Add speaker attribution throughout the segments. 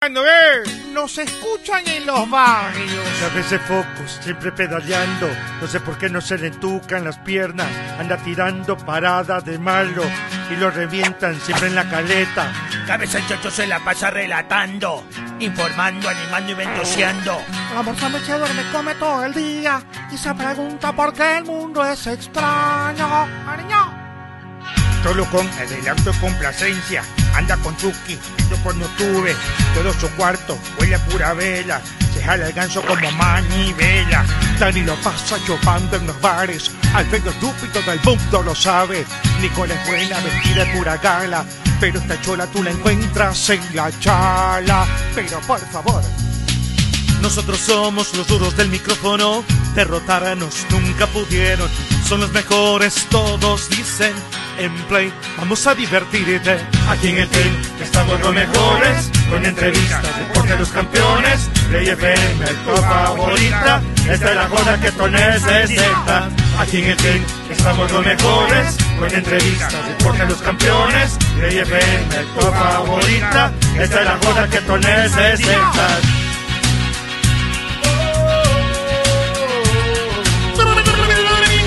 Speaker 1: escuchando, ¿eh? Nos escuchan en los barrios.
Speaker 2: Cabece focos, siempre pedaleando. No sé por qué no se le entucan las piernas. Anda tirando parada de malo. Y lo revientan siempre en la caleta.
Speaker 3: Cabeza el chocho se la pasa relatando, informando, animando y ventoseando.
Speaker 1: La morfama se duerme, come todo el día y se pregunta por qué el mundo es extraño. Ariño.
Speaker 3: Solo con adelanto y complacencia, anda con Chucky, yo por no tuve, todo su cuarto huele a pura vela, se jala el ganso como manivela.
Speaker 2: Dani lo pasa chupando en los bares. Alfredo estúpido del mundo lo sabe. Nicole es buena, vestida de pura gala. Pero esta chola tú la encuentras en la chala. Pero por favor,
Speaker 4: Nosotros somos los duros del micrófono, derrotarnos nunca pudieron. Son los mejores, todos dicen. En play, vamos a divertirte. Aquí en el team estamos los mejores, con entrevistas, deporte de los campeones. Play FM, tu favorita, esta es la joda que tú necesitas. Aquí en el team estamos los mejores, con entrevistas, deporte de los campeones. Play FM, tu favorita, esta es la joda que tú necesitas.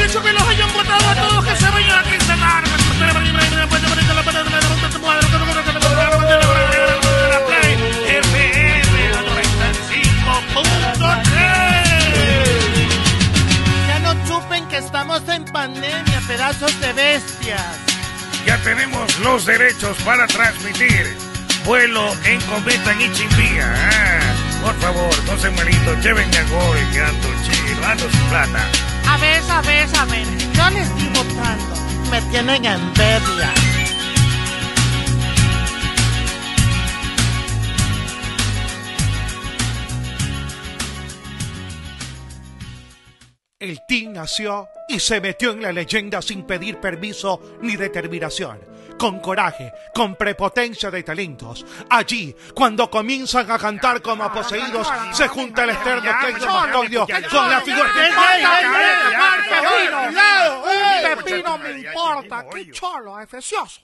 Speaker 1: Eso que los hayan votado a todos que se vayan a Cristianar. ¡Eh! Ya no chupen que estamos en pandemia, pedazos de bestias.
Speaker 3: Ya tenemos los derechos para transmitir vuelo en cometa en Ichimbía. Ah, por favor, dos hermanitos, llévenme a gol, quedando chido, dando su plata.
Speaker 1: A ver, a ver, a ver. Yo le estoy votando. Me tienen envidia.
Speaker 2: el Team nació y se metió en la leyenda sin pedir permiso ni determinación. Con coraje, con prepotencia de talentos. Allí, cuando comienzan a cantar como poseídos, se junta el externo Claudio Macodio con la figura
Speaker 1: ¡Ey, ey, ey! ¡Marca vino!
Speaker 2: ¡Leo!
Speaker 1: ¡Ey! Pepino me importa. ¡Qué cholo, efecioso!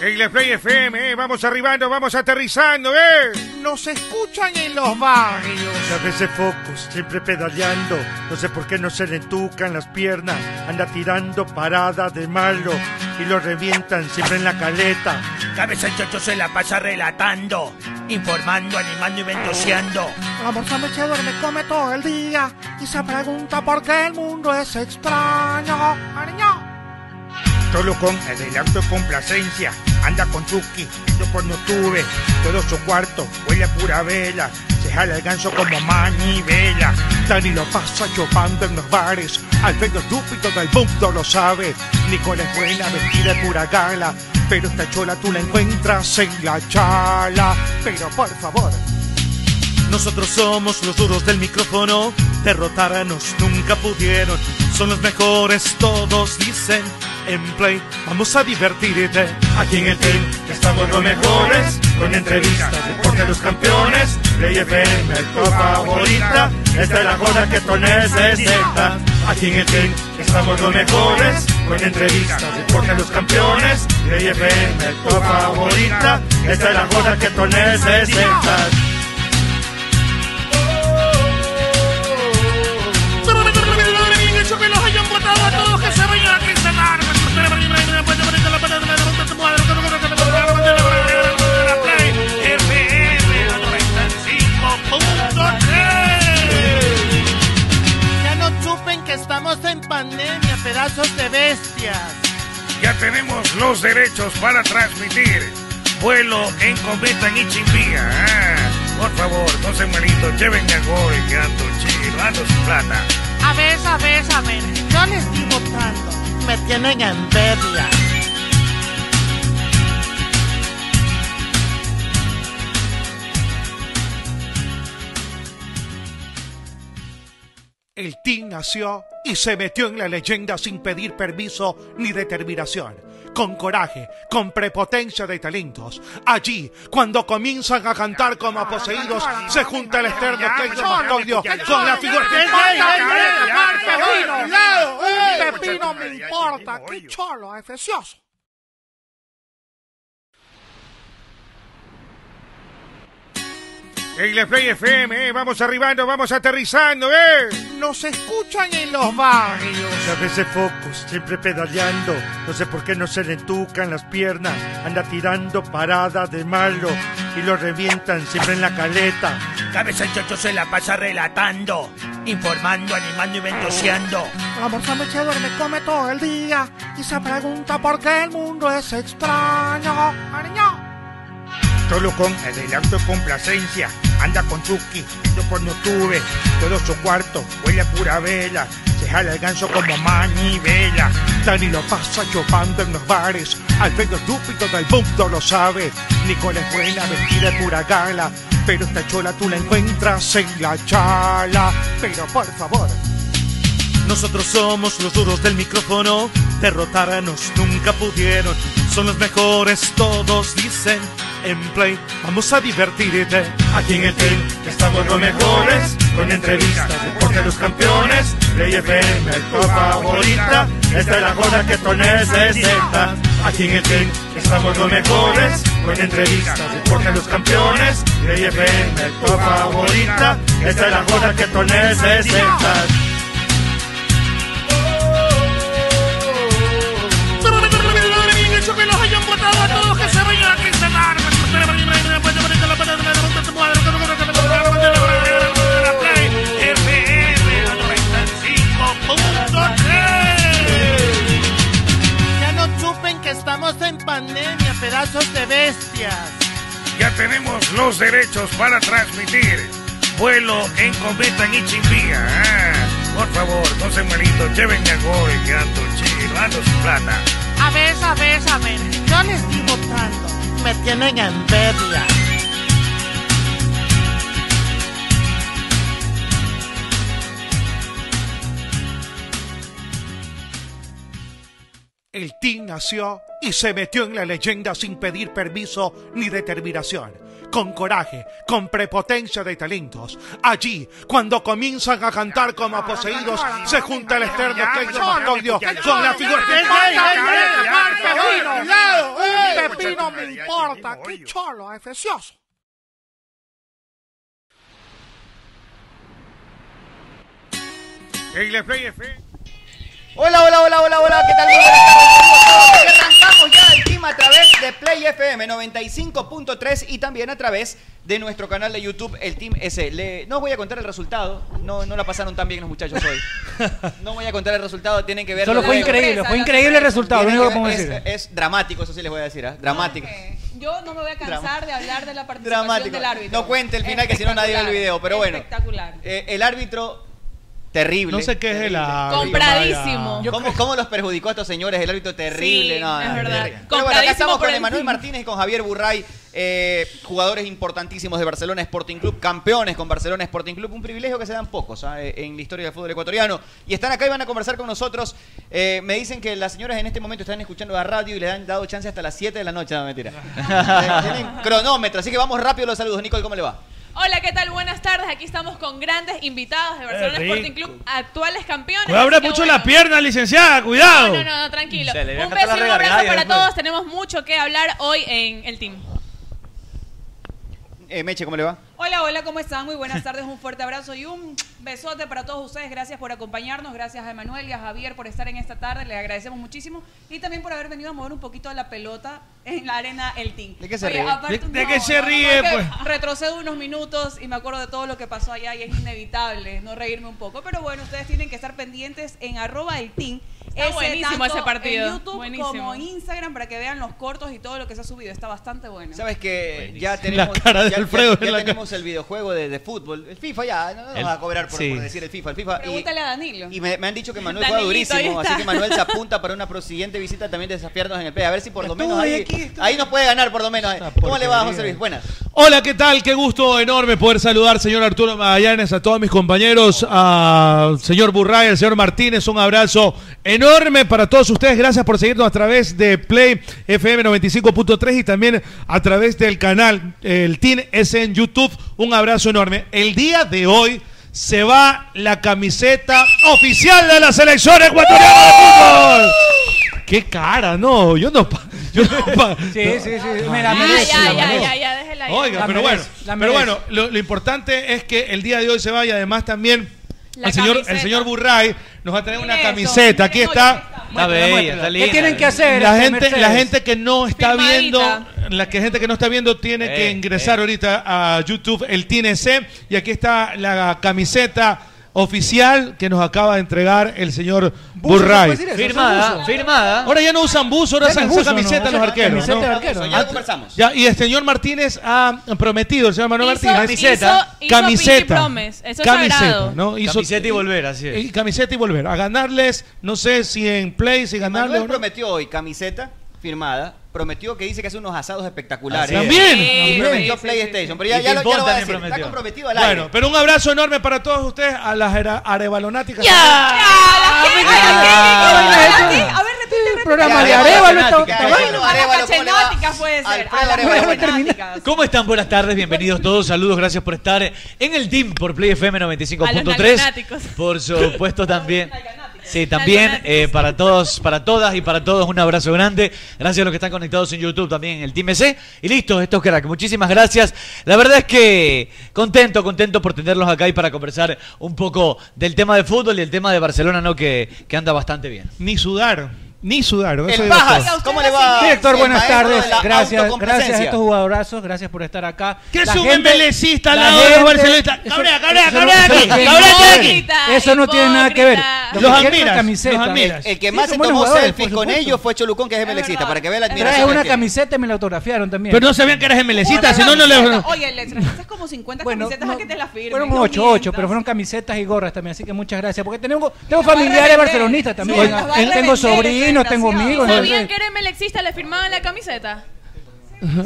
Speaker 2: ¡Ey, la Play FM! eh, ¡Vamos arribando, vamos aterrizando, eh!
Speaker 1: Nos escuchan en los barrios.
Speaker 2: Cabece focos, siempre pedaleando. No sé por qué no se le entucan las piernas. Anda tirando parada de malo. Y lo revientan siempre en la caleta.
Speaker 3: Cabeza el chocho se la pasa relatando, informando, animando y ventoseando.
Speaker 1: La morfama se duerme, come todo el día y se pregunta por qué el mundo es extraño. Ariño.
Speaker 3: Solo con adelanto y complacencia, anda con Chucky, yo por no tuve, todo su cuarto huele a pura vela, se jala el ganso como manivela.
Speaker 2: Dani lo pasa chupando en los bares. Alfredo estúpido del mundo lo sabe. Nicole es buena, vestida de pura gala. Pero esta chola tú la encuentras en la chala. Pero por favor,
Speaker 4: Nosotros somos los duros del micrófono, derrotarnos nunca pudieron. Son los mejores, todos dicen. En play, vamos a divertirte. Aquí en el team estamos los mejores, con entrevistas, deporte de los campeones. Play FM, tu favorita, esta es la joda que tú necesitas. Aquí en el team estamos los mejores, con entrevistas, deporte de los campeones. Play FM, tu favorita, esta es la joda que tú necesitas.
Speaker 1: Eso que los hayan votado a todos que se vayan a Cristianar. Ya no chupen que estamos en pandemia, pedazos de bestias.
Speaker 3: Ya tenemos los derechos para transmitir vuelo en cometa en Ichimbía. Ah, por favor, dos hermanitos, llévenme a gol, quedando chido, dando su plata.
Speaker 1: A ver, a ver, a ver. Yo le estoy votando. Me tienen envidia.
Speaker 2: El Team nació y se metió en la leyenda sin pedir permiso ni determinación. Con coraje, con prepotencia de talentos. Allí, cuando comienzan a cantar como poseídos, se junta el externo Claudio Macodio con la figura
Speaker 1: ¡Ey, ey, ey! ¡Marca vino! ¡Leo! ¡Pepino me importa! ¡Qué cholo, efecioso!
Speaker 3: Iglesia Play FM, eh, vamos arribando, vamos aterrizando, eh.
Speaker 1: Nos escuchan en los barrios.
Speaker 4: Muchas veces focos, siempre pedaleando. No sé por qué no se le entucan las piernas. Anda tirando paradas de malo y lo revientan siempre en la caleta.
Speaker 5: Cabeza el chocho se la pasa relatando, informando, animando y ventoseando.
Speaker 1: La morsa se duerme, come todo el día y se pregunta por qué el mundo es extraño. Ariño.
Speaker 6: Solo con adelanto y complacencia, anda con Chucky, yo cuando tuve, todo su cuarto huele a pura vela, se jala el ganso como manivela.
Speaker 2: Dani lo pasa chupando en los bares, al pedo estúpido del mundo lo sabe. Nicole es buena, vestida de pura gala, pero esta chola tú la encuentras en la chala. Pero por favor,
Speaker 4: Nosotros somos los duros del micrófono, derrotarnos nunca pudieron. Son los mejores, todos dicen. En Play, vamos a divertirte. Aquí en el Play estamos los mejores, con entrevistas, deporte de los campeones. Play FM, tu favorita, esta es la joda que tú necesitas. Aquí en el Play estamos los mejores, con entrevistas, deporte de los campeones. Play FM, tu favorita, esta es la joda que tú necesitas.
Speaker 7: Ya no chupen que estamos en pandemia, pedazos de bestias.
Speaker 3: Ya tenemos los derechos para transmitir vuelo en cometa en Ichimbía. Ah, por favor, no se malito, llévenme a gol, que ando chido, ando sin plata.
Speaker 7: A ver, a ver, a ver. Yo les estoy votando. Me tienen envidia.
Speaker 2: el team nació y se metió en la leyenda sin pedir permiso ni determinación. Con coraje, con prepotencia de talentos. Allí, cuando comienzan a cantar como poseídos, se junta el externo Cleiton Matoglio con la figura
Speaker 1: ¡Me
Speaker 2: ¡Manda,
Speaker 1: encanta
Speaker 2: manda!
Speaker 1: llamar pepino!
Speaker 6: ya, ya,
Speaker 1: ¡Cuidado!
Speaker 6: ya,
Speaker 1: ¡Eh!
Speaker 6: ya,
Speaker 1: ¡Pepino
Speaker 6: ya,
Speaker 1: me
Speaker 6: ya,
Speaker 1: importa!
Speaker 6: ya,
Speaker 1: ¡Qué
Speaker 6: ya,
Speaker 1: cholo, es precioso!
Speaker 3: Iglesia Play FM.
Speaker 8: Hola, hola, hola, hola, hola, ¿qué tal? Muy buenas tardes. Aquí Arrancamos ya el team a través de Play FM 95.3 y también a través de nuestro canal de YouTube, el Team S. Le- no os voy a contar el resultado, no, no la pasaron tan bien los muchachos hoy. No voy a contar el resultado, tienen que ver.
Speaker 9: Solo fue increíble, fue increíble el resultado, lo único que podemos
Speaker 8: es,
Speaker 9: decir.
Speaker 8: es dramático, eso sí les voy a decir, ¿ah? dramático.
Speaker 10: Jorge, Yo no me voy a cansar de hablar de la participación
Speaker 8: Dramático.
Speaker 10: del árbitro.
Speaker 8: No cuente el final, que si no nadie ve el video, pero bueno.
Speaker 10: Espectacular.
Speaker 8: Eh, el árbitro, terrible.
Speaker 9: No sé qué es el
Speaker 8: terrible.
Speaker 9: árbitro,
Speaker 10: Compradísimo.
Speaker 9: vaya.
Speaker 10: Yo
Speaker 8: ¿Cómo, cómo los perjudicó a estos señores? El árbitro terrible.
Speaker 10: Sí,
Speaker 8: no,
Speaker 10: es
Speaker 8: no,
Speaker 10: verdad.
Speaker 8: terrible. Pero bueno, acá
Speaker 10: Compradísimo
Speaker 8: estamos
Speaker 10: por
Speaker 8: con
Speaker 10: el
Speaker 8: Emanuel
Speaker 10: fin.
Speaker 8: Martínez y con Javier Burray, eh, jugadores importantísimos de Barcelona Sporting Club, campeones con Barcelona Sporting Club, un privilegio que se dan pocos ¿ah? eh, en la historia del fútbol ecuatoriano. Y están acá y van a conversar con nosotros. Eh, me dicen que las señoras en este momento están escuchando la radio y le han dado chance hasta las 7 de la noche. No, mentira. Eh, Tienen cronómetro, así que vamos rápido los saludos. Nicole, ¿cómo le va?
Speaker 10: Hola, ¿qué tal? Buenas tardes. Aquí estamos con grandes invitados de Barcelona
Speaker 5: Eh,
Speaker 10: Sporting
Speaker 5: rico.
Speaker 10: Club, actuales campeones.
Speaker 5: Cuidado, abre
Speaker 10: así que
Speaker 5: mucho
Speaker 10: bueno.
Speaker 5: la pierna, licenciada, cuidado.
Speaker 10: No, no, no, tranquilo.
Speaker 5: Se le va a
Speaker 10: Un
Speaker 5: cantar la
Speaker 10: beso y un abrazo
Speaker 5: regargalla
Speaker 10: para
Speaker 5: después.
Speaker 10: todos. Tenemos mucho que hablar hoy en el team.
Speaker 8: Eh, Meche, ¿cómo le va?
Speaker 11: Hola, hola, ¿cómo están? Muy buenas tardes, un fuerte abrazo y un besote para todos ustedes. Gracias por acompañarnos, gracias a Emanuel y a Javier por estar en esta tarde, les agradecemos muchísimo y también por haber venido a mover un poquito la pelota en la arena El Team.
Speaker 8: ¿De qué se
Speaker 11: Oye,
Speaker 8: ríe?
Speaker 11: aparte-
Speaker 5: ¿De- de qué se ríe,
Speaker 11: es que
Speaker 5: pues?
Speaker 11: Retrocedo unos minutos y me acuerdo de todo lo que pasó allá y es inevitable no reírme un poco, pero bueno, ustedes tienen que estar pendientes en arroba El Team.
Speaker 10: Está buenísimo
Speaker 11: tanto
Speaker 10: ese partido,
Speaker 11: En YouTube
Speaker 10: buenísimo.
Speaker 11: como Instagram para que vean los cortos y todo lo que se ha subido, está bastante bueno.
Speaker 8: Sabes que ya tenemos,
Speaker 5: La cara de
Speaker 8: ya-
Speaker 5: Alfredo
Speaker 8: ya-
Speaker 5: en
Speaker 8: ya
Speaker 5: la
Speaker 8: tenemos el videojuego de, de fútbol, el FIFA ya, no, no nos
Speaker 5: El-
Speaker 8: va a cobrar por,
Speaker 5: sí.
Speaker 8: por decir el FIFA, el FIFA. Y-
Speaker 11: Pregúntale a Danilo.
Speaker 8: Y me, me han dicho que Manuel juega
Speaker 10: Danilito,
Speaker 8: durísimo,
Speaker 10: ahí está.
Speaker 8: así que Manuel se apunta para una pro- siguiente visita también de desafiarnos en el play. A ver si por lo
Speaker 9: Estuve
Speaker 8: menos ahí,
Speaker 9: aquí, estuve
Speaker 8: ahí nos puede ganar, por lo menos.
Speaker 9: Esta
Speaker 8: ¿Cómo le va,
Speaker 9: porquería.
Speaker 8: José Luis? Buenas.
Speaker 5: Hola, ¿qué tal? Qué gusto enorme poder saludar, señor Arturo Magallanes, a todos mis compañeros, al señor Burray, al señor Martínez. Un abrazo enorme para todos ustedes. Gracias por seguirnos a través de Play FM 95.3 y también a través del canal El Team S en YouTube. Un abrazo enorme. El día de hoy se va la camiseta oficial de la selección ecuatoriana de fútbol. Qué cara, no, yo no, pa- yo
Speaker 9: Sí, sí, sí. Me la
Speaker 10: Ah,
Speaker 9: merece.
Speaker 10: ya,
Speaker 9: la
Speaker 10: ya,
Speaker 9: merece.
Speaker 10: ya, ya, déjela ahí.
Speaker 5: Oiga,
Speaker 9: La
Speaker 5: pero
Speaker 9: merece,
Speaker 5: bueno,
Speaker 9: la
Speaker 5: pero
Speaker 9: merece.
Speaker 5: bueno lo, lo importante es que el día de hoy se va y además también
Speaker 9: La
Speaker 5: el señor, el
Speaker 9: camiseta.
Speaker 5: señor Burray nos va a traer una
Speaker 9: Miren eso,
Speaker 5: camiseta. Aquí
Speaker 9: miren,
Speaker 5: está.
Speaker 9: Está bella, Muéstrala. está ¿Qué linda. tienen que hacer,
Speaker 5: La
Speaker 9: este,
Speaker 5: gente, la
Speaker 9: Mercedes?
Speaker 5: gente que no está
Speaker 9: Firmadita.
Speaker 5: viendo, la que gente que no está viendo tiene
Speaker 9: Eh,
Speaker 5: que ingresar ahorita a YouTube el TNC y aquí está la camiseta oficial que nos acaba de entregar el señor
Speaker 9: Buzo,
Speaker 5: Burray.
Speaker 9: ¿se puede decir eso? Firmada, Buzo.
Speaker 5: firmada. Ahora ya no usan buzo, ahora
Speaker 9: Ya no
Speaker 5: usan
Speaker 9: es buzo,
Speaker 5: camiseta
Speaker 9: ¿no?
Speaker 5: los arqueros.
Speaker 9: Camiseta
Speaker 5: ¿no?
Speaker 9: de arquero.
Speaker 5: Ah, ya, y el señor Martínez ha prometido, el señor Manuel
Speaker 10: Hizo-
Speaker 5: Martínez.
Speaker 10: Camiseta. hizo- hizo Pinky
Speaker 5: camiseta.
Speaker 10: Promise, eso es
Speaker 5: camiseta,
Speaker 10: sagrado.
Speaker 5: ¿no?
Speaker 12: Camiseta y volver,
Speaker 5: así es. camiseta y volver. A ganarles, no sé si en play, si ganarles.
Speaker 8: Manuel
Speaker 5: o no.
Speaker 8: prometió hoy camiseta firmada. Prometió que dice que hace unos asados espectaculares.
Speaker 5: Así es. También.
Speaker 8: Y
Speaker 5: Sí,
Speaker 8: prometió
Speaker 5: sí,
Speaker 8: PlayStation. Pero
Speaker 5: Y
Speaker 8: ya, ya lo, ya
Speaker 5: ping-pong
Speaker 8: lo va a
Speaker 5: también
Speaker 8: decir. Está
Speaker 5: prometió.
Speaker 8: comprometido al aire.
Speaker 5: Bueno, pero un abrazo enorme para todos ustedes, a las era- arevalonáticas.
Speaker 10: ¡Ya!
Speaker 5: ¡Ya!
Speaker 10: A ver, repite, repite.
Speaker 5: programa de
Speaker 10: Ya,
Speaker 5: Arevalo,
Speaker 10: ya,
Speaker 5: esta-
Speaker 10: ya,
Speaker 5: esta
Speaker 10: ya,
Speaker 5: vaina.
Speaker 10: A las cachenáticas puede ser. A las cachenáticas.
Speaker 12: ¿Cómo están? Buenas tardes, bienvenidos todos. Saludos, gracias por estar en el team por Play FM
Speaker 10: A
Speaker 12: 95.3.
Speaker 10: los
Speaker 12: Por supuesto también. Sí, también eh, para todos, para todas y para todos un abrazo grande. Gracias a los que están conectados en YouTube también en el Team EC. Y listo, esto es crack. Muchísimas gracias. La verdad es que contento, contento por tenerlos acá y para conversar un poco del tema de fútbol y el tema de Barcelona, ¿no? Que, que anda bastante bien.
Speaker 5: Ni sudar, ni sudar.
Speaker 12: El
Speaker 5: soy
Speaker 12: Pajas,
Speaker 5: doctor.
Speaker 12: ¿cómo le va?
Speaker 9: Director,
Speaker 12: El
Speaker 9: buenas
Speaker 12: maestro
Speaker 9: tardes.
Speaker 12: de la
Speaker 9: Gracias,
Speaker 12: autocomplacencia.
Speaker 9: gracias a estos jugadorazos, gracias por estar acá.
Speaker 5: ¿Qué es
Speaker 9: La
Speaker 5: un
Speaker 9: gente-
Speaker 5: embelecista al
Speaker 9: la
Speaker 5: lado de los
Speaker 9: gente-
Speaker 5: barcelonistas?
Speaker 9: eso-
Speaker 5: Cabrea, cabrea,
Speaker 9: eso no-
Speaker 5: cabrea
Speaker 9: eso no
Speaker 5: aquí,
Speaker 9: tiene-
Speaker 5: cabrea aquí.
Speaker 9: Hipócrita, Eso no tiene nada que ver. Lo
Speaker 5: Los
Speaker 9: que quiere es una
Speaker 5: admiras,
Speaker 9: camiseta.
Speaker 5: los admiras.
Speaker 8: El que
Speaker 9: Sí,
Speaker 8: más
Speaker 9: son
Speaker 8: se
Speaker 9: buenos
Speaker 8: tomó
Speaker 9: jugadores,
Speaker 8: selfies
Speaker 9: por
Speaker 8: con
Speaker 9: supuesto.
Speaker 8: ellos fue Cholucón, que es MLXista, para que vea la
Speaker 9: Traes
Speaker 8: admiración.
Speaker 9: una
Speaker 8: que tiene.
Speaker 9: camiseta y me la autografiaron también.
Speaker 5: Pero no sabían que eras emelecista, si no, no le.
Speaker 10: Oye, le trajiste como 50 camisetas a que te las firmen.
Speaker 9: Fueron
Speaker 10: no
Speaker 9: 8,
Speaker 10: mientas.
Speaker 9: 8, pero fueron camisetas y gorras también, así que muchas gracias. Porque tengo, tengo familiares barcelonistas también.
Speaker 10: Sí, las va a
Speaker 9: tengo
Speaker 10: revender,
Speaker 9: sobrinos,
Speaker 10: desgraciado.
Speaker 9: tengo amigos. no sé.
Speaker 10: ¿Sabían que era emelexista? ¿Le firmaban la camiseta?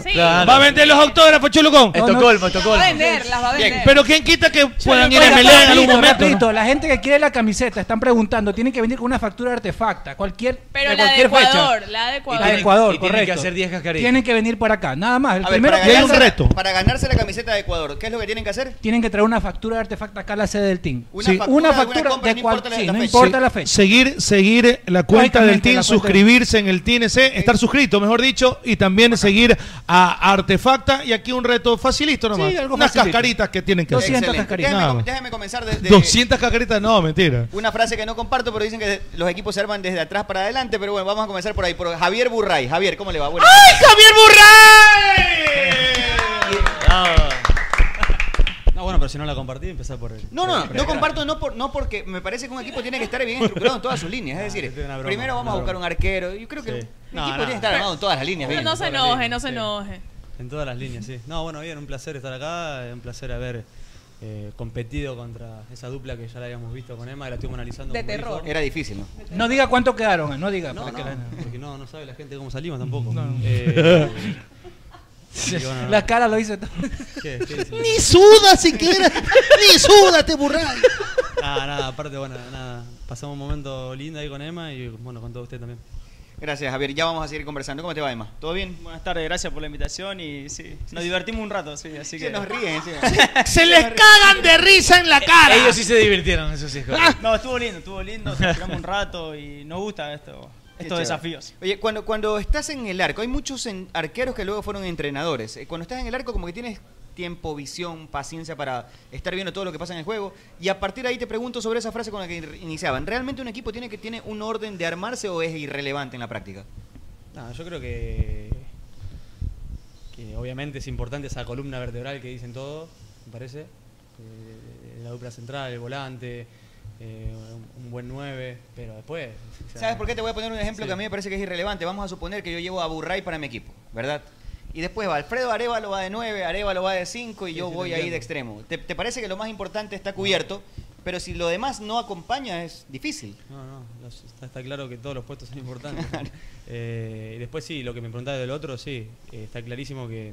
Speaker 10: Sí.
Speaker 5: Claro. Va a vender los autógrafos, Cholucón.
Speaker 12: Estocolmo,
Speaker 10: Las va a vender, las va a
Speaker 9: eh,
Speaker 10: vender.
Speaker 5: Pero quién quita que puedan ir a
Speaker 9: Oiga,
Speaker 5: Melé en algún
Speaker 9: rapidito,
Speaker 5: momento.
Speaker 9: rapidito, la gente que quiere la camiseta están preguntando, tienen que venir con una factura de artefacta, cualquier,
Speaker 10: Pero
Speaker 9: de
Speaker 10: la de
Speaker 9: cualquier
Speaker 10: Ecuador,
Speaker 9: fecha.
Speaker 10: la de Ecuador.
Speaker 9: La de
Speaker 10: Y
Speaker 9: Ecuador,
Speaker 8: tienen que
Speaker 9: correcto.
Speaker 8: hacer 10 cascarillas.
Speaker 9: Tienen que venir para acá, nada más. El
Speaker 8: A ver,
Speaker 9: primero
Speaker 8: para
Speaker 9: que
Speaker 8: ganarse- Para ganarse la camiseta de Ecuador, ¿qué es lo que tienen que hacer?
Speaker 9: tienen que traer una factura de artefacta acá a la sede del team.
Speaker 8: Una factura,
Speaker 9: una
Speaker 8: una
Speaker 9: factura
Speaker 8: compra,
Speaker 9: de
Speaker 8: no
Speaker 9: cual,
Speaker 8: importa la-
Speaker 9: sí,
Speaker 8: la
Speaker 9: no
Speaker 8: fecha.
Speaker 9: importa la fecha.
Speaker 5: Seguir, seguir la cuenta del
Speaker 9: Lógicamente,
Speaker 5: team,
Speaker 9: la cuenta del-
Speaker 5: suscribirse en el TNC, estar suscrito, mejor dicho, y también seguir a Artefacta. Y aquí un reto facilito nomás.
Speaker 8: Sí, algo
Speaker 5: Unas
Speaker 8: facilito.
Speaker 5: cascaritas que tienen que hacer.
Speaker 8: Excelente.
Speaker 5: Nada
Speaker 8: Déjame,
Speaker 5: más.
Speaker 8: com- déjame comenzar desde
Speaker 5: 200 cascaritas, no, mentira.
Speaker 8: una frase que no comparto, pero dicen que los equipos se arman desde atrás para adelante. Pero bueno, vamos a comenzar por ahí. Por Javier Burray. Javier, ¿cómo le va? Buenas
Speaker 5: ¡Ay, Javier Burray!
Speaker 8: Ah.
Speaker 13: No, bueno, pero si no la compartí, empezar por él.
Speaker 8: No, no, no comparto no, por, no porque me parece que un equipo tiene que estar bien estructurado en todas sus líneas. Es decir,
Speaker 13: broma,
Speaker 8: primero
Speaker 13: Ah, este una
Speaker 8: vamos a buscar un arquero. Yo creo que un
Speaker 13: No, no.
Speaker 8: equipo tiene que estar armado en todas las líneas.
Speaker 10: No,
Speaker 8: bien.
Speaker 10: no se enoje, no se enoje.
Speaker 13: En todas las líneas, sí. No, bueno, bien, un placer estar acá, un placer haber eh, competido contra esa dupla que ya la habíamos visto con Emma y la estuvimos analizando.
Speaker 10: De
Speaker 13: como
Speaker 10: terror.
Speaker 13: dijo.
Speaker 8: Era difícil, ¿no?
Speaker 9: No diga cuánto quedaron, no diga.
Speaker 13: No,
Speaker 9: porque
Speaker 13: no,
Speaker 9: la-
Speaker 13: porque no, no sabe la gente cómo salimos tampoco.
Speaker 9: No.
Speaker 13: Eh, y bueno, no.
Speaker 9: La cara lo dice todo.
Speaker 13: ¿Qué? ¿Qué dice?
Speaker 1: Ni suda siquiera, ni suda este te burray.
Speaker 13: Nada, Ah, nada, aparte, bueno, nada. Pasamos un momento lindo ahí con Emma y bueno, con todo usted también.
Speaker 8: Gracias, Javier. Ya vamos a seguir conversando. ¿Cómo te va, Emma? ¿Todo bien?
Speaker 14: Buenas tardes, gracias por la invitación y sí, nos divertimos un rato, sí, así
Speaker 8: Se
Speaker 14: que...
Speaker 8: nos ríen encima.
Speaker 1: Se les cagan de risa en la cara.
Speaker 12: Ellos sí se divirtieron, eso sí. es correcto.
Speaker 14: Ah. No, estuvo lindo, estuvo lindo, nos tiramos un rato y nos gusta esto,
Speaker 8: Qué
Speaker 14: estos
Speaker 8: chévere.
Speaker 14: desafíos.
Speaker 8: Oye, cuando, cuando estás en el arco, hay muchos en- arqueros que luego fueron entrenadores. Eh, Cuando estás en el arco, como que tienes tiempo, visión, paciencia para estar viendo todo lo que pasa en el juego. Y a partir de ahí te pregunto sobre esa frase con la que in- iniciaban. ¿Realmente un equipo tiene que tiene un orden de armarse o es irrelevante en la práctica?
Speaker 13: No, Ah, yo creo que, que obviamente es importante esa columna vertebral que dicen todos, me parece. Eh, La dupla central, el volante, eh, un un buen 9, pero después... o sea,
Speaker 8: ¿Sabes por qué? Te voy a poner un ejemplo
Speaker 13: Sí.
Speaker 8: que a mí me parece que es irrelevante. Vamos a suponer que yo llevo a Burray para mi equipo, ¿verdad? Y después va Alfredo Arevalo va de 9, Arevalo va de 5 y yo
Speaker 13: sí, te
Speaker 8: voy ahí
Speaker 13: entiendo.
Speaker 8: de extremo. ¿Te, te parece que lo más importante está cubierto? Pero si lo demás no acompaña es difícil.
Speaker 13: No, no, los- está, está claro que todos los puestos son importantes. Eh, y después sí, lo que me preguntaba del otro, sí, eh, está clarísimo que,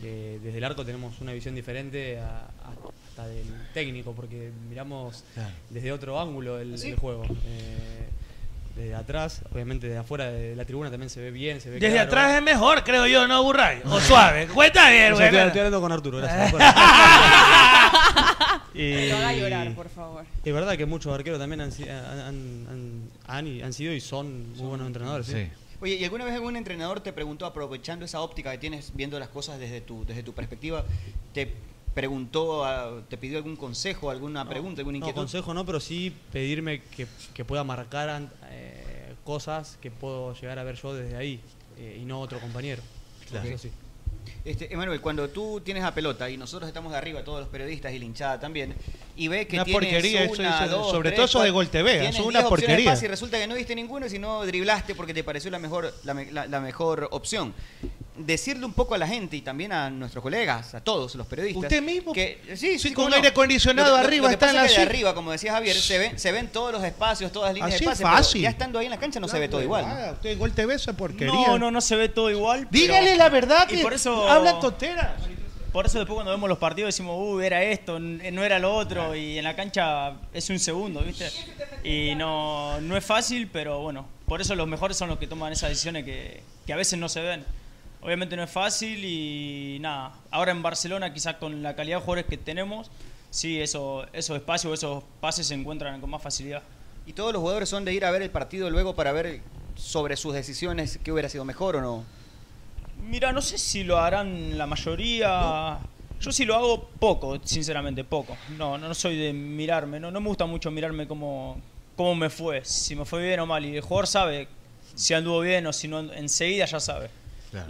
Speaker 13: que desde el arco tenemos una visión diferente a- a- hasta del técnico, porque miramos
Speaker 12: Claro.
Speaker 13: desde otro ángulo
Speaker 10: ¿Ah,
Speaker 13: el,
Speaker 12: Sí.
Speaker 13: el juego. Eh, desde atrás, obviamente desde afuera de la tribuna también se ve bien, se ve
Speaker 5: Desde
Speaker 13: claro.
Speaker 5: atrás es mejor, creo yo, ¿no, Burray? O suave. Cuenta bien,
Speaker 13: O sea,
Speaker 5: güey.
Speaker 13: estoy, estoy hablando con Arturo, gracias.
Speaker 5: Ah,
Speaker 13: Bueno.
Speaker 10: Lo haga llorar, por favor.
Speaker 13: Es verdad que muchos arqueros también han, si- han, han- han- han y- han sido y son muy buenos entrenadores. ¿sí?
Speaker 8: Oye, ¿y alguna vez algún entrenador te preguntó, aprovechando esa óptica que tienes viendo las cosas desde tu, desde tu perspectiva, te preguntó, ah, te pidió algún consejo, alguna pregunta,
Speaker 13: No,
Speaker 8: alguna inquietud?
Speaker 13: consejo no, pero sí pedirme que, que pueda marcar an- eh, cosas que puedo llegar a ver yo desde ahí eh, y no otro compañero.
Speaker 8: Claro.
Speaker 13: Eso sí.
Speaker 8: Este, Emanuel, cuando tú tienes a pelota y nosotros estamos de arriba, todos los periodistas y la hinchada también, y ve que
Speaker 2: Una
Speaker 8: tienes
Speaker 2: porquería, eso
Speaker 8: una,
Speaker 2: dice-
Speaker 8: dos,
Speaker 2: sobre
Speaker 8: tres,
Speaker 2: todo eso de
Speaker 8: cuatro,
Speaker 2: Gol TV,
Speaker 8: tienes
Speaker 2: eso es una
Speaker 8: 10 opciones de
Speaker 2: porquería.
Speaker 8: pase Y resulta que no viste ninguno, sino driblaste porque te pareció la mejor, la, me- la- la mejor opción. Decirle un poco a la gente y también a nuestros colegas, a todos los periodistas.
Speaker 5: este
Speaker 2: Usted mismo.
Speaker 8: Que, sí,
Speaker 2: Sí,
Speaker 8: sí,
Speaker 2: con
Speaker 8: cómo
Speaker 2: un aire acondicionado
Speaker 8: Lo que- lo-
Speaker 2: arriba
Speaker 8: lo que
Speaker 2: está
Speaker 8: pasa
Speaker 2: en
Speaker 8: es que
Speaker 2: la
Speaker 8: de
Speaker 2: sí-
Speaker 8: arriba, como decías Javier, se ven, se ven todos los espacios, todas las líneas
Speaker 2: Así
Speaker 8: de
Speaker 2: es
Speaker 8: pase. pero
Speaker 2: fácil.
Speaker 8: ya estando ahí en la cancha no se ve todo igual. ¿no?
Speaker 2: Ah, usted en Gol TV esa porquería.
Speaker 14: No, no, no se ve todo igual.
Speaker 2: Dígale la verdad
Speaker 14: Y
Speaker 2: que
Speaker 14: por eso,
Speaker 2: hablan tonteras.
Speaker 14: Por eso después cuando vemos los partidos decimos, uh, era esto, n- no era lo otro, y en la cancha es un segundo, ¿viste? Y no, no es fácil, pero bueno, por eso los mejores son los que toman esas decisiones que, que a veces no se ven. Obviamente no es fácil y nada, ahora en Barcelona quizás con la calidad de jugadores que tenemos, sí, eso, esos espacios, esos pases se encuentran con más facilidad.
Speaker 8: Y todos los jugadores son de ir a ver el partido luego para ver sobre sus decisiones qué hubiera sido mejor o no.
Speaker 14: Mira, no sé si lo harán la mayoría. Yo sí lo hago poco, sinceramente, poco. No, no, no soy de mirarme, no, no me gusta mucho mirarme cómo, cómo me fue, si me fue bien o mal. Y el jugador sabe si anduvo bien o si no, enseguida ya sabe.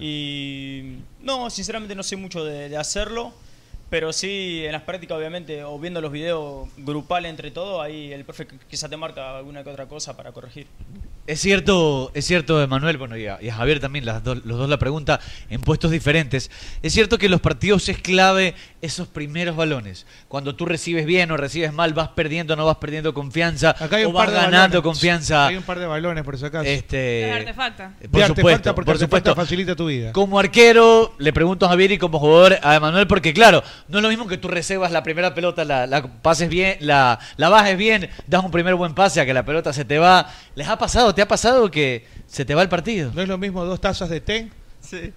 Speaker 14: Y no, sinceramente no sé mucho de, de hacerlo, pero sí en las prácticas, obviamente, o viendo los videos grupales entre todo, ahí el profe quizá te marca alguna que otra cosa para corregir.
Speaker 12: Es cierto, es cierto, Emanuel, bueno, y a, y a Javier también, las dos- los dos la pregunta, en puestos diferentes. Es cierto que los partidos es clave esos primeros balones. Cuando tú recibes bien o recibes mal, vas perdiendo, no vas perdiendo confianza,
Speaker 5: hay
Speaker 12: o
Speaker 5: un
Speaker 12: vas
Speaker 5: par de
Speaker 12: ganando
Speaker 5: balones.
Speaker 12: confianza.
Speaker 5: Hay un par de balones, por si acaso.
Speaker 8: Eh,
Speaker 12: Este,
Speaker 11: artefacta.
Speaker 12: por
Speaker 5: De
Speaker 12: supuesto,
Speaker 5: artefacta, porque
Speaker 12: por supuesto.
Speaker 5: artefacta facilita tu vida.
Speaker 12: Como arquero, le pregunto a Javier y como jugador a Emanuel, porque claro, no es lo mismo que tú recebas la primera pelota, la, la pases bien, la, la bajes bien, das un primer buen pase a que la pelota se te va. ¿Les ha pasado? ¿Te ha pasado que se te va el partido?
Speaker 5: No es lo mismo dos tazas de té.
Speaker 14: Sí.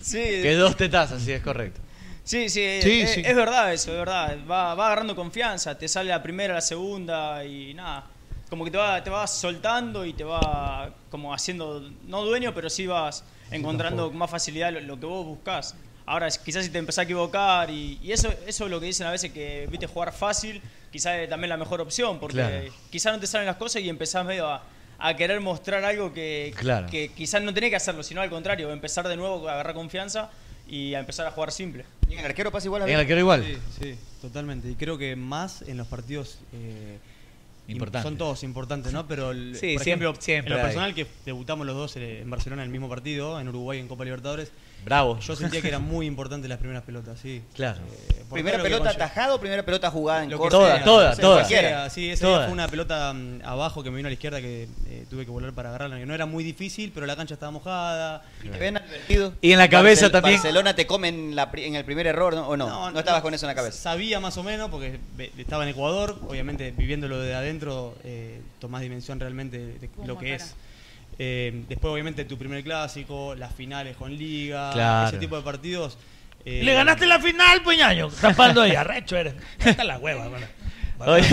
Speaker 14: Sí.
Speaker 12: Que dos tetazas, sí, es correcto.
Speaker 14: Sí, sí,
Speaker 12: Sí,
Speaker 14: es,
Speaker 12: sí.
Speaker 14: es verdad eso, es verdad. Va, va agarrando confianza, te sale la primera, la segunda y nada. Como que te va, te vas soltando y te va como haciendo, no dueño, pero sí vas encontrando con más facilidad lo, lo que vos buscás. Ahora, es- quizás si te empezás a equivocar y, y eso, eso es lo que dicen a veces que, viste, jugar fácil, quizás es también la mejor opción, porque
Speaker 12: Claro.
Speaker 14: quizás no te salen las cosas y empezás medio a, a querer mostrar algo que,
Speaker 12: Claro.
Speaker 14: que quizás no tenés que hacerlo, sino al contrario, empezar de nuevo, agarrar confianza y a empezar a jugar simple.
Speaker 8: Y en el arquero pasa igual
Speaker 12: a En el arquero igual.
Speaker 13: Sí, sí, totalmente. Y creo que más en los partidos. eh,
Speaker 12: Importantes.
Speaker 13: Son todos importantes, ¿no? Pero, el-
Speaker 12: Sí,
Speaker 13: por
Speaker 12: siempre-
Speaker 13: ejemplo,
Speaker 12: siempre
Speaker 13: en lo
Speaker 12: hay.
Speaker 13: personal, que debutamos los dos eh, en Barcelona en el mismo partido, en Uruguay en Copa Libertadores.
Speaker 12: Bravo.
Speaker 13: Yo sentía que eran muy importantes las primeras pelotas, sí. Eh,
Speaker 12: Claro.
Speaker 13: por
Speaker 8: Primera
Speaker 13: todo lo que
Speaker 8: pelota
Speaker 13: conlleva.
Speaker 8: atajada o primera pelota jugada en
Speaker 13: Lo que
Speaker 8: corte.
Speaker 13: sea,
Speaker 12: toda,
Speaker 13: sí,
Speaker 12: toda.
Speaker 13: cualquiera. Sí, esa
Speaker 12: Toda.
Speaker 13: día fue una pelota mm, abajo que me vino a la izquierda que eh, tuve que volar para agarrarla. que No era muy difícil, pero la cancha estaba mojada.
Speaker 8: Te ven advertido.
Speaker 12: Y en la cabeza también.
Speaker 8: Barcelona te come en, la pri- en el primer error, ¿no? ¿O no? No, estabas con eso en la cabeza.
Speaker 13: Sabía más o menos porque ve- estaba en Ecuador, obviamente viviéndolo de adentro eh, tomás dimensión realmente de, de
Speaker 14: Puma,
Speaker 13: lo que
Speaker 14: cara.
Speaker 13: es. Eh, después obviamente tu primer clásico, las finales con liga,
Speaker 12: Claro.
Speaker 13: ese tipo de partidos. eh,
Speaker 15: Le ganaste la final, puñaño. Tapando ahí, arrecho eres. Está la hueva, hermano.
Speaker 13: Oye.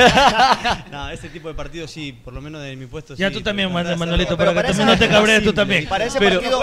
Speaker 13: no, ese tipo de partidos sí, por lo menos de mi puesto
Speaker 15: Ya
Speaker 13: sí,
Speaker 15: tú también,
Speaker 13: tratás de
Speaker 15: Manolito,
Speaker 13: hacerlo.
Speaker 15: para que también no te cabrees tú también.
Speaker 13: Para ese
Speaker 8: partido-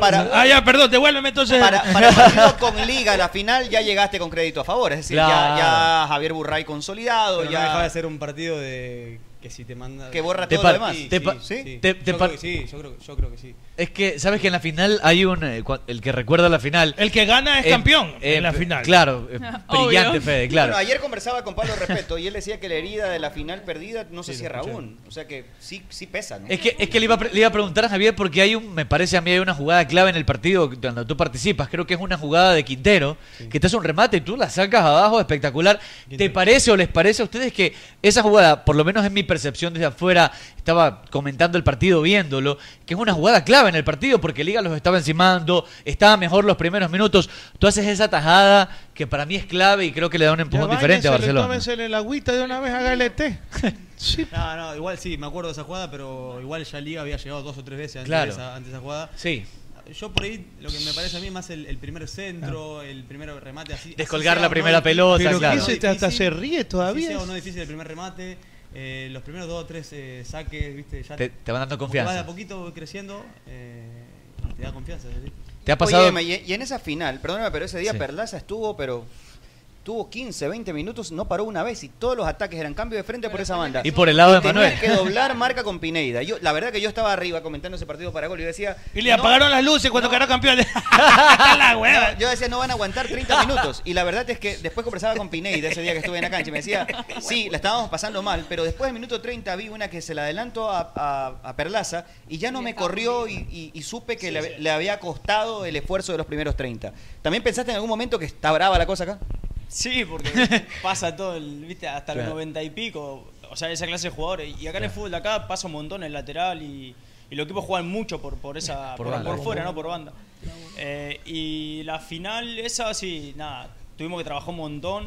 Speaker 8: para-
Speaker 15: Ah, ya, perdón, devuélveme entonces.
Speaker 8: Para, para el partido con Liga, la final, ya llegaste con crédito a favor. Es decir, ya-
Speaker 15: Claro.
Speaker 8: ya, Javier Burray consolidado,
Speaker 13: Pero
Speaker 8: ya...
Speaker 13: no dejaba de ser un partido de que si te manda
Speaker 8: Que borra
Speaker 12: Te
Speaker 8: todo
Speaker 12: par-
Speaker 8: lo demás.
Speaker 12: Sí, te pa-
Speaker 13: Sí,
Speaker 12: te-
Speaker 13: yo
Speaker 12: te
Speaker 13: creo
Speaker 12: par-
Speaker 13: que sí, yo creo, yo creo que sí.
Speaker 12: Es que, ¿sabes que en la final hay un. eh, cua- el que recuerda la final.
Speaker 15: El que gana es campeón en la
Speaker 12: pe-
Speaker 15: final.
Speaker 12: Claro, eh, brillante, Fede, claro.
Speaker 8: Bueno, ayer conversaba con Pablo Respeto y él decía que la herida de la final perdida no se cierra aún. O sea que sí, sí pesa, ¿no?
Speaker 12: Es que, es que le, iba a, pre- le iba a preguntar a Javier porque hay un, me parece a mí, hay una jugada clave en el partido cuando tú participas. Creo que es una jugada de Quintero, que te hace un remate y tú la sacas abajo, espectacular. ¿Te parece o les parece a ustedes que esa jugada, por lo menos en mi percepción desde afuera, estaba comentando el partido, viéndolo, que es una jugada clave en el partido porque Liga los estaba encimando, estaba mejor los primeros minutos. Tú haces esa tajada que para mí es clave y creo que le da un empujón diferente a Barcelona.
Speaker 5: Tómense el agüita de una vez, hágale té.
Speaker 13: No, no, igual sí, me acuerdo de esa jugada, pero igual ya Liga había llegado dos o tres veces antes,
Speaker 12: Claro.
Speaker 13: de, esa, antes de esa jugada.
Speaker 12: Sí.
Speaker 13: Yo por ahí lo que me parece a mí es más el, el primer centro, el primer remate así.
Speaker 12: Ah. Descolgar
Speaker 13: así sea
Speaker 12: la
Speaker 13: o
Speaker 12: primera
Speaker 13: difícil,
Speaker 12: pelota,
Speaker 13: así
Speaker 12: claro.
Speaker 13: sea o
Speaker 12: Pero que ese
Speaker 13: difícil,
Speaker 12: hasta se ríe
Speaker 13: así
Speaker 12: todavía.
Speaker 13: sea o no difícil el primer remate. eh, los primeros dos o tres eh, saques, ¿viste? Ya
Speaker 12: Te- te van dando
Speaker 13: como que
Speaker 12: confianza.
Speaker 13: vas de a poquito voy creciendo eh, y te da confianza. ¿sí?
Speaker 8: Oye, Emma, y, y en esa final, perdóname, pero ese día
Speaker 13: Sí.
Speaker 8: Perlaza estuvo, pero tuvo 15, 20 minutos, no paró una vez y todos los ataques eran cambio de frente por esa banda.
Speaker 12: Y por el lado de
Speaker 8: Tenía
Speaker 12: Manuel.
Speaker 8: que doblar marca con Pineida. Yo, la verdad que yo estaba arriba comentando ese partido para gol y decía...
Speaker 15: Y le apagaron las luces cuando quedó campeón. la hueva.
Speaker 8: yo decía, no van a aguantar 30 minutos. Y la verdad es que después conversaba con Pineida ese día que estuve en la cancha y me decía, sí, la estábamos pasando mal, pero después del minuto 30 vi una que se la adelantó a, a- a Perlaza y ya no me corrió y, y- y supe que le, le había costado el esfuerzo de los primeros 30. ¿También pensaste en algún momento que está brava la cosa acá?
Speaker 14: Sí, porque pasa todo, el, ¿viste? Hasta
Speaker 8: Claro.
Speaker 14: los 90 y pico. O sea, esa clase de jugadores. Y acá en el fútbol de acá pasa un montón el lateral y, y los equipos juegan mucho por, por esa
Speaker 15: Por
Speaker 14: por,
Speaker 15: banda.
Speaker 14: por fuera, no por banda. Eh, y la final, esa sí, nada, tuvimos que trabajar un montón.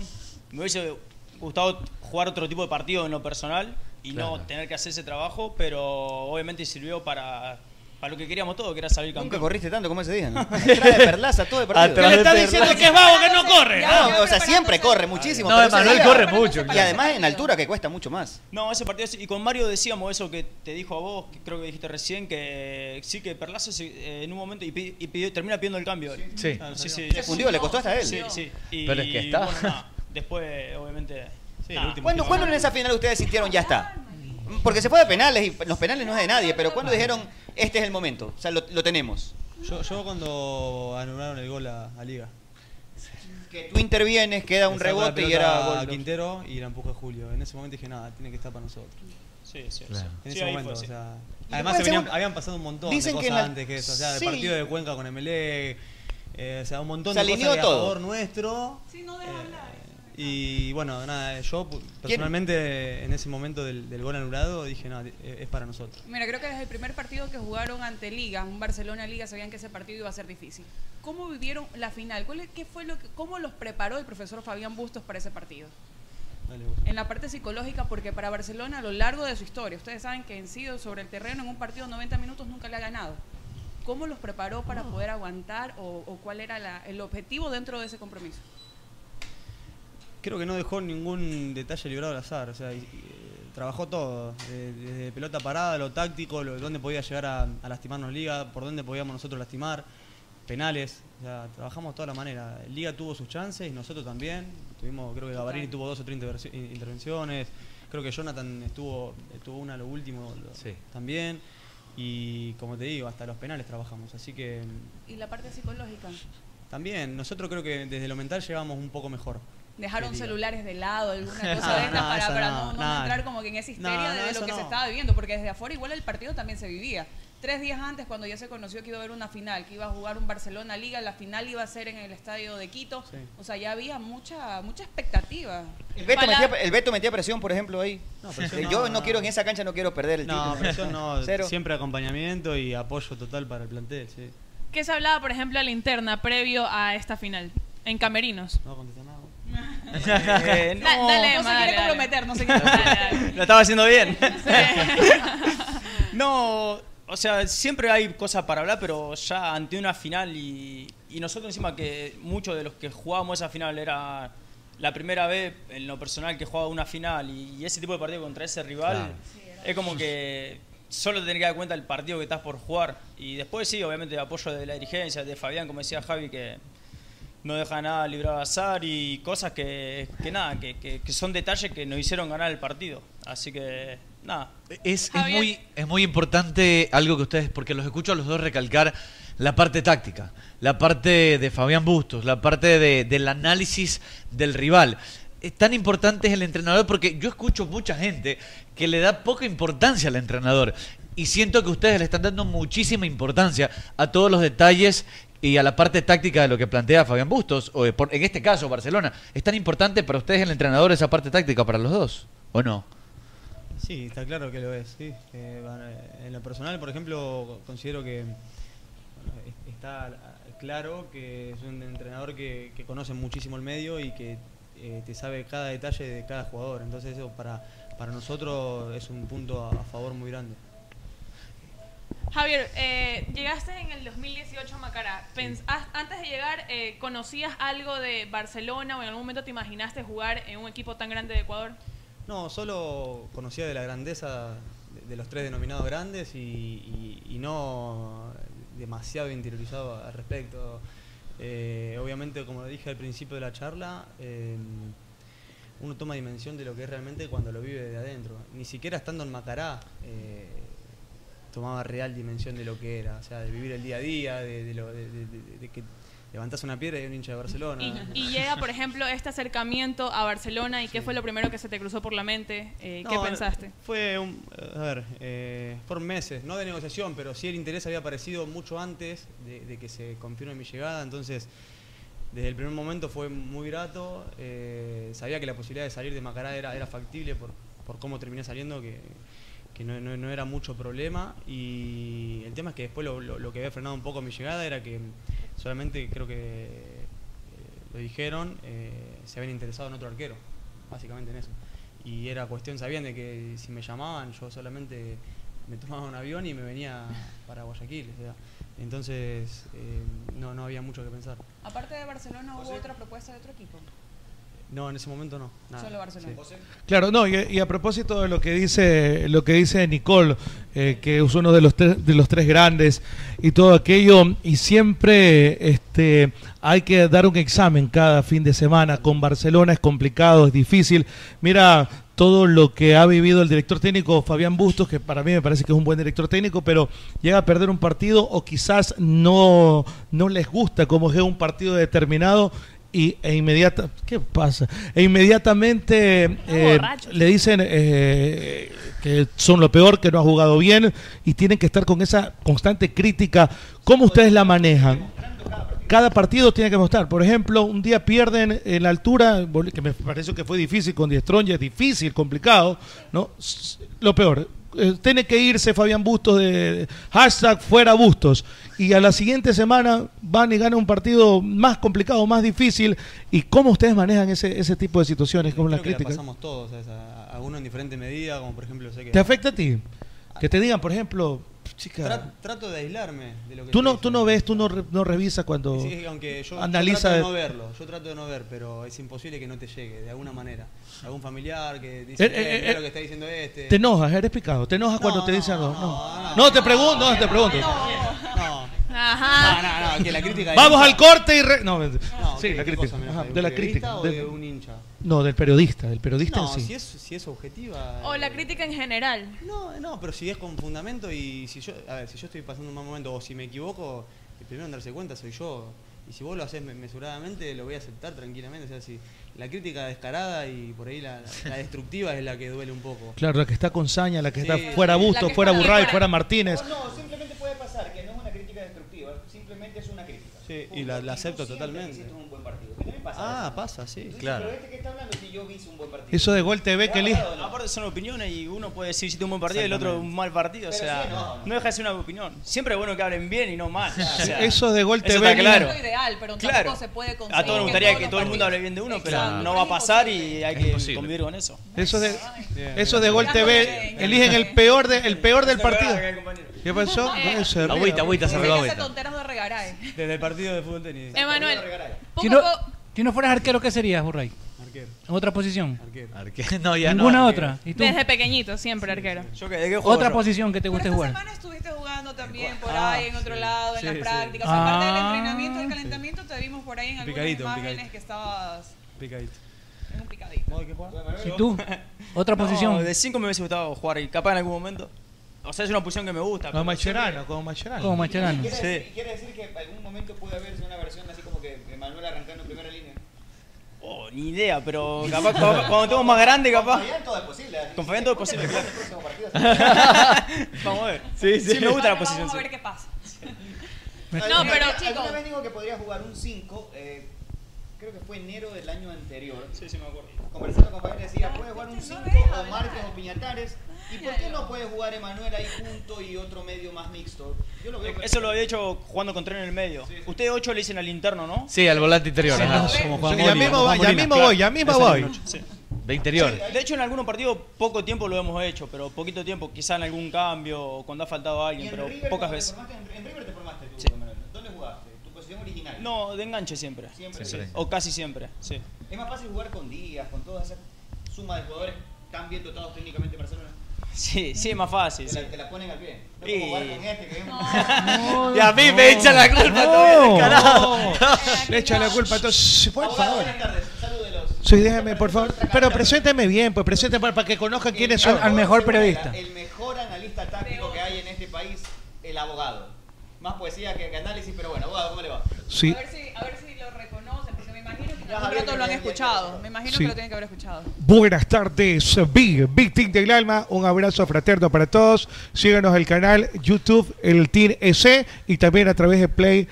Speaker 14: Me hubiese gustado jugar otro tipo de partido en lo personal y no
Speaker 8: Claro.
Speaker 14: tener que hacer ese trabajo, pero obviamente sirvió para, para lo que queríamos todos, que era salir campeón.
Speaker 8: Nunca corriste tanto como ese día, ¿no? Atrás de Perlaza, todo el partido.
Speaker 14: Atrás ¿Qué le estás de diciendo Perlaza. que es vago, que no corre?
Speaker 8: No, o sea, siempre corre muchísimo.
Speaker 14: No,
Speaker 8: pero ese
Speaker 14: Emanuel
Speaker 8: día-
Speaker 14: corre mucho,
Speaker 8: Y
Speaker 14: claro.
Speaker 8: además en altura, que cuesta mucho más.
Speaker 14: No, ese partido sí. y con Mario decíamos eso que te dijo a vos, que creo que dijiste recién que sí que Perlazo se- eh, en un momento y, pi- y pidió- termina pidiendo el cambio. él.
Speaker 12: Sí.
Speaker 14: Ah, sí, sí.
Speaker 8: Se fundió, le costó hasta a él.
Speaker 14: Sí, sí. Y,
Speaker 12: Pero es que está.
Speaker 14: bueno, nada, después obviamente nada.
Speaker 8: ¿Cuándo, Ah. cuándo en esa final ustedes sintieron ya está? Porque se fue de penales y los penales no es de nadie, pero ¿cuándo dijeron este es el momento? O sea, lo, lo tenemos.
Speaker 13: Yo, yo cuando anularon el gol a, a Liga.
Speaker 8: Tú intervienes, queda un
Speaker 13: Le saco la
Speaker 8: rebote y
Speaker 13: pelota
Speaker 8: era
Speaker 13: a
Speaker 8: gol.
Speaker 13: Quintero y la empuje a Julio. En ese momento dije, nada, tiene que estar para nosotros.
Speaker 14: Sí, sí,
Speaker 15: Claro.
Speaker 13: En
Speaker 15: Sí,
Speaker 13: ese
Speaker 15: ahí
Speaker 13: momento,
Speaker 15: fue, sí.
Speaker 13: o sea.
Speaker 15: Y
Speaker 13: Además,
Speaker 15: después el
Speaker 13: se venían-
Speaker 15: segundo-
Speaker 13: habían pasado un montón
Speaker 15: Dicen
Speaker 13: de
Speaker 15: que
Speaker 13: cosas
Speaker 15: en la-
Speaker 13: antes que eso. O sea,
Speaker 15: Sí.
Speaker 13: el partido de Cuenca con Emelec. eh, o sea, un
Speaker 15: Se
Speaker 13: montón de
Speaker 15: alineó
Speaker 13: cosas que a
Speaker 15: todo.
Speaker 13: favor nuestro. eh, Y bueno, nada, yo pu- personalmente en ese momento del, del gol anulado dije, no, eh, es para nosotros.
Speaker 11: Mira, creo que desde el primer partido que jugaron ante Liga, un Barcelona-Liga, sabían que ese partido iba a ser difícil. ¿Cómo vivieron la final? ¿Cuál es- qué fue lo que, ¿Cómo los preparó el profesor Fabián Bustos para ese partido?
Speaker 13: Dale, vos.
Speaker 11: En la parte psicológica, porque para Barcelona a lo largo de su historia, ustedes saben que en sí, sobre el terreno, en un partido de 90 minutos nunca le ha ganado. ¿Cómo los preparó para poder aguantar o, o cuál era la- el objetivo dentro de ese compromiso?
Speaker 13: Creo que no dejó ningún detalle librado al azar, o sea, y- y, eh, trabajó todo, eh, desde pelota parada, lo táctico, lo, dónde podía llegar a, a lastimarnos Liga, por dónde podíamos nosotros lastimar, penales, o sea, trabajamos de toda la manera. Liga tuvo sus chances, nosotros también, tuvimos, creo que Gabarini tuvo dos o tres interversi- in- intervenciones, creo que Jonathan estuvo, tuvo una lo último lo- también, y como te digo, hasta los penales trabajamos, así que mm,
Speaker 11: Y la parte psicológica.
Speaker 13: también nosotros creo que desde lo mental llegamos un poco mejor.
Speaker 11: ¿Dejaron
Speaker 13: que Liga.
Speaker 11: celulares de lado, alguna cosa
Speaker 13: No,
Speaker 11: de estas
Speaker 13: no,
Speaker 11: para,
Speaker 13: eso
Speaker 11: para
Speaker 13: no,
Speaker 11: no, no
Speaker 13: no.
Speaker 11: entrar como que en esa histeria
Speaker 13: No, no,
Speaker 11: de
Speaker 13: eso
Speaker 11: lo que se
Speaker 13: no.
Speaker 11: estaba viviendo? Porque desde afuera igual el partido también se vivía. Tres días antes, cuando ya se conoció que iba a haber una final, que iba a jugar un Barcelona Liga, la final iba a ser en el estadio de Quito.
Speaker 8: Sí.
Speaker 11: O sea, ya había mucha mucha expectativa.
Speaker 8: El Beto,
Speaker 11: Para-
Speaker 8: metía, el Beto metía presión, por ejemplo, ahí.
Speaker 13: presión no,
Speaker 8: Yo no,
Speaker 13: no.
Speaker 8: quiero en esa cancha, no quiero perder el
Speaker 13: No,
Speaker 8: título.
Speaker 13: pero eso no.
Speaker 8: Cero.
Speaker 13: Siempre acompañamiento y apoyo total para el plantel, sí.
Speaker 10: ¿Qué se hablaba, por ejemplo, a la interna previo a esta final? En Camerinos.
Speaker 13: No contestó nada.
Speaker 14: Eh,
Speaker 10: Da-
Speaker 14: no.
Speaker 10: dale,
Speaker 11: no se
Speaker 10: Emma,
Speaker 11: quiere
Speaker 10: dale,
Speaker 11: comprometer,
Speaker 10: dale.
Speaker 11: no se quiere comprometer.
Speaker 14: Lo estaba haciendo bien. no, o sea, siempre hay cosas para hablar, pero ya ante una final y, y nosotros encima que muchos de los que jugábamos esa final era la primera vez en lo personal que jugaba una final y, y ese tipo de partido contra ese rival
Speaker 15: Claro.
Speaker 14: es como que solo tenés que dar cuenta del partido que estás por jugar y después sí, obviamente apoyo de la dirigencia, de Fabián, como decía Javi, que no deja nada librado al azar y cosas que, que nada, que, que- que son detalles que nos hicieron ganar el partido. Así que nada.
Speaker 12: Es, es muy, es muy importante algo que ustedes, porque los escucho a los dos recalcar la parte táctica, la parte de Fabián Bustos, la parte de- del análisis del rival. Es tan importante es el entrenador porque yo escucho mucha gente que le da poca importancia al entrenador y siento que ustedes le están dando muchísima importancia a todos los detalles y a la parte táctica de lo que plantea Fabián Bustos, o de por- en este caso Barcelona. ¿Es tan importante para ustedes el entrenador esa parte táctica para los dos? ¿O no?
Speaker 13: Sí, está claro que lo es, sí. Eh, bueno, eh, en lo personal, por ejemplo, considero que bueno, es- está ah, claro que es un entrenador que, que conoce muchísimo el medio y que eh, te sabe cada detalle de cada jugador. Entonces eso para, para nosotros es un punto a- a favor muy grande.
Speaker 10: Javier, eh, llegaste en el 2018 a Macará. Pens- a- antes de llegar, eh,
Speaker 14: Ah.
Speaker 10: ¿conocías algo de Barcelona o en algún momento te imaginaste jugar en un equipo tan grande de Ecuador?
Speaker 13: No, solo conocía de la grandeza de, de los tres denominados grandes y, y- y no demasiado interiorizado al respecto. Eh, obviamente, como lo dije al principio de la charla, eh, uno toma dimensión de lo que es realmente cuando lo vive de adentro. Ni siquiera estando en Macará eh, tomaba real dimensión de lo que era, o sea, de vivir el día a día, de, de lo- de- de- de- de que levantás una piedra y hay un hincha de Barcelona.
Speaker 10: Y, y llega, por ejemplo, este acercamiento a Barcelona y qué fue lo primero que se te cruzó por la mente, Eh, qué
Speaker 13: No,
Speaker 10: pensaste.
Speaker 13: Fue, un- a ver, eh, fueron meses, no de negociación, pero sí el interés había aparecido mucho antes de, de que se confirme mi llegada, entonces desde el primer momento fue muy grato, eh, sabía que la posibilidad de salir de Macará era, era factible por, por cómo terminé saliendo, que, que no, no- no era mucho problema, y el tema es que después lo, lo- lo que había frenado un poco mi llegada era que solamente creo que eh, lo dijeron, eh, se habían interesado en otro arquero, básicamente en eso y era cuestión, sabían de que si me llamaban yo solamente me tomaba un avión y me venía para Guayaquil. o sea, entonces eh, no, no había mucho que pensar.
Speaker 11: Aparte de Barcelona,
Speaker 14: ¿Ah,
Speaker 11: ¿hubo otra propuesta de otro equipo?
Speaker 13: No, en ese momento no. nada.
Speaker 11: Solo Barcelona.
Speaker 5: Claro, no, y, y a propósito de lo que dice, lo que dice Nicole, eh, que es uno de los, tres, de los tres grandes y todo aquello, y siempre este, hay que dar un examen cada fin de semana. Con Barcelona es complicado, es difícil. Mira todo lo que ha vivido el director técnico Fabián Bustos, que para mí me parece que es un buen director técnico, pero llega a perder un partido o quizás no, no les gusta cómo es un partido determinado y, e inmediata, ¿qué pasa? E inmediatamente eh, le dicen eh, que son lo peor, que no ha jugado bien y tienen que estar con esa constante crítica. ¿Cómo ustedes la manejan? Cada partido tiene que mostrar. Por ejemplo, un día pierden en la altura, Bol- que me pareció que fue difícil con Diestrón, es difícil, complicado, ¿no? S- Lo peor, eh, tiene que irse Fabián Bustos de hashtag fuera Bustos. Y a la siguiente semana van y ganan un partido más complicado, más difícil. ¿Y cómo ustedes manejan ese, ese tipo de situaciones, como las
Speaker 13: Creo que la
Speaker 5: críticas?
Speaker 13: pasamos todos, a esa- a algunos en diferente medida, como por ejemplo sé que...
Speaker 5: ¿Te afecta a ti? Que te digan, por ejemplo, chica,
Speaker 13: Tra- trato de aislarme de lo que
Speaker 5: tú
Speaker 13: se
Speaker 5: no,
Speaker 13: dice.
Speaker 5: tú no ves, tú no, re- no revisas cuando
Speaker 13: Sí, aunque yo, yo
Speaker 5: analiza...
Speaker 13: trato de no verlo, yo trato de no ver, pero es imposible que no te llegue, de alguna manera. Algún familiar que dice,
Speaker 5: Eh, eh,
Speaker 13: "Eh,
Speaker 5: eh,
Speaker 13: mirá
Speaker 5: eh,
Speaker 13: lo que está diciendo este.
Speaker 5: Te enojas, eres picado. Te enojas cuando te dicen algo. No, no, te pregunto, no, te pregunto.
Speaker 13: No, Ah, no, no, que la crítica...
Speaker 5: Vamos
Speaker 13: es-
Speaker 5: al corte y... re- No, mentira.
Speaker 13: No,
Speaker 5: sí,
Speaker 13: ¿qué-
Speaker 5: la
Speaker 13: qué
Speaker 5: crítica.
Speaker 13: cosa me
Speaker 5: Ajá,
Speaker 13: enoja?
Speaker 5: de la
Speaker 13: ¿Un periodista
Speaker 5: crítica.
Speaker 13: o
Speaker 5: del-
Speaker 13: de un hincha?
Speaker 5: No, del periodista, del periodista
Speaker 13: No,
Speaker 5: en sí.
Speaker 13: si es, si es objetiva.
Speaker 10: O
Speaker 13: eh,
Speaker 10: la crítica en general.
Speaker 13: No, no, pero si es con fundamento y si yo, a ver, si yo estoy pasando un mal momento o si me equivoco, el primero en darse cuenta soy yo. Y si vos lo haces me- mesuradamente, lo voy a aceptar tranquilamente. O sea, si la crítica descarada y por ahí la, la- la destructiva es la que duele un poco.
Speaker 5: Claro, la que está con saña, la que
Speaker 13: Sí,
Speaker 5: está
Speaker 13: sí.
Speaker 5: fuera
Speaker 13: La que
Speaker 5: Busto,
Speaker 13: está
Speaker 5: fuera
Speaker 13: con-
Speaker 5: Burray, fuera Martínez.
Speaker 8: No, simplemente puede pasar que no es una crítica destructiva, simplemente es una crítica.
Speaker 13: Sí, y la, la acepto totalmente. Ah, pasa, sí.
Speaker 8: Claro. Pero este que está hablando, si yo hice un buen partido.
Speaker 5: Eso de Gol TV que elige.
Speaker 14: Aparte son opiniones y uno puede decir si tuvo un buen partido y el otro un mal partido. O sea, no. deja de ser una opinión. Siempre es bueno que hablen bien y no mal. o sea,
Speaker 5: Eso de Gol
Speaker 14: eso
Speaker 5: TV,
Speaker 14: está claro.
Speaker 11: Es lo ideal, pero
Speaker 14: Claro.
Speaker 11: tampoco se puede conseguir.
Speaker 14: A todos nos gustaría que todo el mundo hable bien de uno, pero
Speaker 11: Exacto.
Speaker 14: no va a pasar y hay que convivir con eso.
Speaker 5: Eso de,
Speaker 14: Bien,
Speaker 5: eso de
Speaker 14: bien.
Speaker 5: Gol TV, eligen el peor, de, el peor del partido. ¿Qué pasó?
Speaker 11: Eh,
Speaker 5: No, se ríe.
Speaker 12: Agüita, agüita, se
Speaker 11: Esa tonteras de regaray.
Speaker 13: Desde el partido de fútbol tenis.
Speaker 11: Emanuel,
Speaker 9: Si no, si no fueras arquero, ¿qué serías, Burray?
Speaker 13: Arquero.
Speaker 9: ¿En otra posición?
Speaker 12: Arquero. No, ya no, eh,
Speaker 9: ¿Ninguna
Speaker 12: arquero.
Speaker 9: otra? ¿Y tú?
Speaker 10: Desde pequeñito, siempre arquero.
Speaker 9: ¿Otra posición que te guste jugar?
Speaker 11: estuviste jugando también por ahí, en otro lado, en
Speaker 9: Sí,
Speaker 11: las
Speaker 9: sí.
Speaker 11: prácticas. O sea, aparte del
Speaker 9: Ah,
Speaker 11: entrenamiento, del calentamiento, te vimos por ahí en algunas
Speaker 13: Picadito, un
Speaker 11: imágenes
Speaker 13: picadito.
Speaker 11: que estabas
Speaker 13: Picadito.
Speaker 11: en un picadito.
Speaker 9: ¿Y tú? ¿Otra
Speaker 14: No,
Speaker 9: posición?
Speaker 14: De 5 me hubiese gustado jugar y capaz en algún momento. O sea, es una posición que me gusta.
Speaker 5: Como
Speaker 14: pero
Speaker 5: Mascherano,
Speaker 14: siempre-
Speaker 5: como Mascherano.
Speaker 9: Como Mascherano.
Speaker 8: ¿Quiere,
Speaker 14: Sí.
Speaker 8: decir, quiere decir que en algún momento puede haberse una versión así como que Manuel arrancando en primera línea.
Speaker 14: Oh, ni idea, pero capaz cuando, cuando estemos más grande, capaz.
Speaker 8: Fabián todo es posible. ¿eh?
Speaker 14: Con Fabián todo es posible, claro. Vamos a ver.
Speaker 8: Sí, sí.
Speaker 14: me gusta la
Speaker 8: Bueno,
Speaker 14: posición.
Speaker 8: vamos
Speaker 14: sí.
Speaker 8: a
Speaker 11: ver qué pasa.
Speaker 8: No,
Speaker 11: pero,
Speaker 8: Alguna
Speaker 11: chicos.
Speaker 8: vez digo que podría jugar un 5, eh, creo que fue enero del año anterior. Sí, sí, me acuerdo. Conversando con Fabián decía, puede jugar un 5 o Márquez o Piñatares. ¿Y por qué no puede jugar Emanuel ahí junto y otro medio más mixto? Yo lo veo perfecto.
Speaker 14: Eso lo había hecho jugando con tren en el medio. Ustedes ocho le dicen al interno, ¿no?
Speaker 12: Sí, al volante interior.
Speaker 14: Sí,
Speaker 12: ajá.
Speaker 14: no, como Juan
Speaker 12: Sí,
Speaker 14: Molina, como Juan Molina, claro. Esa es la noche, sí.
Speaker 12: De interior.
Speaker 14: Sí, de hecho, en algunos partidos poco tiempo lo hemos hecho, pero poquito tiempo, quizá en algún cambio o cuando ha faltado alguien, pero pocas veces.
Speaker 8: En River te formaste tú, Emanuel. ¿Dónde jugaste? ¿Tu posición original?
Speaker 14: No, de enganche siempre.
Speaker 8: Siempre. Siempre.
Speaker 14: O casi siempre, sí.
Speaker 8: Es más fácil jugar con Díaz, con toda esa suma de jugadores tan bien dotados técnicamente Barcelona.
Speaker 14: Sí, sí, es más fácil.
Speaker 8: Te la,
Speaker 14: sí.
Speaker 8: te la ponen al pie. No
Speaker 14: Y-
Speaker 8: como jugar con este que es un-
Speaker 14: Y a mí me echan la culpa todavía, descarado.
Speaker 5: Le echa la culpa a todos. Por favor.
Speaker 8: Salúdelos.
Speaker 5: Sí, déjeme, por favor. Pero presénteme bien, pues presénteme para, para que conozcan quiénes son.
Speaker 9: Al- al mejor periodista.
Speaker 8: El mejor analista táctico que hay en este país, el abogado. Más poesía que, que análisis, pero bueno, abogado, ¿cómo le va?
Speaker 5: Sí.
Speaker 10: A ver si, a ver si lo reconocen, porque me imagino que en
Speaker 8: Ya,
Speaker 10: algún
Speaker 8: Javier,
Speaker 10: rato lo han
Speaker 8: ya, ya, ya,
Speaker 10: escuchado. Me imagino
Speaker 5: Sí.
Speaker 10: que lo tienen que haber escuchado.
Speaker 5: Buenas tardes, Big, Big Team del Alma. Un abrazo fraterno para todos. Síganos el canal YouTube, el Team EC, y también a través de Play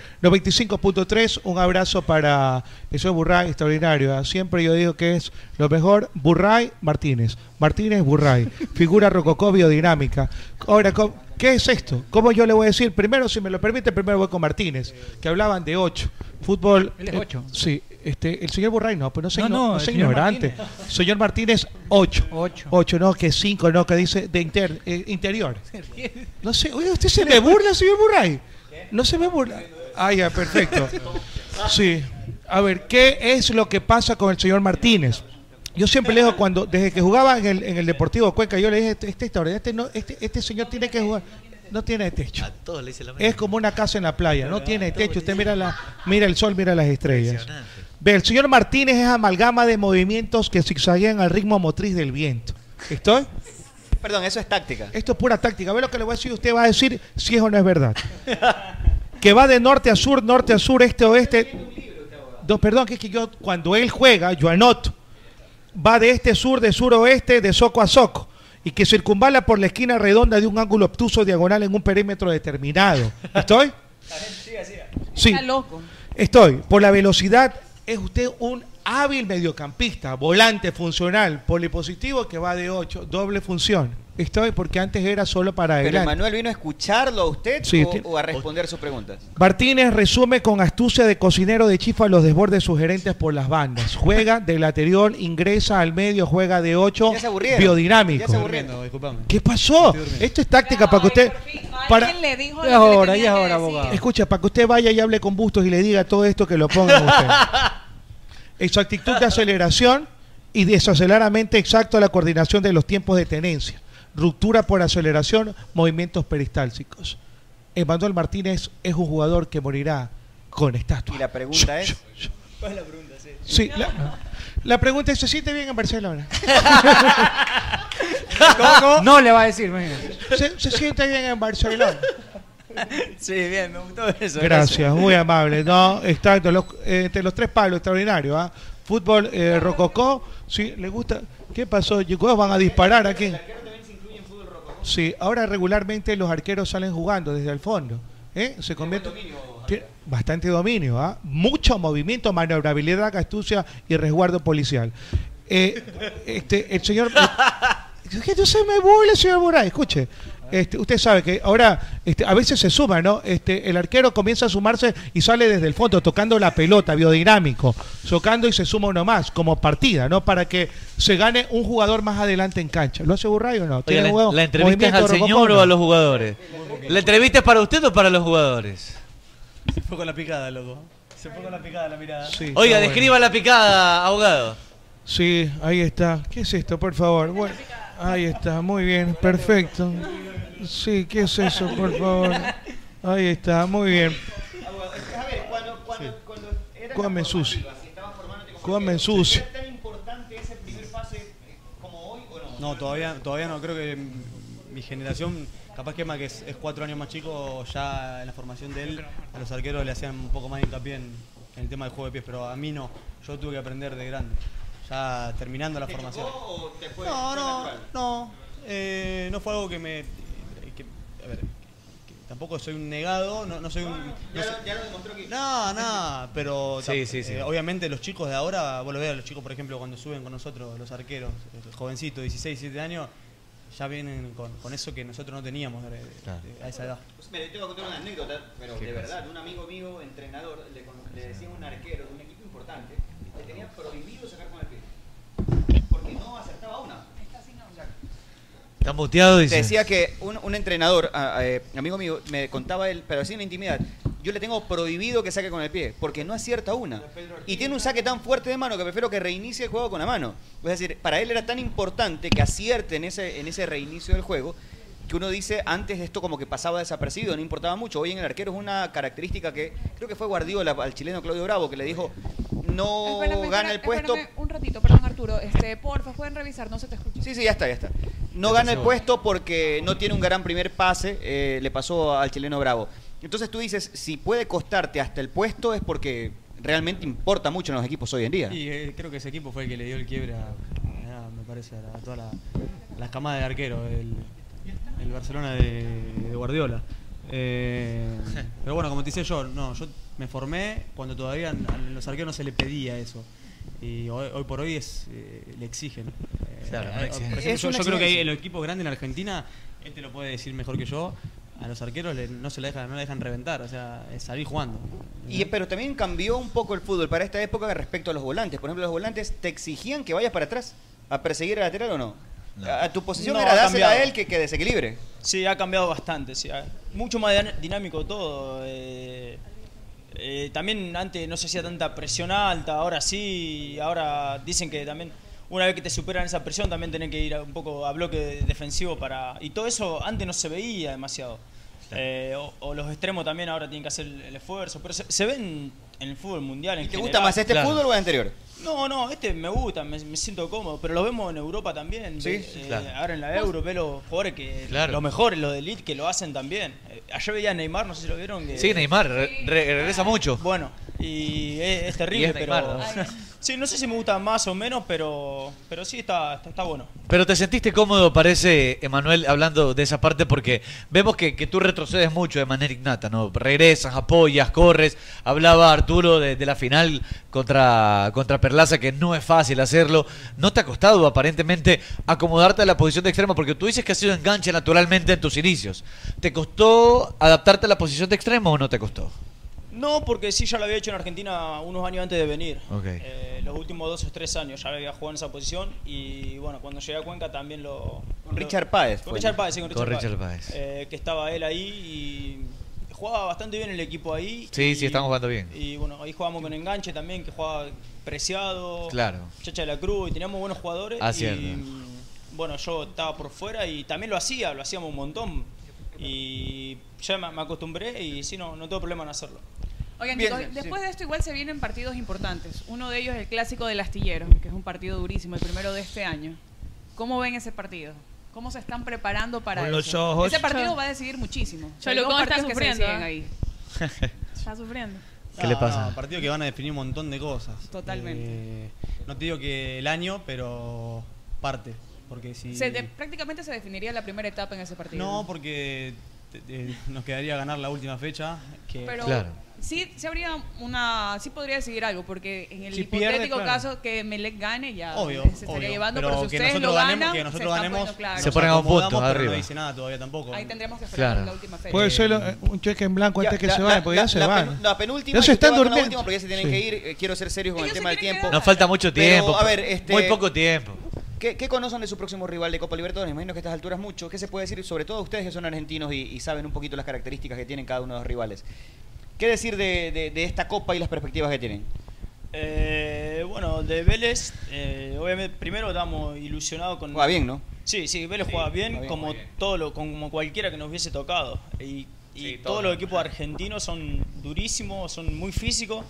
Speaker 5: 95.3. Un abrazo para eso es Burray, extraordinario. ¿eh? Siempre yo digo que es lo mejor. Burray Martínez. Martínez Burray. Figura rococó biodinámica. Ahora, ¿cómo- ¿qué es esto? ¿Cómo yo le voy a decir? Primero, si me lo permite, primero voy con Martínez, que hablaban de 8. Fútbol.
Speaker 9: Él es
Speaker 5: eh,
Speaker 9: ocho.
Speaker 5: sí, este, el señor Burray no, pues no sé
Speaker 9: No,
Speaker 5: no,
Speaker 9: no,
Speaker 5: no,
Speaker 9: el
Speaker 5: soy
Speaker 9: señor
Speaker 5: ignorante.
Speaker 9: Martínez.
Speaker 5: Señor Martínez, 8. 8. no, que 5, no, que dice de inter- eh, interior. No sé, oye, ¿usted se me burla, señor Burray? No se me burla. Ah, ya, perfecto. Sí. A ver, ¿qué es lo que pasa con el señor Martínez? Yo siempre le digo, cuando, desde que jugaba en el, en el Deportivo Cuenca, yo le dije, este, este, extraordinario, este, no, este, este señor tiene que jugar, no tiene techo.
Speaker 12: Todo le dice la
Speaker 5: Es como una casa en la playa, no tiene techo. Usted mira, la, mira el sol, mira las estrellas. Ve, el señor Martínez es amalgama de movimientos que zigzaguean al ritmo motriz del viento. ¿Estoy?
Speaker 8: Perdón, eso es táctica.
Speaker 5: Esto es pura táctica. Ve lo que le voy a decir, usted va a decir si es o no es verdad. Que va de norte a sur, norte a sur, este a oeste. No, perdón, que es que yo, cuando él juega, yo anoto. Va de este a sur, de sur a oeste, de soco a soco. Y que circunvala por la esquina redonda de un ángulo obtuso diagonal en un perímetro determinado. ¿Estoy? Sí.
Speaker 10: Está loco.
Speaker 5: Estoy. Por la velocidad, es usted un hábil mediocampista, volante funcional, polipositivo que va de 8, doble función. Estoy porque antes era solo para
Speaker 8: Pero
Speaker 5: adelante.
Speaker 8: Manuel vino a escucharlo a usted
Speaker 5: Sí,
Speaker 8: o,
Speaker 5: tiene-
Speaker 8: o a responder sus preguntas.
Speaker 5: Martínez resume con astucia de cocinero de chifa los desbordes sugerentes por las bandas. Juega del lateral, ingresa al medio, juega de 8,
Speaker 8: Ya se aburrieron.
Speaker 5: biodinámico.
Speaker 8: Ya se aburrieron.
Speaker 5: ¿Qué pasó? Esto es táctica para que usted... Para,
Speaker 10: le dijo
Speaker 5: Ya es hora, ya es hora, abogado. Escucha, para que usted vaya y hable con Bustos y le diga todo esto que lo ponga en usted. En su actitud de aceleración y desaceleradamente exacto a la coordinación de los tiempos de tenencia. Ruptura por aceleración, movimientos peristálticos. Emanuel Martínez es un jugador que morirá con estatua.
Speaker 8: Y la pregunta es.
Speaker 14: ¿Cuál es la pregunta? Sí.
Speaker 5: Sí, la, la pregunta es, ¿se siente bien en Barcelona?
Speaker 9: No le va a decir, imagínate.
Speaker 5: ¿Se, se siente bien en Barcelona?
Speaker 14: Sí, bien, me gustó eso.
Speaker 5: Gracias, muy amable. No, exacto, los, eh, entre los tres palos, extraordinario. ¿ah? Fútbol eh, rococó, sí, le gusta. ¿Qué pasó? Chicos, van a disparar aquí. Sí, ahora regularmente los arqueros salen jugando desde el fondo. ¿eh? Se convierte. Tiene Bastante dominio, ¿ah? mucho movimiento, maniobrabilidad, astucia y resguardo policial. Eh, este, el señor. Es que no se me burle, señor Buray, escuche. Este, usted sabe que ahora este, a veces se suma, ¿no? Este, el arquero comienza a sumarse y sale desde el fondo, tocando la pelota, biodinámico, tocando y se suma uno más, como partida, ¿no? Para que se gane un jugador más adelante en cancha. ¿Lo hace Burray o no?
Speaker 12: Oye, la,
Speaker 5: huevo-
Speaker 12: la entrevista es
Speaker 5: movimiento
Speaker 12: al señor
Speaker 5: rococó,
Speaker 12: o a
Speaker 5: no?
Speaker 12: los jugadores? ¿La entrevista es para usted o para los jugadores?
Speaker 13: Se fue con la picada, loco. Se fue con la picada la mirada.
Speaker 5: Sí, está
Speaker 12: Oiga,
Speaker 5: bueno.
Speaker 12: describa la picada, abogado.
Speaker 5: Sí, ahí está. ¿Qué es esto, por favor? Bueno, ahí está, muy bien, perfecto. Sí, ¿qué es eso, por favor? Ahí está, muy bien.
Speaker 8: A ver, cuando, cuando, cuando era
Speaker 5: Come
Speaker 8: la
Speaker 5: sucio.
Speaker 8: formativa, si estabas formándote como
Speaker 5: Come
Speaker 8: arquero,
Speaker 5: sucio.
Speaker 8: ¿Era tan importante ese primer pase eh, como hoy o no?
Speaker 13: No, todavía, todavía no. Creo que mm, mi generación, capaz que más que es, es cuatro años más chico, ya en la formación de él, a los arqueros le hacían un poco más de hincapié en, en el tema del juego de pies, pero a mí no. Yo tuve que aprender de grande, ya terminando la formación. No, no, no. Eh, no fue algo que me. que- a ver, que tampoco soy un negado, no, no soy un. no soy- No, no, pero
Speaker 12: Sí,
Speaker 13: tam-
Speaker 12: sí, sí.
Speaker 13: eh, obviamente los chicos de ahora, vos lo ves a los chicos, por ejemplo, cuando suben con nosotros, los arqueros, el jovencito, 16, 17 años, ya vienen con, con eso que nosotros no teníamos de- de- de- a esa edad.
Speaker 8: Mire, te voy a contar una anécdota, pero
Speaker 13: ¿Qué
Speaker 8: de
Speaker 13: pasa?
Speaker 8: verdad, un amigo mío, entrenador, le, con- le decía un arquero de un equipo importante, le tenía prohibido sacar con el pie. Porque no acertaba una. O sea,
Speaker 12: Está muteado,
Speaker 8: Te
Speaker 12: dice.
Speaker 8: decía que un, un entrenador, a- a- eh, amigo mío, me contaba él, pero sin intimidad. yo le tengo prohibido que saque con el pie, porque no acierta una. Y tiene un saque tan fuerte de mano que prefiero que reinicie el juego con la mano. Es decir, para él era tan importante que acierte en ese, en ese reinicio del juego que uno dice antes esto como que pasaba desapercibido, no importaba mucho. Hoy en el arquero es una característica que creo que fue Guardiola al chileno Claudio Bravo que le dijo no
Speaker 11: Espérame,
Speaker 8: gana el
Speaker 11: espérame,
Speaker 8: puesto.
Speaker 11: espérame un ratito, perdón Arturo. Este, porfa, pueden revisar, no se te escucha.
Speaker 8: Sí, sí, ya está, ya está. No gana el puesto porque no tiene un gran primer pase, eh, le pasó al chileno Bravo. Entonces tú dices, si puede costarte hasta el puesto es porque realmente importa mucho en los equipos hoy en día.
Speaker 13: Y eh, creo que ese equipo fue el que le dio el quiebre a, a- me parece, a, la- a toda la, las camadas de arquero, el, el Barcelona de, de Guardiola. Eh, pero bueno, como te decía yo, no, yo me formé cuando todavía a los arqueros no se le pedía eso. Y hoy, hoy por hoy es eh, le exigen. Eh,
Speaker 12: Claro,
Speaker 13: a-
Speaker 12: le
Speaker 13: a-
Speaker 12: exigen.
Speaker 13: por ejemplo,
Speaker 12: Es
Speaker 13: yo,
Speaker 12: una
Speaker 13: yo creo que
Speaker 12: exigencia.
Speaker 13: en los equipos grandes en Argentina, él te lo puede decir mejor que yo, a los arqueros le- no se la dejan, no la dejan reventar, o sea, es salir jugando.
Speaker 8: Y, eh, pero también cambió un poco el fútbol para esta época respecto a los volantes. Por ejemplo, los volantes te exigían que vayas para atrás a perseguir al lateral o no. A a tu posición
Speaker 14: No,
Speaker 8: era
Speaker 14: ha
Speaker 8: dársela a
Speaker 14: cambiado.
Speaker 8: él que, que desequilibre.
Speaker 14: Sí, ha cambiado bastante. sí, ha- mucho más diná- dinámico todo. eh, eh, también antes no se hacía tanta presión alta, ahora sí. Ahora dicen que también una vez que te superan esa presión también tenés que ir a- un poco a bloque de- defensivo para... Y todo eso antes no se veía demasiado. Eh, o, o los extremos también ahora tienen que hacer el, el esfuerzo. Pero se, se ven en el fútbol mundial. En
Speaker 8: ¿Te gusta más este fútbol o el anterior?
Speaker 14: No, no, este me gusta, me, me siento cómodo, pero lo vemos en Europa también.
Speaker 8: Sí,
Speaker 14: ve-
Speaker 8: sí,
Speaker 14: eh,
Speaker 8: claro.
Speaker 14: Ahora en la Euro, ve los jugadores que
Speaker 12: Claro.
Speaker 14: los mejores, los de Elite, que lo hacen también. Eh, ayer veía a Neymar, no sé si lo vieron. que-
Speaker 12: Sí, Neymar, re- re- regresa mucho.
Speaker 14: Bueno, y es, es terrible,
Speaker 12: Y es
Speaker 14: pero.
Speaker 12: Neymar, ¿no?
Speaker 14: sí, no sé si me gusta más o menos, pero, pero sí está, está, está bueno.
Speaker 12: Pero te sentiste cómodo, parece, Emanuel, hablando de esa parte, porque vemos que, que tú retrocedes mucho de manera innata, ¿no? Regresas, apoyas, corres. Hablaba Arturo de, de la final contra, contra Perlaza, que no es fácil hacerlo. ¿No te ha costado, aparentemente, acomodarte a la posición de extremo? Porque tú dices que has sido enganche naturalmente en tus inicios. ¿Te costó adaptarte a la posición de extremo o no te costó?
Speaker 14: No, porque sí, ya lo había hecho en Argentina unos años antes de venir.
Speaker 12: Ok.
Speaker 14: Eh, los últimos dos o tres años ya había jugado en esa posición y bueno, cuando llegué a Cuenca también lo...
Speaker 8: Con
Speaker 14: lo-
Speaker 8: Richard Páez
Speaker 14: Con
Speaker 8: fue.
Speaker 14: Richard Páez, sí, con
Speaker 12: Con
Speaker 14: Richard,
Speaker 12: Richard
Speaker 14: Páez.
Speaker 12: Páez.
Speaker 14: Eh, que estaba él ahí y jugaba bastante bien el equipo ahí.
Speaker 12: Sí,
Speaker 14: y-
Speaker 12: sí, estamos jugando bien.
Speaker 14: Y bueno, ahí jugábamos con Enganche también, que jugaba Preciado.
Speaker 12: Claro.
Speaker 14: Chacha de la Cruz y teníamos buenos jugadores.
Speaker 12: Ah,
Speaker 14: y,
Speaker 12: cierto.
Speaker 14: bueno, yo estaba por fuera y también lo hacía, lo hacíamos un montón. Y ya me me acostumbré y sí, no, no tengo problema en hacerlo.
Speaker 11: Oigan,
Speaker 14: Bien,
Speaker 11: chicos,
Speaker 14: sí.
Speaker 11: después de esto igual se vienen partidos importantes. Uno de ellos es el clásico del astillero, que es un partido durísimo, el primero de este año. ¿Cómo ven ese partido? ¿Cómo se están preparando para
Speaker 15: Con
Speaker 11: eso?
Speaker 15: los ojos.
Speaker 11: Ese partido va a decidir muchísimo.
Speaker 10: Cholo,
Speaker 11: Hay dos
Speaker 10: ¿cómo está
Speaker 11: partidos que se
Speaker 10: sufriendo,
Speaker 11: deciden
Speaker 10: ah?
Speaker 11: ahí.
Speaker 10: Está sufriendo.
Speaker 12: ¿Qué le pasa?
Speaker 13: partidos que van a definir un montón de cosas.
Speaker 11: Totalmente.
Speaker 13: Eh, no te digo que el año, pero parte. Porque si.
Speaker 11: Se de- prácticamente se definiría la primera etapa en ese partido.
Speaker 13: No, porque te- te- nos quedaría ganar la última fecha. Que
Speaker 11: Pero sí, sí habría una, sí podría decidir algo, porque en el
Speaker 13: Si pierde,
Speaker 11: hipotético
Speaker 13: claro.
Speaker 11: caso que Melec gane, ya
Speaker 13: Obvio,
Speaker 11: se estaría
Speaker 13: obvio.
Speaker 11: llevando, pero,
Speaker 13: Pero
Speaker 11: si
Speaker 13: que
Speaker 11: ustedes
Speaker 13: nosotros
Speaker 11: lo
Speaker 13: ganemos,
Speaker 11: ganan,
Speaker 13: que nosotros
Speaker 11: se están
Speaker 13: ganemos,
Speaker 11: poniendo claro.
Speaker 12: Se ponen a un punto
Speaker 13: acomodamos, pero
Speaker 12: arriba.
Speaker 13: No dice nada todavía tampoco.
Speaker 11: Ahí tendremos que esperar
Speaker 12: Claro.
Speaker 11: la última fecha.
Speaker 1: Puede ser eh, un cheque en blanco
Speaker 8: Ya,
Speaker 1: antes que
Speaker 8: la-
Speaker 1: se
Speaker 8: la-
Speaker 1: vayan, porque
Speaker 8: la-
Speaker 1: ya se
Speaker 8: la
Speaker 1: van.
Speaker 8: penu- la penúltima,
Speaker 1: Ya
Speaker 8: y
Speaker 1: se
Speaker 8: yo te
Speaker 1: están
Speaker 8: voy con la
Speaker 1: durmiendo.
Speaker 8: última porque ya se tienen
Speaker 1: Sí.
Speaker 8: que ir. eh, Quiero ser serios con el tema del tiempo.
Speaker 12: Nos falta mucho
Speaker 8: Pero,
Speaker 12: tiempo.
Speaker 8: a ver, este,
Speaker 12: Muy poco tiempo.
Speaker 8: ¿Qué, qué conocen de su próximo rival de Copa Libertadores? Me imagino que a estas alturas mucho. ¿Qué se puede decir, sobre todo ustedes que son argentinos y, y saben un poquito las características que tienen cada uno de los rivales? ¿Qué decir de, de- de esta Copa y las perspectivas que tienen?
Speaker 14: Eh, bueno, de Vélez, eh, obviamente, primero estamos ilusionados con.
Speaker 8: Juega bien, ¿no?
Speaker 14: Sí, sí, Vélez juega bien,
Speaker 8: juega bien,
Speaker 14: como
Speaker 8: juega
Speaker 14: todo lo, como cualquiera que nos hubiese tocado. Y, y todos los equipos argentinos son durísimos, son muy físicos.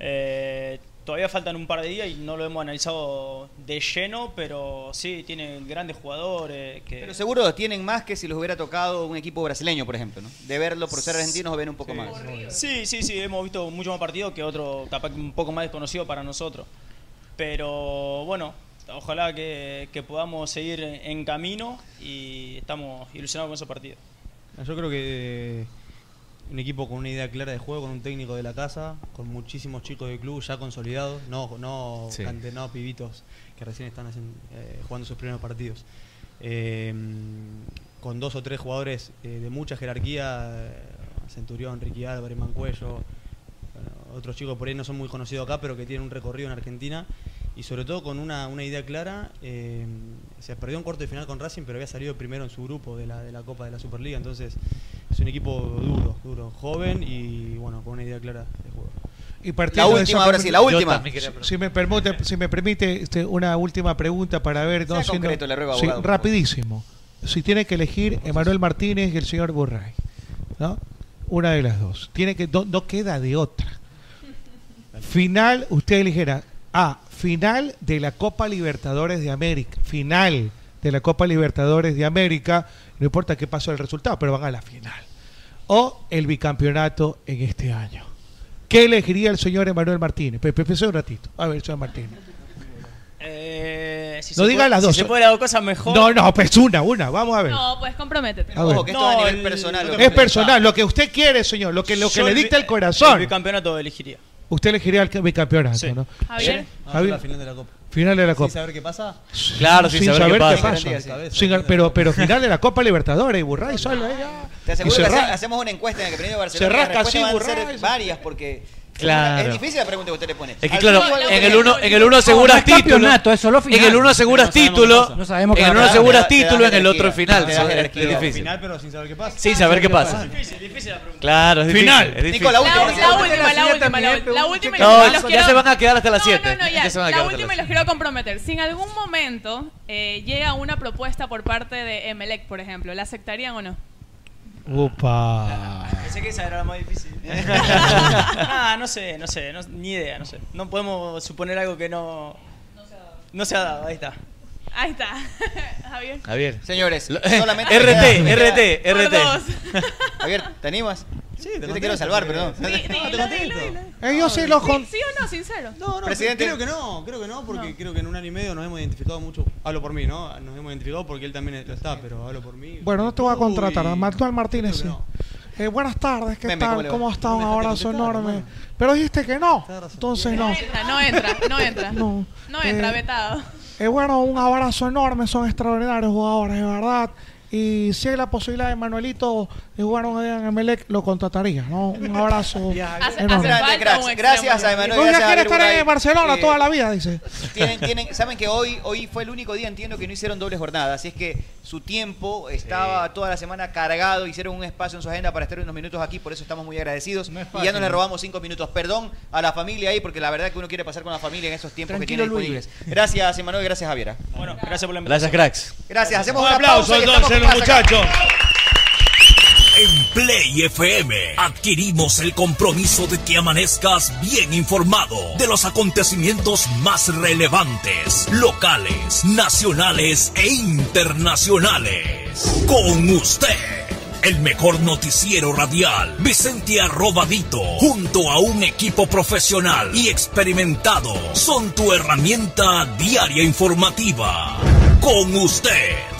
Speaker 14: Eh, todavía faltan un par de días y no lo hemos analizado de lleno, pero sí, tienen grandes jugadores. Que...
Speaker 8: Pero seguro tienen más que si los hubiera tocado un equipo brasileño, por ejemplo, ¿no? De verlo por ser argentinos o ven un poco más.
Speaker 14: Sí, sí, sí, hemos visto mucho más partidos que otro, capaz que un poco más desconocido para nosotros. Pero bueno, ojalá que, que podamos seguir en camino y estamos ilusionados con esos partidos.
Speaker 13: Yo creo que eh, un equipo con una idea clara de juego, con un técnico de la casa, con muchísimos chicos del club ya consolidados, no, no,
Speaker 12: Sí.
Speaker 13: cante- no pibitos que recién están haciendo, eh, jugando sus primeros partidos. Eh, con dos o tres jugadores eh, de mucha jerarquía, eh, Centurión, Ricky Álvarez, Mancuello, bueno, otros chicos por ahí no son muy conocidos acá, pero que tienen un recorrido en Argentina. Y sobre todo con una, una idea clara, eh, se perdió un cuarto de final con Racing, pero había salido primero en su grupo de la, de la Copa de la Superliga. Entonces, es un equipo duro, duro, joven y bueno, con una idea clara de juego.
Speaker 5: Y partiendo de esa pregunta- Si, si me permite, si me permite este, una última pregunta para ver.
Speaker 8: Sea concreto, le ruego,
Speaker 5: Sí,
Speaker 8: abogado, por favor.
Speaker 5: rapidísimo. Si tiene que elegir Emanuel Martínez y el señor Burray, ¿no? Una de las dos. Tiene que, no, no queda de otra. Final, usted eligiera A, final de la Copa Libertadores de América. Final de la Copa Libertadores de América. No importa qué pasó el resultado, pero van a la final. O el bicampeonato en este año. ¿Qué elegiría el señor Emanuel Martínez? Pe- pe- Pensé un ratito. A ver, señor Martínez.
Speaker 14: Eh, si
Speaker 5: No
Speaker 14: se
Speaker 5: diga
Speaker 14: puede-
Speaker 5: las dos.
Speaker 14: Si se puede las dos cosas mejor.
Speaker 5: No, no, pues una, una. Vamos a ver.
Speaker 10: No, pues comprométete.
Speaker 5: A ver.
Speaker 14: No,
Speaker 8: nivel personal,
Speaker 5: Es personal, lo que usted quiere, señor, lo que, lo que
Speaker 14: Yo
Speaker 5: le
Speaker 14: el
Speaker 5: dicta
Speaker 14: bi-
Speaker 5: el corazón.
Speaker 14: El bicampeonato elegiría.
Speaker 5: Usted elegiría el bicampeonato,
Speaker 14: Sí.
Speaker 5: ¿no?
Speaker 14: Javier.
Speaker 5: Sí.
Speaker 14: Vamos a
Speaker 5: Javier.
Speaker 14: la final de la Copa.
Speaker 5: Final de la Copa.
Speaker 13: Sin saber qué pasa.
Speaker 5: Claro, sin, saber, qué pasa.
Speaker 8: Sin saber, sí.
Speaker 5: Sin- pero, pero final de la Copa Libertadores, Burray solo, ¿eh?
Speaker 8: Te
Speaker 5: Y
Speaker 8: aseguro
Speaker 5: se
Speaker 8: que hace-
Speaker 5: ra-
Speaker 8: hacemos una encuesta en el Campeonato de Barcelona.
Speaker 5: Se
Speaker 8: y las
Speaker 5: rasca así,
Speaker 8: respuestas van a
Speaker 5: burra,
Speaker 8: ser varias porque.
Speaker 12: Claro.
Speaker 8: Es difícil la pregunta que usted le pone.
Speaker 12: Es que claro, en el uno, en el uno aseguras título. En el uno aseguras título.
Speaker 9: No sabemos
Speaker 12: en
Speaker 9: qué
Speaker 12: el
Speaker 9: va a
Speaker 12: uno
Speaker 9: pasar.
Speaker 12: aseguras
Speaker 9: Te da- te da
Speaker 12: título, en el otro
Speaker 9: jerarquía.
Speaker 12: final.
Speaker 9: Te da
Speaker 12: Sí, es-
Speaker 9: jerarquía.
Speaker 12: Es difícil.
Speaker 13: Final, pero sin saber qué pasa.
Speaker 12: Sin saber qué pasa.
Speaker 13: Difícil, difícil la pregunta.
Speaker 12: Claro, es difícil,
Speaker 13: Final.
Speaker 12: es difícil.
Speaker 13: Nico, la última,
Speaker 10: La, la última, la última, la, última, la última y la última.
Speaker 12: No,
Speaker 10: Los
Speaker 12: ya
Speaker 10: quiero-
Speaker 12: se van a quedar hasta las 7.
Speaker 10: No, ya, la última y los quiero comprometer. Si en algún momento eh, llega una propuesta por parte de Emelec, por ejemplo, ¿la aceptarían o no?
Speaker 5: Upa.
Speaker 14: Pensé que esa era la más difícil. ah, no sé, no sé, no- ni idea, no sé. No podemos suponer algo que no. No se ha dado, ahí está.
Speaker 10: Ahí está. Javier.
Speaker 12: Javier.
Speaker 8: Señores,
Speaker 12: Lo-
Speaker 8: solamente.
Speaker 12: RT,
Speaker 8: me queda-
Speaker 12: RT,
Speaker 8: me
Speaker 12: RT.
Speaker 8: queda- Javier, ¿te animas? Sí, Yo te quiero
Speaker 12: contesto,
Speaker 8: salvar, pero no.
Speaker 5: Eh, yo sí lo con-
Speaker 10: ¿Sí o no? Sincero.
Speaker 13: No, no,
Speaker 8: Presidente.
Speaker 13: creo que no, creo que no, porque creo que en un año y medio nos hemos identificado mucho. Hablo por mí, ¿no? Nos hemos identificado porque él también lo está, pero hablo por mí.
Speaker 5: Bueno, no te voy a contratar. A
Speaker 13: Uy.
Speaker 5: Manuel Martínez, sí. Eh, buenas tardes, ¿qué
Speaker 13: Meme, ¿cómo
Speaker 5: tal?
Speaker 13: le va?
Speaker 5: ¿Cómo están?
Speaker 13: No
Speaker 5: Un
Speaker 13: me dejaste
Speaker 5: abrazo
Speaker 13: contestar,
Speaker 5: enorme. Pero dijiste que no, entonces no.
Speaker 10: No entra, no entra.
Speaker 5: No.
Speaker 10: No entra,
Speaker 5: Eh,
Speaker 10: vetado.
Speaker 5: Eh, bueno, un abrazo enorme, son extraordinarios jugadores, de verdad. Y si hay la posibilidad de Manuelito de jugar un día en Emelec, lo contrataría, ¿no? Un abrazo enorme.
Speaker 8: Grande, cracks. Gracias a Emanuel.
Speaker 5: Oye,
Speaker 8: gracias a
Speaker 5: quiere
Speaker 8: Javier
Speaker 5: estar
Speaker 8: Buray.
Speaker 5: en Barcelona
Speaker 8: Eh,
Speaker 5: toda la vida, dice.
Speaker 8: Tienen, tienen, saben que hoy, hoy fue el único día, entiendo, que no hicieron doble jornada. Así es que su tiempo estaba toda la semana cargado. Hicieron un espacio en su agenda para estar unos minutos aquí. Por eso estamos muy agradecidos. y ya
Speaker 12: fácil,
Speaker 8: no le
Speaker 12: ¿no?
Speaker 8: robamos cinco minutos. Perdón a la familia ahí, porque la verdad que uno quiere pasar con la familia en esos tiempos
Speaker 12: Tranquilo,
Speaker 8: que tiene disponibles.
Speaker 12: Luis.
Speaker 8: Gracias, Emanuel. Gracias, Javiera.
Speaker 14: Bueno, gracias por la
Speaker 12: Gracias, cracks.
Speaker 8: Gracias. Hacemos
Speaker 14: Un
Speaker 8: una
Speaker 14: aplauso,
Speaker 8: pausa y
Speaker 14: entonces,
Speaker 8: estamos con
Speaker 14: los
Speaker 8: más acá.
Speaker 14: muchachos.
Speaker 16: En Play FM adquirimos el compromiso de que amanezcas bien informado de los acontecimientos más relevantes, locales, nacionales e internacionales. Con usted, el mejor noticiero radial, Vicente Arrobadito, junto a un equipo profesional y experimentado, son tu herramienta diaria informativa. Con usted,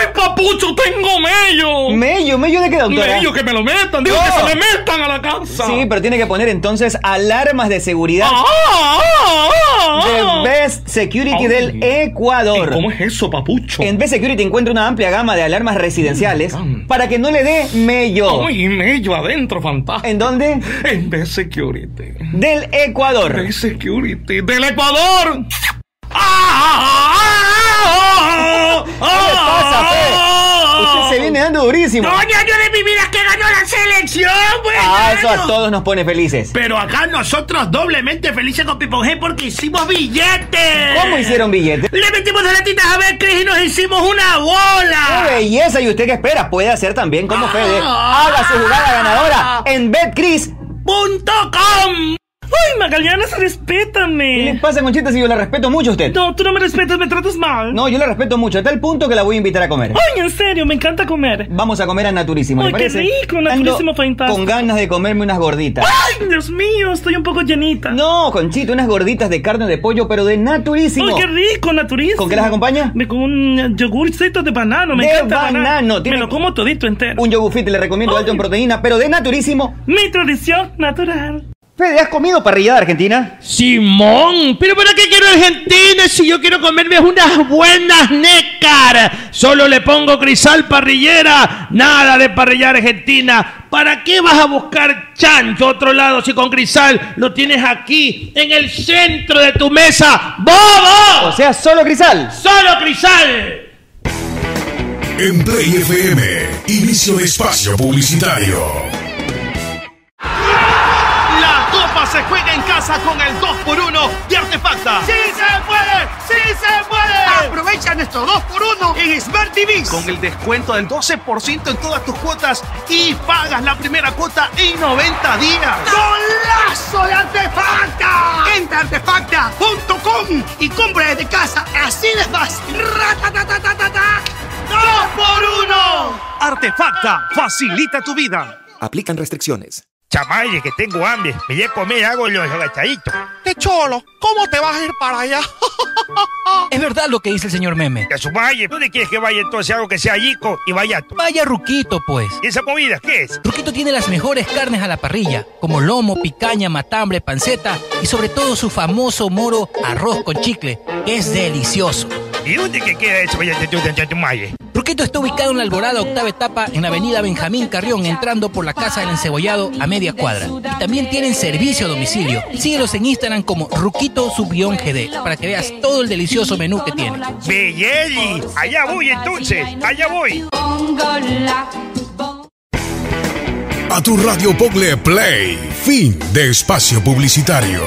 Speaker 15: ¡Ay, papucho, tengo mello!
Speaker 17: ¿Mello? ¿Mello de qué, doctora?
Speaker 15: Mello, que me lo metan. Digo,
Speaker 17: No.
Speaker 15: que se me metan a la casa.
Speaker 17: Sí, pero tiene que poner entonces alarmas de seguridad.
Speaker 15: Ah, ah, ah.
Speaker 17: De Best Security
Speaker 15: Ay.
Speaker 17: del Ecuador. ¿Cómo
Speaker 15: es eso, papucho?
Speaker 17: En Best Security encuentra una amplia gama de alarmas residenciales para que no le dé mello.
Speaker 15: Ay, mello adentro, fantástico.
Speaker 17: ¿En dónde?
Speaker 15: En Best Security.
Speaker 17: Del Ecuador.
Speaker 15: Best Security. ¡Del Ecuador! ¡Ah!
Speaker 17: ¿Qué le pasa, Fe? Usted se viene dando durísimo.
Speaker 15: año de mi vida que ganó la selección, güey!
Speaker 17: Ah, eso a todos nos pone felices.
Speaker 15: Pero acá nosotros doblemente felices con Pipon G porque hicimos billetes.
Speaker 17: ¿Cómo hicieron billetes?
Speaker 15: Le metimos las latitas a ver, Cris, y nos hicimos una bola.
Speaker 17: ¡Qué belleza! ¿Y usted qué espera? Puede hacer también
Speaker 15: Ah.
Speaker 17: como Fede. Haga su jugada ganadora en BetCris.com.
Speaker 15: ¡Ay, Magaliana, respétame!
Speaker 18: ¿Qué le pasa, Conchita, si yo la respeto mucho a usted?
Speaker 15: No, tú no me respetas, me tratas mal.
Speaker 18: No, yo la respeto mucho, a tal punto que la voy a invitar a comer.
Speaker 15: Ay, en serio, me encanta comer.
Speaker 18: Vamos a comer a Naturísimo, ¿le
Speaker 15: Ay, qué
Speaker 18: parece?
Speaker 15: rico,
Speaker 18: Ando
Speaker 15: Naturísimo, fantástico.
Speaker 18: Con ganas de comerme unas gorditas.
Speaker 15: ¡Ay, Dios mío! Estoy un poco llenita.
Speaker 18: No, Conchita, unas gorditas de carne de pollo, pero de Naturísimo.
Speaker 15: ¡Ay, qué rico, Naturísimo!
Speaker 18: ¿Con qué las acompaña?
Speaker 15: Me- Con un yogurcito de banano, me
Speaker 18: de
Speaker 15: encanta
Speaker 18: banano.
Speaker 15: Me lo como todito entero.
Speaker 18: Un yogurfit le recomiendo alto en proteína, pero de naturísimo.
Speaker 15: Mi tradición natural.
Speaker 18: Fede, ¿has comido parrillada argentina?
Speaker 19: Simón, pero ¿para qué quiero Argentina si yo quiero comerme unas buenas nécar? Solo le pongo crisal parrillera, nada de parrilla argentina. ¿Para qué vas a buscar chancho a otro lado si con crisal lo tienes aquí, en el centro de tu mesa? ¡Bobo!
Speaker 18: O sea, solo crisal.
Speaker 19: ¡Solo crisal!
Speaker 20: En Play FM, inicio de espacio publicitario.
Speaker 19: La copa se juega en casa con el 2x1 de Artefacta.
Speaker 15: ¡Sí se puede! ¡Sí se puede! Aprovecha nuestro 2x1 en Smart TV.
Speaker 19: Con el descuento del 12% en todas tus cuotas y pagas la primera cuota en 90 días.
Speaker 15: ¡Golazo de Artefacta! Entra a artefacta.com y compra desde casa. Así de fácil. ¡Ratatatatata! ¡Dos por uno!
Speaker 21: Artefacta, facilita tu vida.
Speaker 22: Aplican restricciones.
Speaker 2: Chamaye, que tengo hambre. Me voy a comer algo los agachaditos.
Speaker 5: ¡Qué cholo! ¿Cómo te vas a ir para allá?
Speaker 2: Es verdad lo que dice el señor Meme. Que a su valle. ¿Dónde quieres que vaya entonces algo que sea rico y vaya tú?
Speaker 9: Vaya Ruquito, pues.
Speaker 2: ¿Y esa comida qué es?
Speaker 9: Ruquito tiene las mejores carnes a la parrilla, como lomo, picaña, matambre, panceta y sobre todo su famoso moro arroz con chicle, que es delicioso.
Speaker 2: ¿Y dónde que queda eso? Vaya, tú, tú, tú, tú, maye?
Speaker 9: Ruquito está ubicado en la Alborada Octava Etapa en la avenida Benjamín Carrión, entrando por la Casa del Encebollado a media cuadra. Y también tienen servicio a domicilio. Síguelos en Instagram como Ruquito Subión GD para que veas todo el delicioso menú que tiene.
Speaker 2: Belleli, allá voy entonces, allá voy.
Speaker 20: A tu radio Pogle Play, fin de espacio publicitario.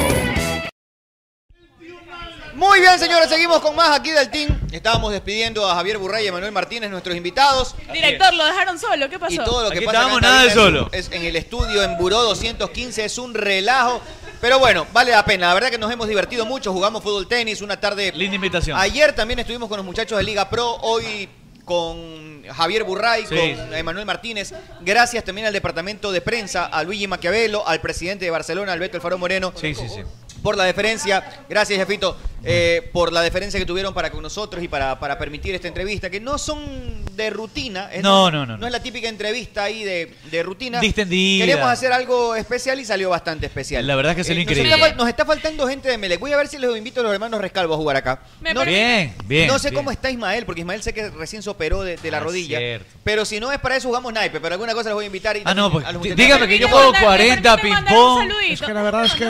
Speaker 8: Muy bien, señores, seguimos con más aquí del team. Estábamos despidiendo a Javier Burray y a Manuel Martínez, nuestros invitados.
Speaker 10: Director, lo dejaron solo, ¿qué pasó?
Speaker 8: Y todo lo que pasa acá en esta vida es- es en el estudio en Buró 215 es un relajo. Pero bueno, vale la pena. La verdad que nos hemos divertido mucho. Jugamos fútbol, tenis, una tarde. Linda invitación. Ayer también estuvimos con los muchachos de Liga Pro. Hoy con Javier Burray,
Speaker 12: Sí.
Speaker 8: con Emanuel Martínez. Gracias también al departamento de prensa, a Luigi Maquiavelo, al presidente de Barcelona, Alberto Alfaro Moreno. Sí, sí, sí. Por la deferencia, gracias Jefito, eh, por la deferencia que tuvieron para con nosotros y para, para permitir esta entrevista, que no son de rutina. es-
Speaker 12: No, no, no, no.
Speaker 8: No es la típica entrevista ahí de, de rutina.
Speaker 12: Distendida.
Speaker 8: Queríamos hacer algo especial y salió bastante especial.
Speaker 12: La verdad que salió
Speaker 8: nos
Speaker 12: increíble.
Speaker 8: está fal- Nos está, faltando gente de Melec. Voy a ver si los invito a los hermanos Rescalvo a jugar acá.
Speaker 12: Me parece- Bien, bien,
Speaker 8: No sé
Speaker 12: bien.
Speaker 8: cómo está Ismael, porque Ismael sé que recién se operó de, de la
Speaker 12: Ah,
Speaker 8: rodilla.
Speaker 12: cierto.
Speaker 8: Pero si no es para eso, jugamos naipe. Pero alguna cosa les voy a invitar. Y
Speaker 12: Ah, no, pues,
Speaker 8: a los
Speaker 12: d-
Speaker 8: muchachos.
Speaker 12: dígame que yo juego 40 ping-pong.
Speaker 10: Es que
Speaker 12: la verdad es
Speaker 10: que.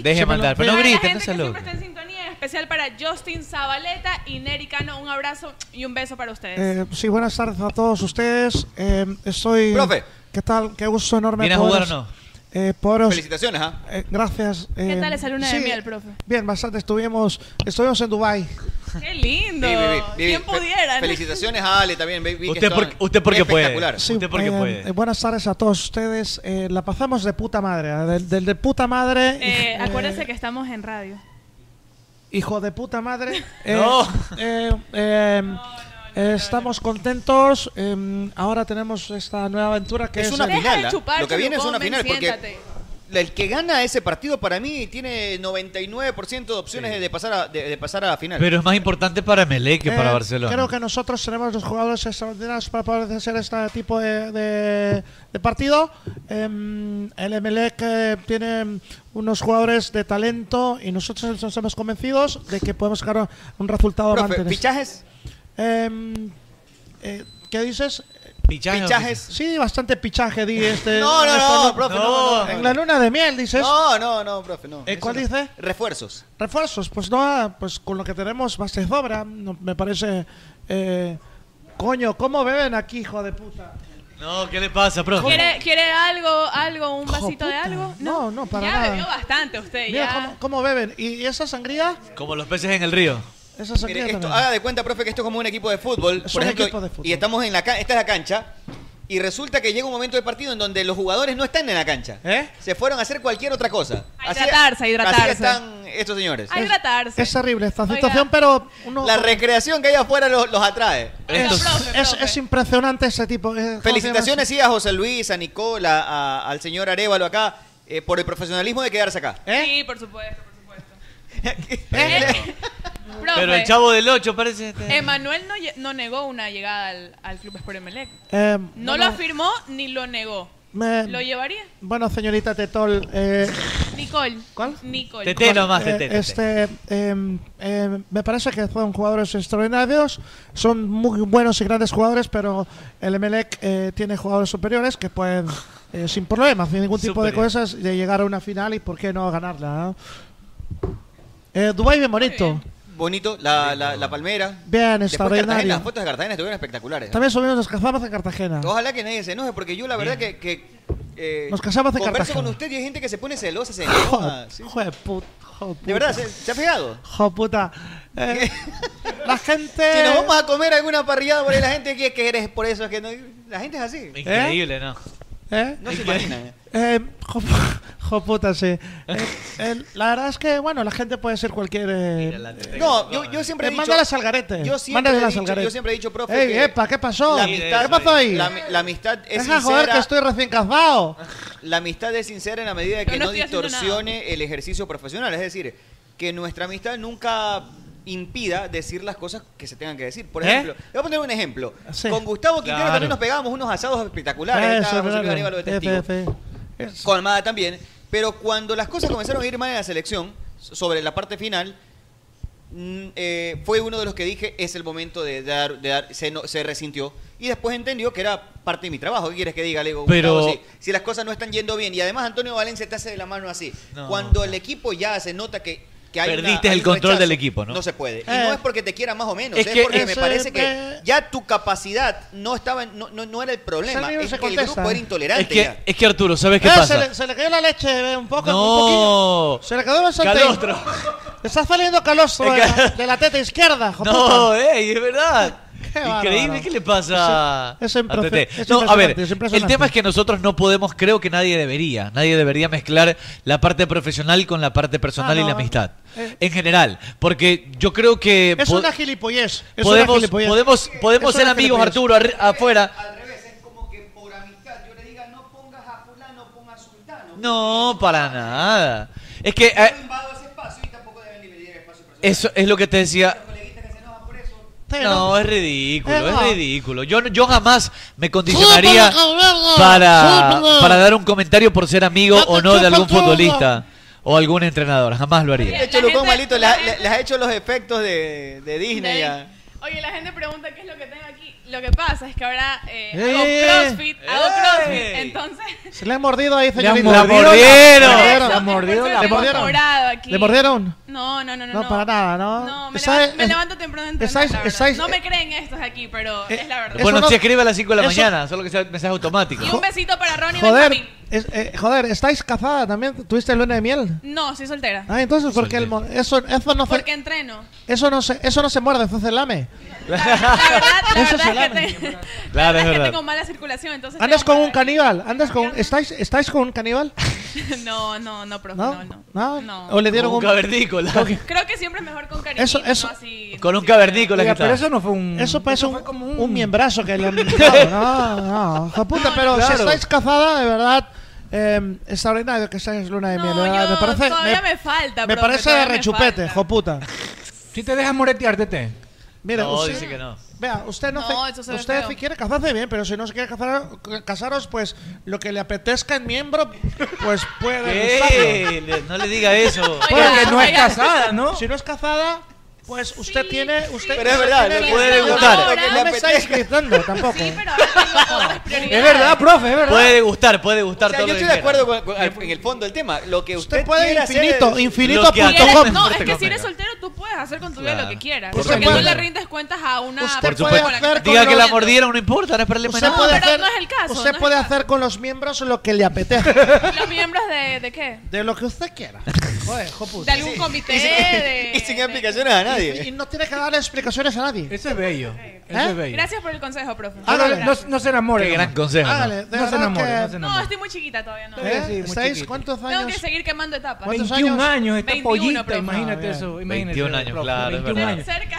Speaker 12: Deje mandar, pero no
Speaker 10: Para la
Speaker 12: grite,
Speaker 10: gente
Speaker 12: no
Speaker 10: que
Speaker 12: se
Speaker 10: siempre está en sintonía, en especial para Justin Zabaleta y Neri Cano. Un abrazo y un beso para ustedes.
Speaker 5: Eh, sí, buenas tardes a todos ustedes. Eh, estoy.
Speaker 8: Profe.
Speaker 5: ¿Qué tal? Qué gusto enorme.
Speaker 8: ¿Viene a jugar
Speaker 5: poderos-
Speaker 8: o no?
Speaker 5: eh, poderos-
Speaker 8: Felicitaciones, ¿ah?
Speaker 5: Eh, gracias.
Speaker 10: ¿Qué
Speaker 5: eh,
Speaker 10: tal esa luna de
Speaker 5: sí,
Speaker 10: miel, profe?
Speaker 5: Bien, bastante. Estuvimos, estuvimos en Dubai.
Speaker 10: ¡Qué lindo!
Speaker 8: Vivi, Vivi, Vivi,
Speaker 10: ¿Quién
Speaker 8: fe-
Speaker 10: pudiera?
Speaker 8: Felicitaciones a Ale también. vi- vi que
Speaker 12: Usted
Speaker 8: estaban-
Speaker 12: porque- usted porque puede.
Speaker 8: espectacular.
Speaker 5: Sí, eh, eh, buenas tardes a todos ustedes. Eh, la pasamos de puta madre. ¿eh? Del de, de puta madre.
Speaker 10: Eh,
Speaker 5: hij-
Speaker 10: acuérdense que estamos en radio.
Speaker 5: Hijo de puta madre. Eh,
Speaker 10: No.
Speaker 5: eh, eh, eh, estamos contentos. eh, ahora tenemos esta nueva aventura que es,
Speaker 8: Es una
Speaker 5: el-
Speaker 8: final. ¿ah? Lo que viene es una final porque el que gana ese partido para mí tiene 99% de opciones de, pasar a, de, de pasar a la final.
Speaker 12: Pero es más importante para Melec que
Speaker 5: Eh,
Speaker 12: para Barcelona.
Speaker 5: Creo que nosotros tenemos los jugadores extraordinarios para poder hacer este tipo de, de- de partido. Em, el Emelec eh, tiene unos jugadores de talento y nosotros nos hemos convencidos de que podemos sacar un resultado
Speaker 8: Profe,
Speaker 5: antes.
Speaker 8: ¿fichajes?
Speaker 5: Em, eh, ¿Qué dices?
Speaker 12: Pichajes.
Speaker 8: Pichajes.
Speaker 5: Sí, bastante pichaje, di este.
Speaker 8: No, no,
Speaker 5: este,
Speaker 8: no, profe, no, no, no.
Speaker 5: En la luna de miel, dices.
Speaker 8: No, no, no, profe, no.
Speaker 5: Eh,
Speaker 8: Eso
Speaker 5: ¿Cuál
Speaker 8: no.
Speaker 5: dice?
Speaker 8: Refuerzos.
Speaker 5: Refuerzos, pues no, pues con lo que tenemos más de sobra, no, me parece... eh, coño, ¿cómo beben aquí, hijo de puta?
Speaker 12: No, ¿qué le pasa, profe?
Speaker 10: ¿Quiere, ¿Quiere algo, algo, un vasito de
Speaker 5: puta.
Speaker 10: algo?
Speaker 5: No, no, para
Speaker 10: ya
Speaker 5: nada.
Speaker 10: bebió bastante usted,
Speaker 5: Mira
Speaker 10: ya.
Speaker 5: cómo, cómo beben. ¿Y y esa sangría?
Speaker 12: Como los peces en el río.
Speaker 5: Esa sangría
Speaker 8: Mire, esto,
Speaker 5: también.
Speaker 8: haga de cuenta, profe, que esto es como un equipo de fútbol.
Speaker 5: Es
Speaker 8: por
Speaker 5: un
Speaker 8: ejemplo,
Speaker 5: equipo de fútbol.
Speaker 8: y estamos en la cancha, esta es la cancha, Y resulta que llega un momento del partido en donde los jugadores no están en la cancha. Se fueron a hacer cualquier otra cosa.
Speaker 10: A hidratarse, a hidratarse.
Speaker 8: Así están estos señores.
Speaker 10: A hidratarse.
Speaker 5: Es terrible esta situación, pero uno...
Speaker 8: La recreación que hay afuera los, los atrae.
Speaker 5: Es, es- es impresionante ese tipo. eh, ¿cómo se llama?
Speaker 8: Felicitaciones sí a José Luis, a Nicola, a- al señor Arevalo acá, eh, por el profesionalismo de quedarse acá.
Speaker 5: ¿eh?
Speaker 10: Sí, por supuesto. ¿Eh?
Speaker 12: Pero el chavo del 8 parece.
Speaker 10: este. Emanuel no, lle- no negó una llegada al, al Club Sport Emelec.
Speaker 5: Eh,
Speaker 10: No lo
Speaker 5: bueno,
Speaker 10: afirmó ni lo negó.
Speaker 5: me-
Speaker 10: ¿Lo llevaría?
Speaker 5: Bueno, señorita Tetol, eh,
Speaker 10: Nicole. ¿Cuál? Nicole.
Speaker 5: Eh, Este, eh, eh, me parece que son jugadores extraordinarios, son muy buenos y grandes jugadores, pero el Emelec eh, tiene jugadores superiores que pueden, eh, sin problemas, sin ningún tipo de
Speaker 12: Superiores.
Speaker 5: cosas, de llegar a una final y por qué no ganarla. ¿no? Eh, Dubái bien bonito.
Speaker 8: Bonito, la, la, la palmera.
Speaker 5: Bien,
Speaker 8: Después
Speaker 5: extraordinario.
Speaker 8: Cartagena, Las fotos de Cartagena estuvieron espectaculares. ¿eh?
Speaker 5: También subimos nos casamos en Cartagena.
Speaker 8: Ojalá que nadie se enoje, porque yo la verdad que. que eh,
Speaker 5: Nos casamos de
Speaker 8: converso
Speaker 5: Cartagena.
Speaker 8: con usted y hay gente que se pone celosa, se enoja. sí.
Speaker 5: Hijo de puta. hijo de
Speaker 8: De verdad,
Speaker 5: puta.
Speaker 8: ¿se, se ha fijado?
Speaker 5: Hijo de puta. Eh, la gente.
Speaker 8: Si nos vamos a comer alguna parrillada por ahí, la gente que, que eres por eso. es que no- La gente es así.
Speaker 12: Increíble, ¿no?
Speaker 5: ¿Eh?
Speaker 8: No se imagina.
Speaker 5: Eh, jo- jo puta, sí. Eh, eh, la verdad es que, bueno, la gente puede ser cualquier. eh, eh,
Speaker 8: No, yo, yo siempre he
Speaker 5: eh,
Speaker 8: dicho.
Speaker 5: Mándalas al garete.
Speaker 8: Yo siempre,
Speaker 5: Mándalas
Speaker 8: he
Speaker 5: al
Speaker 8: dicho,
Speaker 5: garete.
Speaker 8: yo siempre he dicho, profe.
Speaker 5: Ey,
Speaker 8: que
Speaker 5: epa, ¿qué pasó?
Speaker 8: La
Speaker 5: ¿Qué
Speaker 8: amistad,
Speaker 5: pasó ahí?
Speaker 8: La, la amistad es
Speaker 5: Deja joder
Speaker 8: sincera.
Speaker 5: que estoy recién casado.
Speaker 8: La amistad es sincera en la medida de
Speaker 5: Yo
Speaker 8: que
Speaker 5: no
Speaker 8: no,
Speaker 5: estoy haciendo
Speaker 8: distorsione el ejercicio profesional. Es decir, que nuestra amistad nunca impida decir las cosas que se tengan que decir. Por
Speaker 12: ¿Eh?
Speaker 8: ejemplo, le voy a poner un ejemplo.
Speaker 12: Sí.
Speaker 8: Con Gustavo Quintero
Speaker 12: Claro.
Speaker 8: también nos pegábamos unos asados espectaculares. Ahí
Speaker 5: Eh, Eso,
Speaker 8: estaba eh, José Luis
Speaker 5: claro.
Speaker 8: Arévalo de
Speaker 5: Fe,
Speaker 8: testigo.
Speaker 5: fe, fe.
Speaker 8: Con Almada también. Pero cuando las cosas comenzaron a ir mal en la selección, sobre la parte final, mm, eh, fue uno de los que dije, es el momento de dar, de dar se, no- se resintió. Y después entendió que era parte de mi trabajo. ¿Qué quieres que diga? Le digo,
Speaker 12: Pero-
Speaker 8: Gustavo, sí, si las cosas no están yendo bien. Y además Antonio Valencia te hace de la mano así.
Speaker 12: No.
Speaker 8: Cuando el equipo ya se nota que, que hay una-
Speaker 12: Perdiste
Speaker 8: hay
Speaker 12: el
Speaker 8: un
Speaker 12: control
Speaker 8: rechazo,
Speaker 12: del equipo, ¿no?
Speaker 8: No se puede. Y
Speaker 12: Eh.
Speaker 8: no es porque te quiera más o menos,
Speaker 12: Es
Speaker 8: es,
Speaker 12: que-
Speaker 8: porque me
Speaker 12: Eso
Speaker 8: parece
Speaker 12: es-
Speaker 8: que ya tu capacidad no estaba en- no, no, no era el problema.
Speaker 5: Ese libro
Speaker 8: Es
Speaker 5: se
Speaker 8: que el
Speaker 5: contesta.
Speaker 8: grupo era intolerante
Speaker 12: Es que,
Speaker 8: ya.
Speaker 12: es que Arturo, ¿sabes qué
Speaker 5: Eh,
Speaker 12: pasa?
Speaker 5: se, le, se le cayó la leche eh, un poco.
Speaker 12: No.
Speaker 5: Se le quedó el salteño.
Speaker 12: Calostro.
Speaker 5: Le está saliendo calostro de, la- de la teta izquierda. hijo
Speaker 12: No,
Speaker 5: puta.
Speaker 12: ey, es verdad.
Speaker 5: Qué
Speaker 12: Increíble,
Speaker 5: bárbaro.
Speaker 12: ¿qué le pasa
Speaker 5: Es- es
Speaker 12: a
Speaker 5: impresionante,
Speaker 12: Tete?
Speaker 5: es
Speaker 12: No, a ver,
Speaker 5: impresionante, es
Speaker 12: el
Speaker 5: impresionante.
Speaker 12: tema es que nosotros no podemos, creo que nadie debería, nadie debería mezclar la parte profesional con la parte personal
Speaker 5: Ah,
Speaker 12: y la
Speaker 5: no.
Speaker 12: amistad.
Speaker 5: Eh.
Speaker 12: En general, porque yo creo que
Speaker 5: Es
Speaker 12: Eh, po-
Speaker 5: una gilipollez. Es una
Speaker 12: podemos,
Speaker 5: gilipollez.
Speaker 12: podemos, podemos
Speaker 5: Es
Speaker 12: ser
Speaker 5: una
Speaker 12: amigos,
Speaker 5: gilipollez.
Speaker 12: Arturo, arri- afuera. No, para nada. Es que... eh, eso es lo que te decía no, es ridículo, es
Speaker 23: Pero-
Speaker 12: ridículo. Yo, yo jamás me condicionaría para, para dar un comentario por ser amigo o no de algún futbolista o algún entrenador. Jamás lo haría.
Speaker 8: De hecho, Lucón Malito le ha, le- les ha hecho los efectos de, de Disney. ya.
Speaker 10: Oye, la gente pregunta qué es lo que tengo aquí. Lo que pasa es que ahora eh,
Speaker 5: Eh.
Speaker 10: hago crossfit, hago
Speaker 5: Eh.
Speaker 10: crossfit. Entonces,
Speaker 5: Se le han mordido ahí,
Speaker 12: Le han
Speaker 5: señorita.
Speaker 12: mordido.
Speaker 5: Le
Speaker 12: mordieron.
Speaker 10: Le han mordido la
Speaker 5: Le
Speaker 10: mano.
Speaker 5: mordieron.
Speaker 10: Morado aquí.
Speaker 5: ¿Le mordieron?
Speaker 10: no, no, no, no.
Speaker 5: No, para nada, ¿no?
Speaker 10: No, me,
Speaker 5: Esa-
Speaker 10: levanto, me
Speaker 5: es-
Speaker 10: levanto temprano a entrenar,
Speaker 5: estáis-
Speaker 10: la verdad.
Speaker 5: estáis-
Speaker 10: No me creen estos aquí, pero
Speaker 5: eh,
Speaker 10: es la verdad.
Speaker 12: Bueno,
Speaker 5: no-
Speaker 12: se escribe a las 5 de la
Speaker 5: eso-
Speaker 12: mañana, solo que sea mensaje automático.
Speaker 10: Y un besito para Ronnie
Speaker 5: Joder,
Speaker 10: Benjamín.
Speaker 5: es- eh, joder, ¿estáis casada también? ¿Tuviste luna de miel?
Speaker 10: No, soy soltera.
Speaker 5: Ah, entonces, ¿por qué el mo- eso, eso no
Speaker 10: Porque
Speaker 5: se,
Speaker 10: entreno.
Speaker 5: eso no se, eso no se muerde, eso se lame.
Speaker 10: La verdad, la
Speaker 5: Eso se
Speaker 10: verdad
Speaker 5: lame.
Speaker 10: es que, te-
Speaker 12: Claro,
Speaker 10: es
Speaker 12: es
Speaker 10: que
Speaker 12: verdad.
Speaker 10: tengo mala circulación, entonces...
Speaker 5: Andas
Speaker 10: tengo
Speaker 5: con un caníbal, andas con, ¿estáis, estáis con un caníbal?
Speaker 10: mala- No, no, no, profe,
Speaker 5: ¿No?
Speaker 10: no, no.
Speaker 5: ¿No?
Speaker 10: No.
Speaker 5: ¿O le dieron
Speaker 12: Con un cavernícola.
Speaker 5: Con-
Speaker 10: Creo que siempre es mejor con cariño,
Speaker 5: Eso, eso.
Speaker 10: no así...
Speaker 12: Con un cavernícola
Speaker 5: Oiga,
Speaker 12: que
Speaker 5: pero
Speaker 12: está.
Speaker 5: eso
Speaker 12: no fue un...
Speaker 5: Eso parece un, un, miembrazo que le han dado. No, no, hija puta, pero si
Speaker 12: claro.
Speaker 5: estáis casada, de verdad, eh, extraordinario que estáis luna de miel. de verdad, me parece,
Speaker 10: Todavía
Speaker 5: me,
Speaker 10: me falta,
Speaker 5: me
Speaker 10: profe,
Speaker 5: parece de
Speaker 10: todavía me
Speaker 5: rechupete, hijo puta.
Speaker 9: Si te dejas moretear, Tete.
Speaker 5: Mira,
Speaker 12: No,
Speaker 5: usted-
Speaker 12: dice que no.
Speaker 5: Vea, usted no,
Speaker 10: No,
Speaker 5: se-
Speaker 10: eso se ve
Speaker 5: usted
Speaker 10: feo.
Speaker 5: si quiere casarse bien, pero si no se quiere casar, casaros, pues lo que le apetezca en miembro, pues puede gustarle.
Speaker 12: Ey, Eh, le- no le diga eso.
Speaker 5: Porque
Speaker 9: no es oiga. casada, ¿no?
Speaker 5: Si no es casada, pues usted tiene, usted
Speaker 12: Pero es verdad,
Speaker 5: tiene-
Speaker 12: le puede gustar.
Speaker 5: No, No me estáis gritando tampoco.
Speaker 12: Es verdad,
Speaker 5: profe, es verdad.
Speaker 12: Puede gustar, puede gustar
Speaker 8: O sea,
Speaker 12: todo
Speaker 8: yo
Speaker 12: lo
Speaker 8: estoy
Speaker 12: que
Speaker 8: de acuerdo
Speaker 12: quiera.
Speaker 8: con- con- en el fondo del tema. Lo que usted,
Speaker 5: Usted puede
Speaker 8: quiera hacer
Speaker 5: infinito,
Speaker 8: es-
Speaker 5: infinito
Speaker 12: Lo que a
Speaker 5: punto
Speaker 12: todos
Speaker 5: com.
Speaker 9: este
Speaker 12: nos
Speaker 10: No, es
Speaker 12: te
Speaker 10: que si
Speaker 12: convenga.
Speaker 10: eres soltero, tú puedes hacer con tu vida
Speaker 12: Claro.
Speaker 10: lo que quieras.
Speaker 12: Por
Speaker 10: Porque tú
Speaker 12: supuesto.
Speaker 10: le rindes cuentas a una
Speaker 5: Usted
Speaker 12: Por
Speaker 10: persona
Speaker 12: supuesto.
Speaker 10: con la que estás
Speaker 12: Diga que la
Speaker 10: conviviendo.
Speaker 12: mordieron, no importa, no es problema.
Speaker 5: Usted
Speaker 12: no.
Speaker 5: puede
Speaker 10: pero
Speaker 5: hacer,
Speaker 10: no es el caso,
Speaker 5: usted
Speaker 10: no es
Speaker 5: puede
Speaker 10: el
Speaker 5: hacer con los miembros lo que le apetezca,
Speaker 10: ¿Los miembros de, de qué?
Speaker 5: de lo que usted quiera. Joder, hijo puta.
Speaker 10: De algún comité, de...
Speaker 8: Y sin explicaciones a
Speaker 5: Y, y
Speaker 8: nadie.
Speaker 5: no tiene que darle explicaciones a nadie.
Speaker 9: Eso es bello.
Speaker 24: Eso es bello.
Speaker 10: ¿Eh? Gracias por el consejo, profe.
Speaker 9: Hágale, ¿Eh? Ah, no, no se enamore.
Speaker 12: Qué gran
Speaker 9: nomás.
Speaker 12: consejo, ¿no?
Speaker 24: Hágale, de
Speaker 9: No se
Speaker 24: verdad
Speaker 9: enamore,
Speaker 24: que-
Speaker 9: no se
Speaker 10: No,
Speaker 9: enamore.
Speaker 10: estoy muy chiquita todavía, no.
Speaker 24: ¿Eh?
Speaker 9: Sí, sí, muy
Speaker 24: ¿Seis?
Speaker 9: chiquita.
Speaker 24: ¿Cuántos
Speaker 10: Tengo que
Speaker 24: años?
Speaker 10: seguir quemando etapas.
Speaker 9: 21 años, está
Speaker 10: 21,
Speaker 9: pollita,
Speaker 10: profe.
Speaker 9: imagínate
Speaker 12: Ah,
Speaker 9: eso.
Speaker 12: bien.
Speaker 9: Imagínate
Speaker 12: 21 años,
Speaker 9: profe,
Speaker 12: claro, es
Speaker 9: 21
Speaker 12: verdad.
Speaker 9: años.
Speaker 10: Cerca.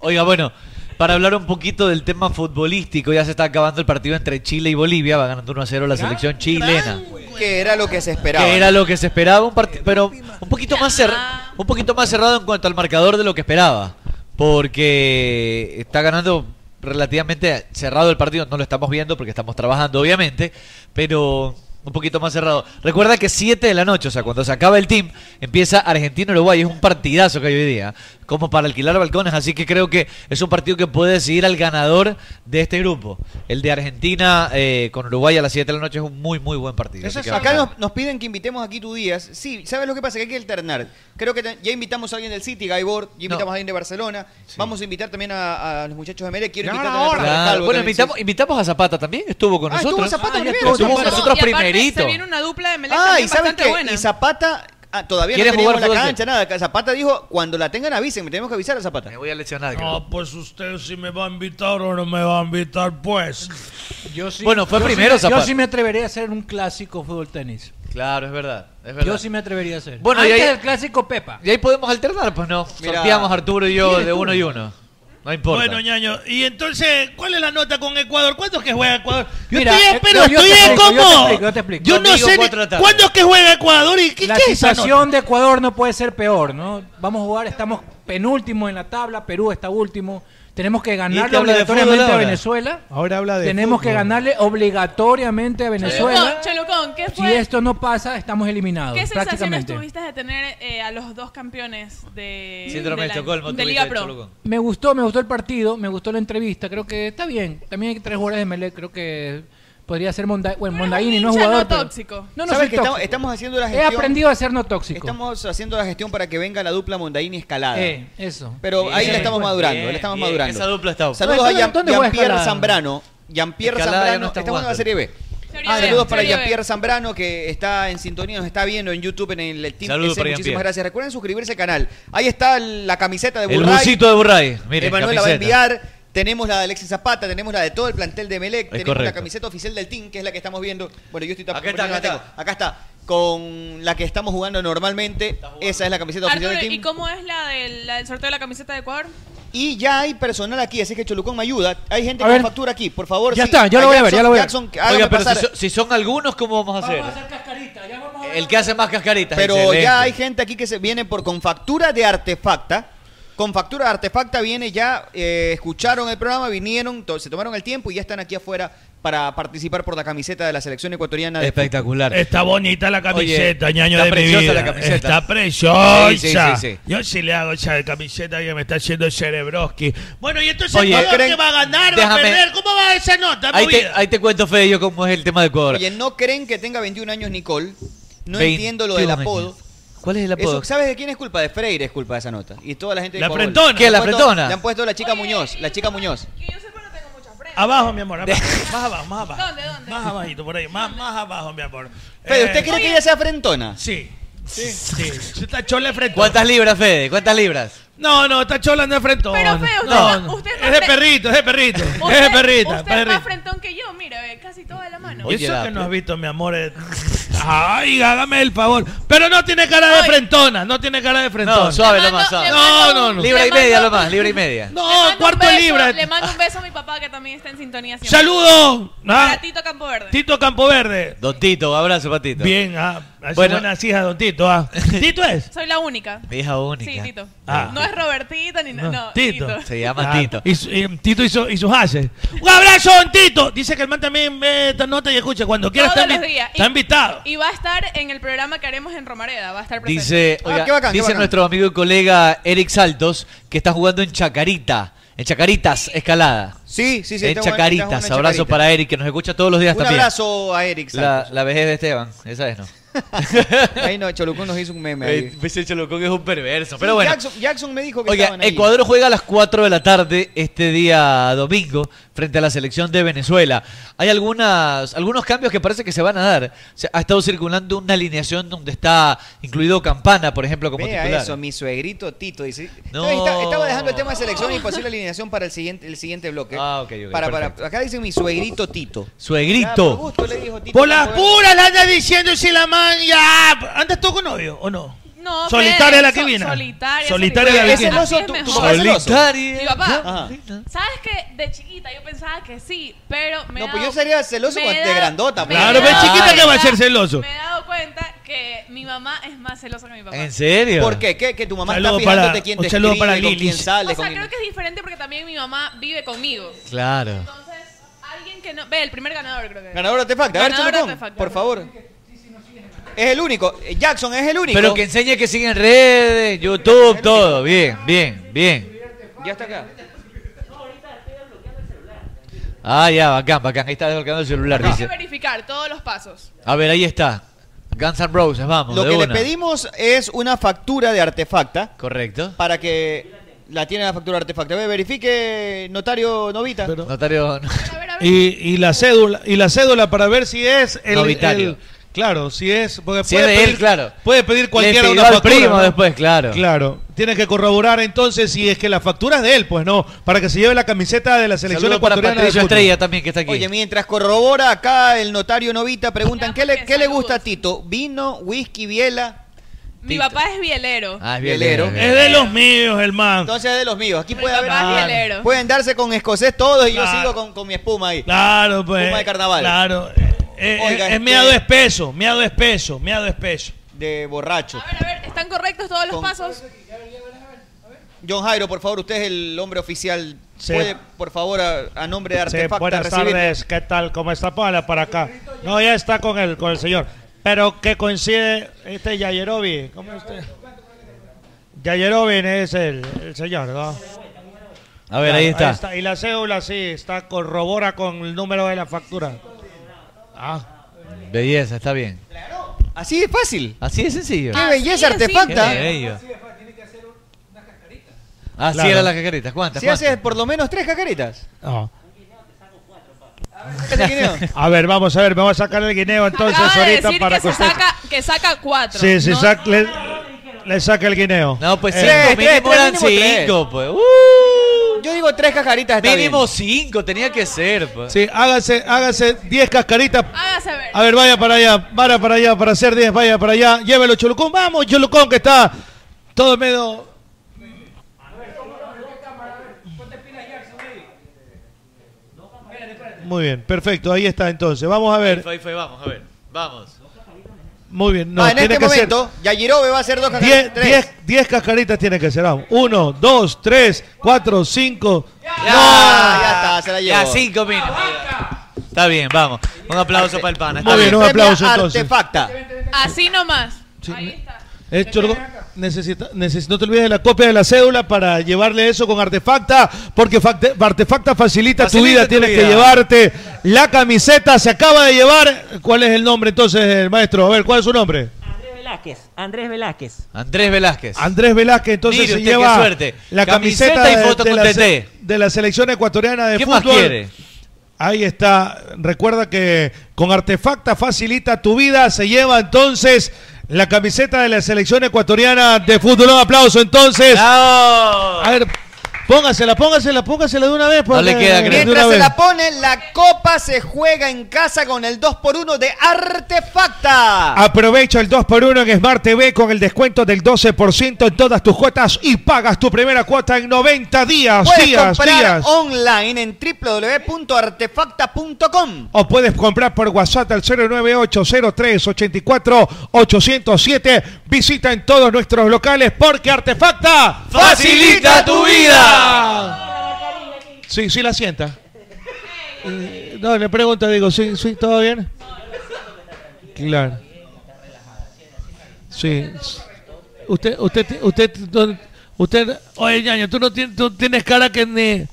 Speaker 12: Oiga, bueno, para hablar un poquito del tema futbolístico, ya se está acabando el partido entre Chile y Bolivia, va ganando 1 a 0 la selección chilena.
Speaker 8: Que era lo que se esperaba.
Speaker 12: Que era lo que se esperaba, un parti- pero un poquito, más cer- un poquito más cerrado en cuanto al marcador de lo que esperaba. Porque está ganando relativamente cerrado el partido, no lo estamos viendo porque estamos trabajando, obviamente, pero un poquito más cerrado. Recuerda que 7 de la noche, o sea, cuando se acaba el team, empieza Argentina-Uruguay, es un partidazo que hay hoy día, como para alquilar balcones, así que creo que es un partido que puede decidir al ganador de este grupo. El de Argentina eh, con Uruguay a las 7 de la noche es un muy, muy buen partido. así que vamos
Speaker 8: acá
Speaker 12: a-
Speaker 8: nos, nos piden que invitemos aquí tu días. Sí, ¿sabes lo que pasa? Que hay que alternar. Creo que te- ya invitamos a alguien del City, Gaibor, ya invitamos a alguien de Barcelona. Vamos a invitar también a, a los muchachos de Mere. Quiero invitar también a Rafael
Speaker 12: Claro,
Speaker 8: Calvo
Speaker 12: Bueno,
Speaker 8: también,
Speaker 12: invitamos,
Speaker 8: sí.
Speaker 12: invitamos a Zapata también, estuvo con
Speaker 8: Ah, estuvo
Speaker 12: nosotros.
Speaker 8: Zapata
Speaker 12: ya
Speaker 8: también.
Speaker 12: estuvo
Speaker 8: Estuvo
Speaker 12: con
Speaker 8: Zapata.
Speaker 12: nosotros
Speaker 8: Y aparte
Speaker 12: primerito.
Speaker 10: Se viene una dupla de Melec
Speaker 8: Ah, y
Speaker 10: también
Speaker 8: ¿sabes
Speaker 10: bastante
Speaker 8: qué?
Speaker 10: buena.
Speaker 8: Y Zapata ah, todavía no
Speaker 12: ¿Quiere
Speaker 8: teníamos
Speaker 12: jugar
Speaker 8: la
Speaker 12: fútbol qué?
Speaker 8: cancha, nada. Zapata dijo, cuando la tengan avisen, me tenemos que avisar a Zapata. Me
Speaker 12: voy a lesionar.
Speaker 5: Ah, pues usted si me va a invitar o no me va a invitar, pues.
Speaker 9: Yo sí-
Speaker 12: Bueno, fue
Speaker 9: yo sí
Speaker 12: primero
Speaker 9: me-
Speaker 12: Zapata.
Speaker 9: Yo sí me atrevería a hacer un clásico fútbol tenis.
Speaker 12: Claro, es verdad, es verdad.
Speaker 9: Yo sí me atrevería a hacer.
Speaker 12: Bueno,
Speaker 9: Antes
Speaker 12: y ahí-
Speaker 9: del clásico Pepa.
Speaker 12: Y ahí podemos alternar, pues no.
Speaker 9: Mira.
Speaker 12: Sorteamos a Arturo y yo
Speaker 9: ¿Quién
Speaker 12: de
Speaker 9: estuvo?
Speaker 12: uno y uno. No importa.
Speaker 5: Bueno, ñaño, y entonces, ¿cuál es la nota con Ecuador? ¿Cuándo es que juega Ecuador? Yo
Speaker 9: Mira,
Speaker 5: estoy,
Speaker 9: eh,
Speaker 5: pero
Speaker 9: no, yo
Speaker 5: estoy
Speaker 9: te
Speaker 5: en
Speaker 9: explico,
Speaker 5: cómo.
Speaker 9: yo te explico, yo te explico.
Speaker 5: Yo no
Speaker 9: Domingo,
Speaker 5: sé. ni-
Speaker 9: cuatro de la tarde.
Speaker 5: ¿Cuándo es que juega Ecuador y qué,
Speaker 9: La
Speaker 5: qué es esa nota?
Speaker 9: situación de Ecuador no puede ser peor, ¿no? Vamos a jugar, estamos penúltimo en la tabla, Perú está último. Tenemos que ganarle
Speaker 12: habla de
Speaker 9: obligatoriamente
Speaker 12: fútbol
Speaker 9: a
Speaker 12: ahora.
Speaker 9: Venezuela.
Speaker 25: Ahora habla de
Speaker 9: Tenemos que
Speaker 25: fútbol.
Speaker 9: ganarle obligatoriamente a Venezuela.
Speaker 10: Cholucón, Cholucón, ¿qué
Speaker 9: Si
Speaker 10: fue?
Speaker 9: esto no pasa, estamos eliminados,
Speaker 10: ¿Qué sensaciones
Speaker 9: Ah, prácticamente.
Speaker 10: tuviste de tener eh, a los dos campeones de,
Speaker 12: Síndrome
Speaker 10: de,
Speaker 12: de
Speaker 10: la-
Speaker 12: Estocolmo,
Speaker 10: de
Speaker 12: tuviste
Speaker 10: Liga
Speaker 12: de
Speaker 10: Pro?
Speaker 12: Cholucón.
Speaker 9: Me gustó, me gustó el partido, me gustó la entrevista, creo que está bien. También hay tres jugadores de Melé, creo que podría ser Monda, bueno, Mondaini, no es
Speaker 10: hincha no
Speaker 9: jugador. pero-
Speaker 10: tóxico.
Speaker 9: No, no
Speaker 8: ¿Sabes
Speaker 9: soy
Speaker 8: que estamos,
Speaker 9: tóxico.
Speaker 8: estamos haciendo la
Speaker 9: He
Speaker 8: gestión?
Speaker 9: aprendido a ser no tóxico.
Speaker 8: Estamos haciendo la gestión para que venga la dupla Mondaini Escalada.
Speaker 9: Eh, eso.
Speaker 8: Pero
Speaker 9: Sí,
Speaker 8: ahí
Speaker 9: sí.
Speaker 8: la estamos
Speaker 9: Bien,
Speaker 8: madurando, la estamos
Speaker 12: bien.
Speaker 8: madurando.
Speaker 12: Esa dupla está-
Speaker 8: Saludos
Speaker 9: No,
Speaker 8: a
Speaker 9: ¿dónde-
Speaker 8: Jean-
Speaker 9: dónde juega
Speaker 8: Jean-Pierre
Speaker 9: Escalada?
Speaker 8: Zambrano. Jean-Pierre
Speaker 12: Escalada ya
Speaker 8: Zambrano
Speaker 12: no está
Speaker 8: está jugando en la
Speaker 12: jugando.
Speaker 8: Serie B.
Speaker 10: Serie
Speaker 8: Ah,
Speaker 10: B,
Speaker 8: saludos para
Speaker 10: Serie B.
Speaker 8: Jean-Pierre Zambrano que está en sintonía, nos está viendo en YouTube en el Team
Speaker 12: Saludos
Speaker 8: EC.
Speaker 12: para
Speaker 8: Muchísimas
Speaker 12: Jean-Pierre.
Speaker 8: gracias. Recuerden suscribirse al canal. Ahí está la camiseta de
Speaker 12: El
Speaker 8: Burray.
Speaker 12: busito de Burray. Miren,
Speaker 8: Emanuel la va a
Speaker 12: camiseta.
Speaker 8: enviar. Tenemos la de Alexis Zapata, tenemos la de todo el plantel de Melec, tenemos la
Speaker 12: correcto.
Speaker 8: camiseta oficial del Team, que es la que estamos viendo. Bueno, yo estoy
Speaker 12: Acá está,
Speaker 8: la
Speaker 12: acá
Speaker 8: tengo. Acá está. Con la que estamos jugando normalmente. Esa es la camiseta oficial
Speaker 10: Arturo,
Speaker 8: del
Speaker 10: ¿y
Speaker 8: Team.
Speaker 10: cómo es la del, la del sorteo de la camiseta de Ecuador?
Speaker 8: Y ya hay personal aquí, así que Cholucón me ayuda. Hay gente
Speaker 9: A
Speaker 8: con
Speaker 9: ver.
Speaker 8: factura aquí, por favor.
Speaker 9: Ya
Speaker 8: sí.
Speaker 9: está, ya lo voy a ver,
Speaker 8: Jackson-
Speaker 9: ya lo voy a ver.
Speaker 8: Jackson,
Speaker 12: Oiga,
Speaker 8: hágame
Speaker 12: pero si,
Speaker 8: pasar.
Speaker 12: so- si son algunos, ¿cómo vamos a hacer? El que hace más cascaritas.
Speaker 8: Pero
Speaker 12: excelente.
Speaker 8: ya hay gente aquí que se viene por con factura de artefacta. Con factura de artefacta viene ya, eh, escucharon el programa, vinieron, to- se tomaron el tiempo y ya están aquí afuera para participar por la camiseta de la selección ecuatoriana. de
Speaker 12: Espectacular.
Speaker 5: Está bonita la camiseta,
Speaker 12: Oye,
Speaker 5: ñaño
Speaker 12: está
Speaker 5: de mi
Speaker 12: preciosa
Speaker 5: vida.
Speaker 12: la camiseta.
Speaker 5: Está preciosa.
Speaker 12: Sí, sí, sí, sí.
Speaker 5: Yo sí le hago esa camiseta que me está haciendo cerebroski. Bueno, y entonces
Speaker 12: Oye,
Speaker 5: Ecuador
Speaker 12: ¿creen-
Speaker 5: que va a ganar, va a
Speaker 12: déjame-
Speaker 5: perder. ¿Cómo va esa nota?
Speaker 12: Ahí te,
Speaker 5: movida?
Speaker 12: ahí te cuento, Fede, yo cómo es el tema de Ecuador.
Speaker 8: Oye, no creen que tenga 21 años Nicole. No
Speaker 12: 21
Speaker 8: entiendo lo del
Speaker 12: años.
Speaker 8: apodo.
Speaker 12: ¿Cuál es el apodo?
Speaker 8: Eso, ¿Sabes de quién es culpa? De Freire es culpa de esa nota. Y toda la gente de
Speaker 5: La
Speaker 8: Ecuador.
Speaker 5: frentona.
Speaker 12: ¿Qué,
Speaker 8: Le
Speaker 12: la
Speaker 8: han puesto-
Speaker 12: frentona?
Speaker 8: Le han puesto la chica Muñoz. La chica Muñoz.
Speaker 5: Abajo, mi amor. Abajo. más abajo, más abajo.
Speaker 10: ¿Dónde, dónde?
Speaker 5: Más abajito, por ahí. Más, más abajo, mi amor.
Speaker 8: Pero,
Speaker 5: Eh,
Speaker 8: ¿usted cree que ella sea frentona?
Speaker 5: Sí. Sí, sí. Esta chola es frentona.
Speaker 12: ¿Cuántas libras, Fede? ¿Cuántas libras?
Speaker 5: No, no, esta chola no es frentona.
Speaker 10: Pero, Fede, usted
Speaker 5: no,
Speaker 10: está-
Speaker 5: no.
Speaker 10: usted está
Speaker 5: es de
Speaker 10: fre-
Speaker 5: perrito, es de perrito. es de perrita.
Speaker 10: usted es
Speaker 5: perrita.
Speaker 10: más frentón que yo, mira, ve, casi toda la mano.
Speaker 5: Y eso que no has visto, mi amor. es- Ay, hágame el favor. Pero no tiene cara de frentona, no tiene cara de frentona.
Speaker 12: No, suave lo más, suave.
Speaker 5: No, no, no.
Speaker 12: Libra y media lo más, libra y media.
Speaker 5: No, cuarto
Speaker 10: beso,
Speaker 5: libra.
Speaker 10: Le mando un beso a mi papá que también está en sintonía. siempre.
Speaker 5: Saludos.
Speaker 10: Para
Speaker 5: Ah,
Speaker 10: Tito Campo Verde.
Speaker 5: Tito Campoverde.
Speaker 12: Don Tito, abrazo, patito.
Speaker 5: Bien, ah. hace
Speaker 12: Bueno.
Speaker 5: buenas hijas, don Tito. ah. ¿Tito es?
Speaker 10: Soy la única.
Speaker 12: Mi hija única.
Speaker 10: Sí, Tito.
Speaker 5: Ah.
Speaker 10: No es Robertito ni no, no,
Speaker 5: Tito.
Speaker 12: Se llama
Speaker 5: Ah,
Speaker 12: Tito.
Speaker 5: Y, su- y Tito y, su- y sus haces. Un abrazo, don Tito. Dice que el man también ve esta nota y escucha. Cuando quiera
Speaker 10: Todos
Speaker 5: está,
Speaker 10: los
Speaker 5: invi-
Speaker 10: días.
Speaker 5: está
Speaker 10: Y-
Speaker 5: invitado.
Speaker 10: Y va a estar en el programa que haremos en Romareda. Va a estar presente.
Speaker 12: Dice,
Speaker 8: Ah,
Speaker 12: oiga,
Speaker 10: Ah, qué bacán, qué
Speaker 12: dice
Speaker 10: bacán.
Speaker 12: nuestro amigo y colega Eric Saltos que está jugando en Chacarita, en Chacaritas Escalada.
Speaker 8: Sí, sí, sí,
Speaker 12: En
Speaker 8: está jugando-
Speaker 12: Chacaritas,
Speaker 8: está jugando en
Speaker 12: abrazo
Speaker 8: Chacarita.
Speaker 12: para Eric que nos escucha todos los días
Speaker 8: Un
Speaker 12: también.
Speaker 8: abrazo a Eric
Speaker 12: La,
Speaker 8: Santos.
Speaker 12: la vejez de Esteban, esa es, ¿no?
Speaker 8: Ahí no, Cholucón nos hizo un meme. ahí.
Speaker 12: Eh,
Speaker 13: pues
Speaker 12: Ese Cholocón es un perverso,
Speaker 8: Sí,
Speaker 12: pero bueno.
Speaker 8: Jackson, Jackson me dijo que
Speaker 12: Oiga,
Speaker 8: estaban ahí.
Speaker 12: Ecuador juega a las 4 de la tarde este día domingo frente a la selección de Venezuela. Hay algunas, algunos cambios que parece que se van a dar. Se- ha estado circulando una alineación donde está incluido Campana, por ejemplo, como
Speaker 8: Vea
Speaker 12: titular.
Speaker 8: eso, mi suegrito Tito dice.
Speaker 12: No.
Speaker 8: ¿Sabes? Está- estaba dejando el tema de selección y posible alineación para el siguiente, el siguiente bloque. Ah,
Speaker 12: ok, ok,
Speaker 8: Para, para, acá dice mi suegrito Tito.
Speaker 10: Ah,
Speaker 8: Ya, por
Speaker 12: Suegrito.
Speaker 8: gusto le dijo Tito.
Speaker 1: Por las puras la andas diciendo si la man ya. ¿Andas tú con novio o no?
Speaker 10: No,
Speaker 1: Solitaria
Speaker 10: Fede,
Speaker 1: la
Speaker 10: so-
Speaker 1: quibina.
Speaker 10: Solitaria.
Speaker 1: Solitaria la
Speaker 10: Ese
Speaker 1: quibina.
Speaker 10: oso, tu- tu papá es celoso.
Speaker 12: Solitaria.
Speaker 10: Mi papá.
Speaker 8: Ajá.
Speaker 10: ¿Sabes que De chiquita yo pensaba que sí, pero me he
Speaker 8: No, pues
Speaker 10: dado-
Speaker 8: yo sería celoso
Speaker 10: me he
Speaker 8: con de
Speaker 10: dado-
Speaker 8: grandota. pues.
Speaker 12: Claro,
Speaker 1: Pero chiquita que va a ser celoso.
Speaker 10: Me he dado cuenta que mi mamá es más celosa que mi
Speaker 8: Eh,
Speaker 10: papá.
Speaker 12: ¿En serio?
Speaker 8: ¿Por qué? ¿Qué? Que tu mamá
Speaker 12: Saludo
Speaker 8: está fijándote
Speaker 12: para-
Speaker 8: quién
Speaker 12: un
Speaker 8: te
Speaker 12: saludo
Speaker 8: escribe,
Speaker 12: para
Speaker 8: con quién
Speaker 12: Lilis.
Speaker 8: sale.
Speaker 10: O sea,
Speaker 8: con quién-
Speaker 10: creo que es diferente porque también mi mamá vive conmigo.
Speaker 12: Claro.
Speaker 10: ¿Quién no? Ve, el primer ganador creo que es.
Speaker 8: Ganador de artefacto. A ver,
Speaker 10: Ganador de
Speaker 8: Cholucón,
Speaker 10: artefacto.
Speaker 8: por favor. Es el único. Eh, Jackson es el único.
Speaker 12: Pero que enseñe que siguen redes, YouTube, todo. Bien, bien, bien.
Speaker 8: Ya está acá.
Speaker 12: Ah, ya, bacán, bacán. Ahí está desbloqueando el celular,
Speaker 10: Hay que
Speaker 12: dice.
Speaker 10: verificar todos los pasos.
Speaker 12: A ver, ahí está. Guns N' Roses, vamos.
Speaker 8: Lo
Speaker 12: de
Speaker 8: que le
Speaker 12: una.
Speaker 8: pedimos es una factura de artefacta.
Speaker 12: Correcto.
Speaker 8: Para que la tiene la factura de artefacta. Ve, Verifique, notario Novita.
Speaker 12: Notario.
Speaker 5: Y, y la cédula y la cédula para ver si es el,
Speaker 12: Novitario.
Speaker 5: el- claro, si es porque
Speaker 12: Si es de él, claro.
Speaker 5: Puede pedir cualquiera
Speaker 12: Le pidió
Speaker 5: una
Speaker 12: al
Speaker 5: factura.
Speaker 12: primo
Speaker 5: ¿no?
Speaker 12: después, claro.
Speaker 5: Claro, tiene que corroborar entonces si es que la factura es de él, pues no, para que se lleve la camiseta de la selección
Speaker 12: Saludo para
Speaker 5: ecuatoriana de
Speaker 12: Patricio
Speaker 5: fútbol.
Speaker 12: Estrella también que está aquí.
Speaker 8: Oye, mientras corrobora acá el notario Novita, preguntan, ¿qué le, qué le gusta a Tito? ¿Vino, whisky, biela?
Speaker 10: Mi papá es bielero.
Speaker 12: Ah,
Speaker 8: bielero.
Speaker 1: Es de los míos, el man.
Speaker 8: Entonces es de los míos. Aquí puede haber...
Speaker 10: papá es bielero.
Speaker 8: Pueden darse con escocés todos y yo
Speaker 1: Claro.
Speaker 8: sigo con, con mi espuma ahí.
Speaker 1: Claro, pues.
Speaker 8: Espuma de carnaval.
Speaker 1: Claro. Eh,
Speaker 8: Oiga,
Speaker 1: eh,
Speaker 8: este-
Speaker 1: es meado espeso, meado espeso, meado espeso.
Speaker 8: De borracho.
Speaker 10: A ver, ¿están correctos todos los
Speaker 8: Con-
Speaker 10: pasos?
Speaker 8: John Jairo, por favor, usted es el hombre oficial.
Speaker 1: Sí.
Speaker 8: ¿Puede, por favor, a, a nombre de
Speaker 1: Sí,
Speaker 8: Artefacta
Speaker 1: buenas
Speaker 8: recibir-
Speaker 1: tardes, ¿qué tal? ¿Cómo está? Póngala para acá. No, ya está con el, con el señor. Pero que coincide este Yayerovi. ¿Cómo es usted? Yayerovi es el, el señor, ¿no?
Speaker 12: A ver, ahí está.
Speaker 1: Y la cédula sí, está corrobora con el número de la factura. Ah,
Speaker 12: Belleza, está bien.
Speaker 8: Así de fácil.
Speaker 12: Así de sencillo.
Speaker 8: ¡Qué
Speaker 10: Ah,
Speaker 8: belleza, Artefacta!
Speaker 12: Qué bello. Ah, Así
Speaker 8: Claro.
Speaker 12: eran las cacaritas. ¿Cuántas?
Speaker 8: Si
Speaker 12: cuántas?
Speaker 8: haces por lo menos tres cacaritas.
Speaker 1: no.
Speaker 8: ¿Ese guineo?
Speaker 1: A ver, vamos a ver, vamos a sacar el guineo entonces
Speaker 10: Acaba de
Speaker 1: ahorita
Speaker 10: decir
Speaker 1: para
Speaker 10: que, se
Speaker 1: usted-
Speaker 10: saca, que saca cuatro.
Speaker 1: Sí, sí,
Speaker 10: ¿no?
Speaker 1: sac- le, le saca el guineo.
Speaker 12: No, pues
Speaker 1: Eh,
Speaker 12: cinco,
Speaker 1: tres,
Speaker 12: mínimo
Speaker 1: tres, tres,
Speaker 12: eran
Speaker 1: mínimo tres.
Speaker 12: cinco, pues.
Speaker 1: Uh.
Speaker 8: Yo digo tres cacaritas.
Speaker 1: está
Speaker 12: mínimo Oh, cinco, tenía que ser, pues.
Speaker 5: Sí, hágase, hágase 10 cascaritas.
Speaker 10: Hágase ver.
Speaker 5: A ver, vaya para allá, vaya para allá, para hacer 10, vaya para allá. Llévelo, Cholucón. Vamos, Cholucón, que está todo medio. Muy bien, perfecto, ahí está entonces. Vamos a
Speaker 12: Ahí
Speaker 5: ver.
Speaker 12: fue, ahí fue, vamos, a ver. Vamos.
Speaker 5: Muy bien, no,
Speaker 8: Ah, en
Speaker 5: tiene
Speaker 8: este
Speaker 5: que ser
Speaker 8: momento, Yajirobe va a hacer dos cacaritas.
Speaker 5: 10,
Speaker 8: tres.
Speaker 5: 10, 10 cascaritas tiene que ser. Vamos. 1, 2, 3, 4, 5.
Speaker 8: Ya, ya está, se la llevó.
Speaker 12: Ah. Ya cinco mínimo. Está bien, vamos. Un aplauso para el pana.
Speaker 5: Muy bien, un aplauso entonces.
Speaker 8: Artefacta.
Speaker 10: Así nomás.
Speaker 5: Eh, Chorgo, necesita, necesi- no te olvides de la copia de la cédula para llevarle eso con Artefacta, porque Facte- Artefacta facilita, tu
Speaker 12: Facilita
Speaker 5: vida,
Speaker 12: tu
Speaker 5: tienes
Speaker 12: vida.
Speaker 5: que llevarte la camiseta, se acaba de llevar. ¿Cuál es el nombre entonces, el maestro? A ver, ¿cuál es su nombre?
Speaker 26: Velázquez, Andrés Velázquez.
Speaker 12: Andrés Velázquez.
Speaker 5: Andrés Velázquez, entonces
Speaker 12: Mire
Speaker 5: se
Speaker 12: usted qué
Speaker 5: lleva
Speaker 12: suerte.
Speaker 5: la camiseta,
Speaker 12: Camiseta y
Speaker 5: de-
Speaker 12: foto
Speaker 5: de,
Speaker 12: con
Speaker 5: la
Speaker 12: TT.
Speaker 5: se- de la selección ecuatoriana de
Speaker 12: ¿Qué más
Speaker 5: Eh, fútbol.
Speaker 12: quiere?
Speaker 5: Ahí está. Recuerda que con Artefacta facilita tu vida. Se lleva entonces la camiseta de la selección ecuatoriana de fútbol. Un aplauso entonces. A ver, póngasela, póngasela, póngasela de una vez.
Speaker 12: No le
Speaker 5: póngasela
Speaker 12: queda,
Speaker 5: de
Speaker 12: creo.
Speaker 5: una
Speaker 8: Mientras se
Speaker 5: vez.
Speaker 8: la pone, la copa se juega en casa con el 2x1 de Artefacta.
Speaker 5: Aprovecha el 2x1 en Smart TV con el descuento del 12% en todas tus cuotas y pagas tu primera cuota en 90 días.
Speaker 8: Puedes
Speaker 5: días,
Speaker 8: comprar
Speaker 5: días.
Speaker 8: online en www.artefacta.com.
Speaker 5: O puedes comprar por WhatsApp al 09803-84-807. Visita en todos nuestros locales porque Artefacta
Speaker 12: ¡Facilita tu vida!
Speaker 5: Sí, sí la sienta. Eh, No, le pregunto, digo, ¿sí, sí, todo bien? Claro. Sí. Usted, usted, usted, usted, usted oye, ñaño, tú no tienes, tú tienes cara que ni...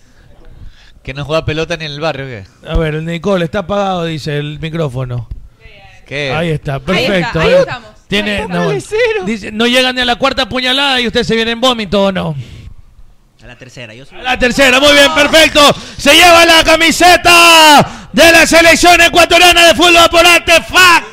Speaker 12: Que no juega pelota ni en el barrio, ¿qué?
Speaker 5: A ver, el Nicole, está apagado, dice el micrófono.
Speaker 12: ¿Qué?
Speaker 5: Ahí está,
Speaker 12: Ahí está,
Speaker 5: perfecto.
Speaker 12: ahí
Speaker 5: ¿eh?
Speaker 12: estamos.
Speaker 5: Tiene,
Speaker 12: Ahí está,
Speaker 5: no,
Speaker 12: vale cero.
Speaker 5: dice, no llega ni a la cuarta puñalada y usted se viene en vómito o no.
Speaker 27: A la tercera, yo soy.
Speaker 5: La tercera, muy bien, perfecto. Se lleva la camiseta de la selección ecuatoriana de fútbol por artefacta.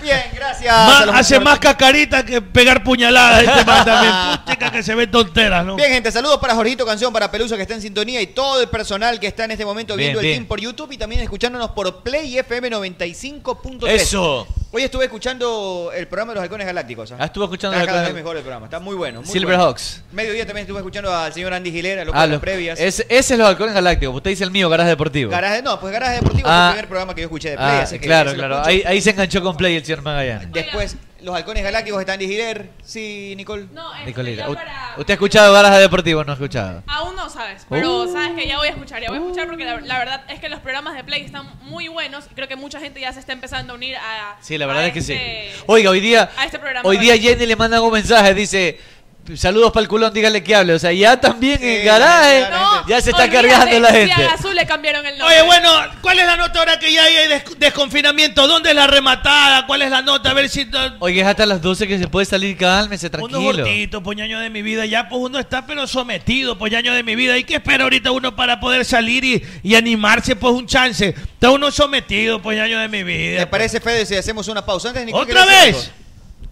Speaker 28: Bien, gracias.
Speaker 27: Ah,
Speaker 5: Ma-
Speaker 28: a los
Speaker 5: hace más cacarita que pegar puñaladas este man también. Puchica que se ve tonteras, ¿no?
Speaker 28: Bien, gente, saludos para Jorgito Canción, para Peluso que está en sintonía y todo el personal que está en este momento
Speaker 12: Bien,
Speaker 28: viendo el
Speaker 12: bien.
Speaker 28: team por YouTube y también escuchándonos por Play FM 95.3.
Speaker 12: Eso.
Speaker 28: Hoy estuve escuchando el programa de los Halcones Galácticos. ¿ah?
Speaker 12: Ah, estuvo escuchando
Speaker 28: Está
Speaker 12: los
Speaker 28: cada vez
Speaker 12: Halcones-
Speaker 28: mejor el programa, está muy bueno. muy
Speaker 12: Silverhawks.
Speaker 28: bueno. Mediodía también estuve escuchando al señor Andy Gilera, loco
Speaker 12: Ah,
Speaker 28: de las
Speaker 12: los-
Speaker 28: previas.
Speaker 12: Ese, ese es los halcones galácticos. Usted dice el mío, garaje deportivo.
Speaker 28: Garaje, no, pues Garaje Deportivo fue
Speaker 12: Ah.
Speaker 28: el primer programa que yo escuché de Play.
Speaker 12: Ah,
Speaker 28: así que
Speaker 12: claro,
Speaker 28: se lo
Speaker 12: claro.
Speaker 28: escucho.
Speaker 12: Ahí, ahí se enganchó con Play el señor Magallanes.
Speaker 28: Después, los Halcones Galácticos están Andy Giler. Sí, Nicole. No,
Speaker 12: Nicolita. U- ¿Usted ha escuchado garaje deportivo? No ha escuchado.
Speaker 10: Aún no sabes, pero
Speaker 12: Uh.
Speaker 10: sabes que ya voy a escuchar, ya voy a escuchar porque la, la verdad es que los programas de Play están muy buenos y creo que mucha gente ya se está empezando a unir a...
Speaker 12: Sí, la verdad
Speaker 10: a
Speaker 12: es que sí.
Speaker 10: este-
Speaker 12: Oiga, hoy día,
Speaker 10: a este programa.
Speaker 12: hoy día Jenny le manda un mensaje, dice. Saludos para el culón, dígale que hable. O sea, ya también en garaje
Speaker 10: No,
Speaker 12: ya se está
Speaker 10: olvídate,
Speaker 12: cargando la
Speaker 10: si
Speaker 12: gente.
Speaker 10: a Azul le cambiaron el nombre.
Speaker 5: Oye, bueno, ¿cuál es la nota ahora que ya hay des- desconfinamiento? ¿Dónde es la rematada? ¿Cuál es la nota? A ver si...
Speaker 12: Oye, es hasta las 12 que se puede salir, cálmese,
Speaker 5: Uno
Speaker 12: tranquilo.
Speaker 5: gordito, poñaño de mi vida, ya pues uno está pero sometido, poñaño de mi vida. ¿Y qué espera ahorita uno para poder salir y, y animarse? Pues un chance. Está uno sometido, poñaño de mi vida.
Speaker 12: pues.
Speaker 28: ¿Te parece, Fede, si hacemos una pausa? Antes, Nicole,
Speaker 5: ¿Otra
Speaker 28: ¿qué le
Speaker 5: vez?
Speaker 28: hacemos?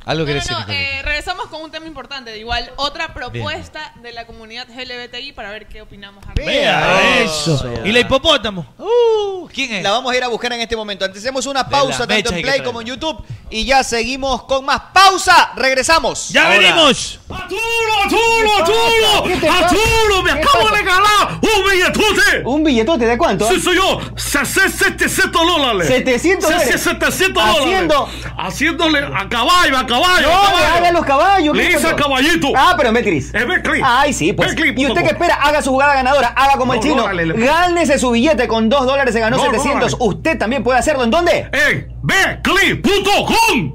Speaker 12: Algo que decir.
Speaker 10: No, eh, regresamos con un tema importante, igual otra propuesta de la comunidad LGBTI para ver qué opinamos. al
Speaker 8: eh.
Speaker 5: Vea
Speaker 28: Oh,
Speaker 5: eso.
Speaker 28: ya.
Speaker 5: ¿Y la hipopótamo?
Speaker 12: Ah, Uh, ¿Quién
Speaker 28: La vamos a ir a buscar en este momento. Antes hacemos una
Speaker 5: las
Speaker 28: pausa
Speaker 5: mechas
Speaker 28: tanto
Speaker 5: hay
Speaker 28: en
Speaker 5: que
Speaker 28: Play
Speaker 5: traerla.
Speaker 28: como en YouTube y ya seguimos con más pausa. Regresamos.
Speaker 5: ¡Ya venimos!
Speaker 2: ¡Chulo, chulo! ¡A chulo! ¡Me acabo de ganar un billetote!
Speaker 8: ¿Un billetote de cuánto?
Speaker 2: Sí, soy yo. Se- se- 700 dólares.
Speaker 8: 700
Speaker 2: Se- se-
Speaker 8: dólares.
Speaker 2: 700 dólares.
Speaker 8: Haciendo-
Speaker 2: Haciéndole a caballo, a caballo.
Speaker 8: No,
Speaker 2: a caballo.
Speaker 8: haga los caballos.
Speaker 2: Le hice
Speaker 8: Cristo.
Speaker 2: a caballito.
Speaker 8: Ah, pero en Betcris.
Speaker 2: Es Betcris.
Speaker 8: Ay, sí, pues.
Speaker 2: Betcris punto
Speaker 8: y usted
Speaker 2: com.
Speaker 8: que espera, haga su jugada ganadora, haga como el
Speaker 2: No,
Speaker 8: chino.
Speaker 2: no, dale, le-
Speaker 8: Gánese su billete con 2 dólares, se ganó
Speaker 2: No, no,
Speaker 8: 700.
Speaker 2: dale. Eh,
Speaker 8: usted también puede hacerlo. ¿En dónde?
Speaker 2: En Betcris.com.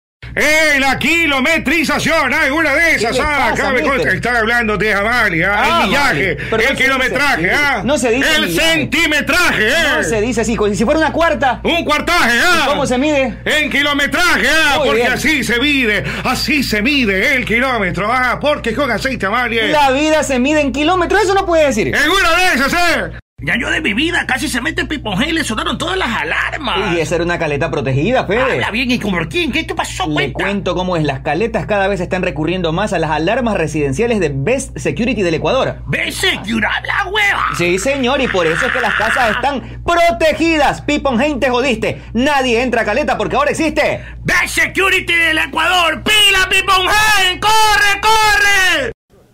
Speaker 2: ¡Ey, la kilometrización! ¡Hay una de esas!
Speaker 8: le
Speaker 2: ¡Ah,
Speaker 8: pasa,
Speaker 2: acá me consta
Speaker 8: mister?
Speaker 2: que están hablando de Amalia!
Speaker 8: Ah,
Speaker 2: ¡El millaje!
Speaker 8: vale. Pero
Speaker 2: ¡El
Speaker 8: no se
Speaker 2: kilometraje!
Speaker 8: dice así.
Speaker 2: ¡Ah!
Speaker 8: No se dice
Speaker 2: ¡El
Speaker 8: millaje.
Speaker 2: centimetraje! ¿eh?
Speaker 8: No se dice así, como si fuera una cuarta.
Speaker 2: ¡Un cuartaje! ¿ah?
Speaker 8: ¿Y ¿Cómo se mide?
Speaker 2: En kilometraje, ah,
Speaker 8: Muy
Speaker 2: porque
Speaker 8: bien.
Speaker 2: así se mide, así se mide el kilómetro, ah, porque con aceite Amalia.
Speaker 8: La vida se mide en kilómetros, eso no puede decir.
Speaker 2: ¡En una de esas, eh!
Speaker 5: Ya yo de mi vida casi se mete pipongel y le sonaron todas las alarmas.
Speaker 8: Y esa era una caleta protegida, Fede.
Speaker 5: Habla bien y como quién, ¿qué, qué pasó,
Speaker 8: Le cuento cómo es. Las caletas cada vez están recurriendo más a las alarmas residenciales de Best Security del Ecuador.
Speaker 5: ¡Vese, curar la hueva!
Speaker 8: Sí, señor, y por eso es que las casas están protegidas. Piponheim, te jodiste. Nadie entra a caleta porque ahora existe.
Speaker 2: Back Security del Ecuador, pila Piponheim, corre, corre.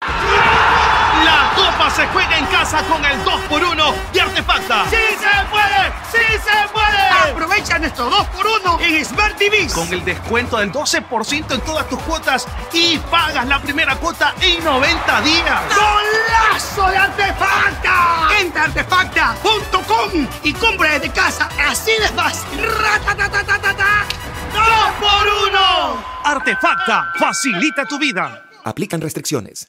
Speaker 5: La copa se juega en casa con el 2x1 de Artefacta.
Speaker 2: ¡Sí se puede! ¡Sí se puede! Aprovecha nuestro 2x1 en Smart TV.
Speaker 5: Con el descuento del 12% en todas tus cuotas y pagas la primera cuota en 90 días.
Speaker 2: ¡Golazo de Artefacta! Entra a artefacta.com y compra desde casa. Así de fácil. ¡Ratatatatata! ¡Dos por uno!
Speaker 29: Artefacta facilita tu vida.
Speaker 30: Aplican restricciones.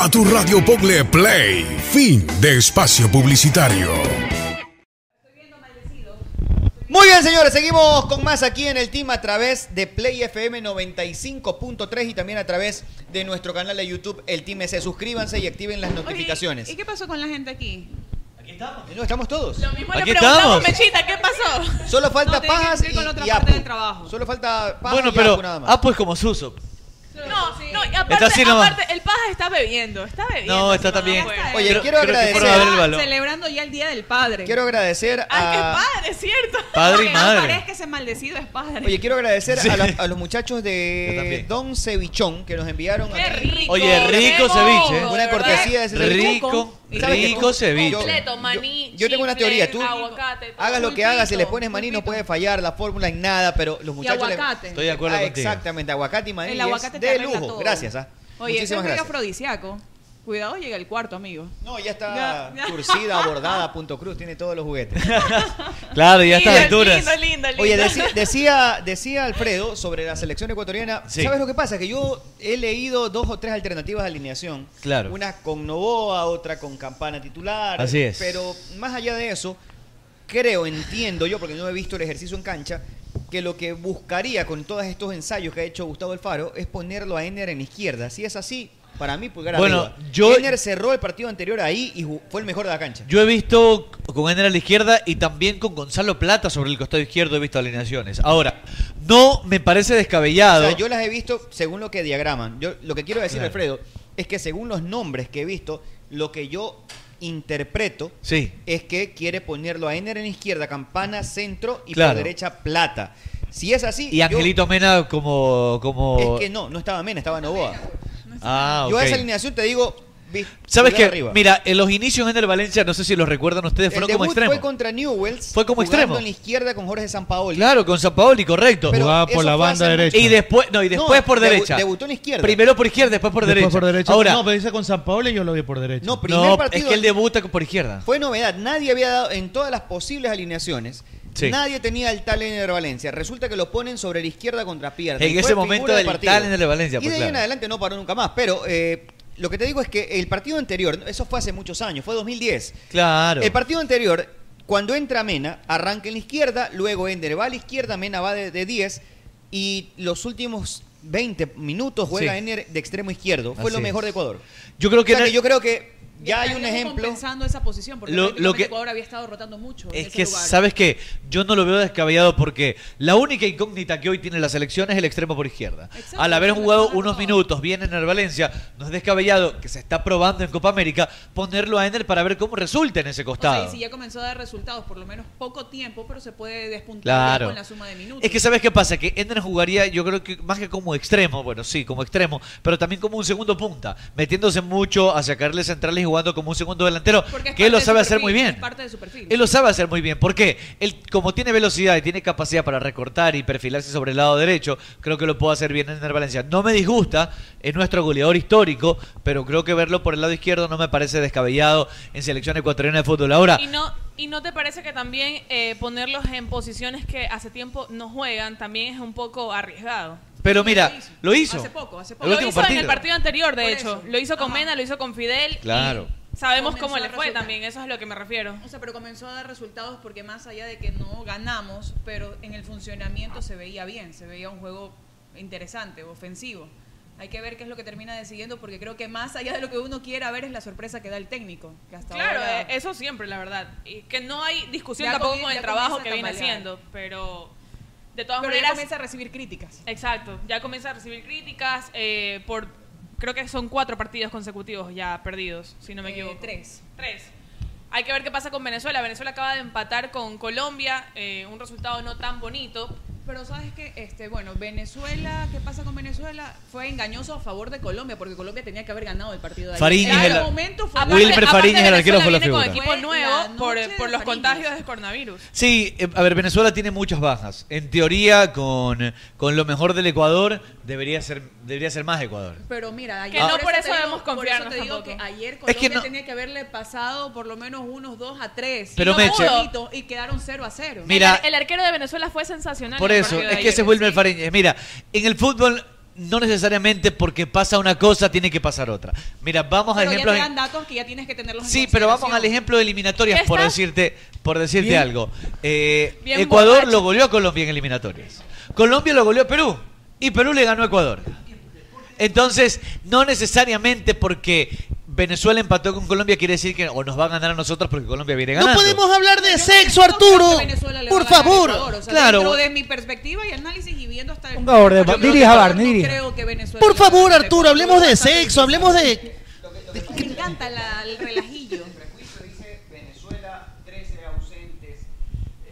Speaker 4: A tu radio Pogle Play. Fin de espacio publicitario.
Speaker 8: Muy bien, señores, seguimos con más aquí en el team a través de Play FM 95.3 y también a través de nuestro canal de YouTube, el Team S. Suscríbanse y activen las notificaciones.
Speaker 11: ¿Y qué pasó con la gente aquí?
Speaker 8: Aquí estamos. No, estamos todos. Lo mismo
Speaker 10: le Aquí preguntamos, estamos. Mechita, ¿qué pasó?
Speaker 8: Solo falta
Speaker 11: No, tenés que
Speaker 8: pajas
Speaker 11: seguir con la otra
Speaker 8: y, y
Speaker 11: parte
Speaker 8: Apu.
Speaker 11: del trabajo.
Speaker 8: Solo falta pajas
Speaker 12: Bueno,
Speaker 8: y
Speaker 12: pero
Speaker 8: Apu nada más.
Speaker 12: ah, pues como Suso.
Speaker 10: No, no, y aparte,
Speaker 12: Está así nomás.
Speaker 10: aparte, el paja está bebiendo, está bebiendo.
Speaker 12: No, está también.
Speaker 8: Oye,
Speaker 12: Creo-
Speaker 8: quiero
Speaker 12: creo que
Speaker 8: agradecer.
Speaker 12: fueron a ver el balón.
Speaker 11: Celebrando ya el Día del Padre.
Speaker 8: Quiero agradecer a.
Speaker 11: padre, ¿cierto?
Speaker 8: Padre y
Speaker 11: Que
Speaker 8: madre.
Speaker 11: No parezca ese maldecido es padre.
Speaker 8: Oye, quiero agradecer
Speaker 12: Sí.
Speaker 8: a, la- a los muchachos
Speaker 12: Yo
Speaker 8: de
Speaker 12: también.
Speaker 8: Don Cevichón que nos enviaron.
Speaker 10: Qué rico.
Speaker 12: Oye, rico
Speaker 10: qué
Speaker 12: ceviche, ¿eh?
Speaker 10: bombo,
Speaker 8: Una
Speaker 10: ¿verdad?
Speaker 8: cortesía de ese ceviche.
Speaker 12: Rico,
Speaker 8: ¿Sabes qué?
Speaker 12: rico ceviche.
Speaker 8: Yo-
Speaker 10: Completo, maní,
Speaker 8: yo tengo una
Speaker 10: chifle,
Speaker 8: teoría, tú-
Speaker 10: aguacate, todo.
Speaker 8: Hagas lo que hagas, si le pones maní no puede fallar la fórmula en nada, pero los muchachos... le-
Speaker 11: aguacate. Estoy
Speaker 12: de acuerdo
Speaker 8: Ah,
Speaker 12: contigo.
Speaker 8: Exactamente, aguacate y maní
Speaker 11: El
Speaker 8: y es
Speaker 11: aguacate te
Speaker 8: de
Speaker 11: arregla
Speaker 8: lujo.
Speaker 11: todo.
Speaker 8: Gracias, ¿ah?
Speaker 11: Oye, ese es
Speaker 8: Muchísimas
Speaker 11: medio
Speaker 8: gracias.
Speaker 11: afrodisíaco. Cuidado, llega el cuarto, amigo.
Speaker 8: No, ya está Cursida, bordada, punto cruz, tiene todos los juguetes.
Speaker 12: Claro, y ya está
Speaker 8: Lindo,
Speaker 12: de alturas.
Speaker 10: lindo, lindo, lindo.
Speaker 8: Oye, deci- decía, decía Alfredo sobre la selección ecuatoriana.
Speaker 12: Sí.
Speaker 8: ¿Sabes lo que pasa? Que yo he leído dos o tres alternativas de alineación.
Speaker 12: Claro.
Speaker 8: Una con Novoa, otra con Campana titular.
Speaker 12: Así es.
Speaker 8: Pero más allá de eso, creo, entiendo yo, porque no he visto el ejercicio en cancha, que lo que buscaría con todos estos ensayos que ha hecho Gustavo Alfaro es ponerlo a Enner en la izquierda. Si es así, para mí, pulgar
Speaker 12: Bueno,
Speaker 8: arriba.
Speaker 12: yo-
Speaker 8: Enner cerró el partido anterior ahí y ju- fue el mejor de la cancha.
Speaker 12: Yo he visto con Ender a la izquierda y también con Gonzalo Plata sobre el costado izquierdo he visto alineaciones. Ahora, no me parece
Speaker 8: O
Speaker 12: descabellado.
Speaker 8: sea, yo las he visto según lo que diagraman. Yo lo que quiero decir,
Speaker 12: Claro.
Speaker 8: Alfredo, es que según los nombres que he visto, lo que yo interpreto
Speaker 12: Sí.
Speaker 8: es que quiere ponerlo a Ener en izquierda, Campana centro y
Speaker 12: Claro.
Speaker 8: por derecha Plata. Si es así,
Speaker 12: Y
Speaker 8: yo-
Speaker 12: Angelito Mena como... como...
Speaker 8: es que no, no estaba Mena, estaba Novoa.
Speaker 12: Ah,
Speaker 8: Yo a
Speaker 12: ok.
Speaker 8: esa alineación te digo, vi-
Speaker 12: ¿Sabes
Speaker 8: pulgar
Speaker 12: qué?
Speaker 8: arriba.
Speaker 12: Mira, en los inicios de Ender Valencia, no sé si los recuerdan ustedes,
Speaker 8: el
Speaker 12: fueron
Speaker 8: debut
Speaker 12: Este como extremo.
Speaker 8: fue contra Newells.
Speaker 12: Fue como
Speaker 8: jugando
Speaker 12: extremo.
Speaker 8: en la izquierda con Jorge Sampaoli.
Speaker 12: Claro, con Sampaoli, correcto.
Speaker 8: Pero Jugaba por eso la fue banda hace mucho. derecha.
Speaker 12: Y después, no, y después
Speaker 8: No,
Speaker 12: por
Speaker 8: debu-
Speaker 12: derecha.
Speaker 8: debutó en la izquierda.
Speaker 12: Primero por izquierda, después por
Speaker 5: Después
Speaker 12: derecha.
Speaker 5: por derecha.
Speaker 12: Ahora,
Speaker 5: no,
Speaker 12: no,
Speaker 5: pero dice con San Paolo y yo lo vi por derecha.
Speaker 8: No, primer
Speaker 12: es
Speaker 8: partido-
Speaker 12: que él debuta por izquierda.
Speaker 8: Fue novedad, nadie había dado en todas las posibles alineaciones.
Speaker 12: Sí.
Speaker 8: Nadie tenía el tal Ener Valencia. Resulta que lo ponen sobre la izquierda contra pierna.
Speaker 12: En
Speaker 8: Y fue
Speaker 12: ese
Speaker 8: figura
Speaker 12: momento
Speaker 8: del
Speaker 12: del
Speaker 8: partido.
Speaker 12: tal Ener Valencia,
Speaker 8: Y de
Speaker 12: pues,
Speaker 8: ahí en
Speaker 12: claro.
Speaker 8: adelante no paró nunca más. Pero eh, lo que te digo es que el partido anterior, eso fue hace muchos años, fue 2010.
Speaker 12: Claro.
Speaker 8: El partido anterior, cuando entra Mena, arranca en la izquierda, luego Ender va a la izquierda, Mena va de de 10 y los últimos 20 minutos juega
Speaker 12: Sí.
Speaker 8: Ener de extremo izquierdo. Fue
Speaker 12: Así
Speaker 8: lo mejor
Speaker 12: es.
Speaker 8: de Ecuador.
Speaker 12: Yo creo que
Speaker 8: O sea
Speaker 12: Ener-
Speaker 8: que yo creo que ya
Speaker 11: Ya
Speaker 8: hay un
Speaker 11: estaríamos
Speaker 8: ejemplo.
Speaker 11: compensando esa posición, porque
Speaker 12: Lo- lo
Speaker 11: prácticamente
Speaker 12: que-
Speaker 11: Ecuador había estado rotando mucho. en
Speaker 12: Es
Speaker 11: ese
Speaker 12: que,
Speaker 11: lugar.
Speaker 12: ¿sabes qué? Yo no lo veo descabellado porque la única incógnita que hoy tiene la selección es el extremo por izquierda.
Speaker 11: Exacto,
Speaker 12: Al haber
Speaker 11: es lo que
Speaker 12: jugado
Speaker 11: van a
Speaker 12: unos minutos bien en el Valencia, no es descabellado que se está probando en Copa América ponerlo a Ender para ver cómo resulta en
Speaker 11: O sea,
Speaker 12: ese
Speaker 11: y
Speaker 12: costado.
Speaker 11: si ya comenzó a dar resultados, por lo menos poco tiempo, pero se puede despuntar
Speaker 12: Claro.
Speaker 11: con la suma de minutos.
Speaker 12: Es que sabes qué pasa, que Ender jugaría, yo creo que más que como extremo, bueno, sí, como extremo, pero también como un segundo punta, metiéndose mucho a sacarle centrales y jugando como un segundo delantero,
Speaker 11: Porque es
Speaker 12: que él
Speaker 11: parte
Speaker 12: lo
Speaker 11: de su
Speaker 12: sabe hacer
Speaker 11: perfil,
Speaker 12: muy bien.
Speaker 11: Es parte de su perfil.
Speaker 12: Él lo sabe hacer muy bien. ¿Por qué? Él, como tiene velocidad y tiene capacidad para recortar y perfilarse sobre el lado derecho, creo que lo puede hacer bien en el Valencia. No me disgusta, es nuestro goleador histórico, pero creo que verlo por el lado izquierdo no me parece descabellado en selección ecuatoriana de fútbol. Ahora,
Speaker 10: Y no, y no te parece que también eh, ponerlos en posiciones que hace tiempo no juegan también es un poco arriesgado.
Speaker 12: pero mira, lo hizo.
Speaker 10: Hace poco, hace
Speaker 12: El
Speaker 10: poco. Lo
Speaker 12: último
Speaker 10: hizo en el partido anterior, de hecho. Lo hizo con Mena, lo hizo con Fidel.
Speaker 12: Claro.
Speaker 10: Sabemos
Speaker 11: Comenzó
Speaker 10: cómo
Speaker 11: a
Speaker 10: le fue
Speaker 11: resultar.
Speaker 10: también, eso es a lo que me refiero.
Speaker 11: O sea, pero comenzó a dar resultados porque más allá de que no ganamos, pero en el funcionamiento se veía bien, se veía un juego interesante, ofensivo. Hay que ver qué es lo que termina decidiendo porque creo que más allá de lo que uno quiera ver es la sorpresa que da el técnico. Que hasta
Speaker 10: Claro,
Speaker 11: ahora-
Speaker 10: eh, eso siempre, la verdad. Y que no hay discusión
Speaker 11: Ya
Speaker 10: tampoco
Speaker 11: comien-
Speaker 10: con el
Speaker 11: ya
Speaker 10: trabajo
Speaker 11: comienza
Speaker 10: que
Speaker 11: a
Speaker 10: viene
Speaker 11: tambalear.
Speaker 10: haciendo, pero de todas
Speaker 11: Pero ya
Speaker 10: maneras...
Speaker 11: comienza a recibir críticas.
Speaker 10: Exacto, ya comienza a recibir críticas eh, por... Creo que son cuatro partidos consecutivos ya perdidos, si no me
Speaker 11: Eh,
Speaker 10: equivoco.
Speaker 11: tres.
Speaker 10: Tres. Hay que ver qué pasa con Venezuela. Venezuela acaba de empatar con Colombia, eh, un resultado no tan bonito.
Speaker 11: Pero sabes que, este, bueno, Venezuela, ¿qué pasa con Venezuela? Fue engañoso a favor de Colombia, porque Colombia tenía que haber ganado el partido de ayer.
Speaker 12: Fariñas,
Speaker 11: En
Speaker 12: el-
Speaker 11: algún momento fue
Speaker 12: Aparte- Wilmer aparte Fariñas, el arquero, fue la
Speaker 10: Venezuela viene
Speaker 12: figura.
Speaker 10: con equipo nuevo por, por los contagios de coronavirus.
Speaker 12: Sí, eh, a ver, Venezuela tiene muchas bajas. En teoría, con, con lo mejor del Ecuador, debería ser, debería ser más Ecuador.
Speaker 11: Pero mira, ayer
Speaker 10: Que no por
Speaker 11: te
Speaker 10: eso
Speaker 11: digo-
Speaker 10: debemos
Speaker 11: Por
Speaker 10: confiarnos
Speaker 11: eso te digo
Speaker 10: tampoco.
Speaker 11: que ayer
Speaker 12: que
Speaker 11: Colombia
Speaker 12: no-
Speaker 11: tenía que haberle pasado por lo menos unos 2 a 3.
Speaker 12: Pero, Meche-
Speaker 11: Y quedaron 0 a 0.
Speaker 12: Mira-
Speaker 10: el, el arquero de Venezuela fue sensacional.
Speaker 12: Por
Speaker 10: en el
Speaker 12: eso,
Speaker 10: partido
Speaker 12: es
Speaker 10: de
Speaker 12: que ese
Speaker 10: ayer.
Speaker 12: es Wilmer Fariñez. Mira, en el fútbol no necesariamente porque pasa una cosa tiene que pasar otra. Mira, vamos a
Speaker 11: Pero ya
Speaker 12: ejemplos.
Speaker 11: te dan
Speaker 12: en-
Speaker 11: datos que ya tienes que tenerlos en
Speaker 12: Sí, pero vamos al
Speaker 11: consideración.
Speaker 12: ejemplo de eliminatorias por
Speaker 11: ¿Estás?
Speaker 12: decirte, por decirte
Speaker 11: Bien.
Speaker 12: algo. Eh,
Speaker 11: Bien
Speaker 12: Ecuador
Speaker 11: borracho.
Speaker 12: lo goleó a Colombia en eliminatorias. Colombia lo goleó a Perú y Perú le ganó a Ecuador. Entonces, no necesariamente porque Venezuela empató con Colombia quiere decir que o nos va a ganar a nosotros porque Colombia viene ganando.
Speaker 7: No podemos hablar de sexo, Arturo. Por favor.
Speaker 11: claro.
Speaker 12: Claro.
Speaker 11: Dentro de mi perspectiva y análisis y viendo hasta el.
Speaker 7: Ponga orden,
Speaker 11: Yo
Speaker 7: dirija, Barney,
Speaker 11: no
Speaker 7: dirija.
Speaker 11: creo que Venezuela.
Speaker 7: Por favor, Arturo, hablemos de sexo, hablemos de...
Speaker 11: Me encanta la- el relajillo.
Speaker 10: eh.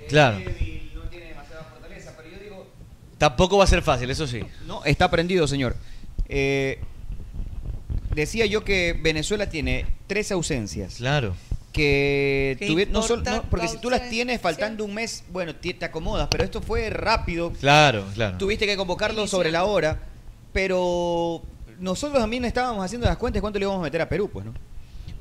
Speaker 12: Claro. Tampoco va a ser fácil, eso sí.
Speaker 8: No, está prendido, señor. Eh, decía yo que Venezuela tiene tres ausencias.
Speaker 12: Claro.
Speaker 8: Que
Speaker 26: Qué
Speaker 8: tuvi- no solo- no,
Speaker 26: importante
Speaker 8: porque si tú las tienes faltando un mes, bueno, ti- te acomodas, pero esto fue rápido.
Speaker 12: Claro, claro.
Speaker 8: Tuviste que convocarlo sobre la hora, pero nosotros también estábamos haciendo las cuentas de cuánto le íbamos a meter a Perú, pues, ¿no?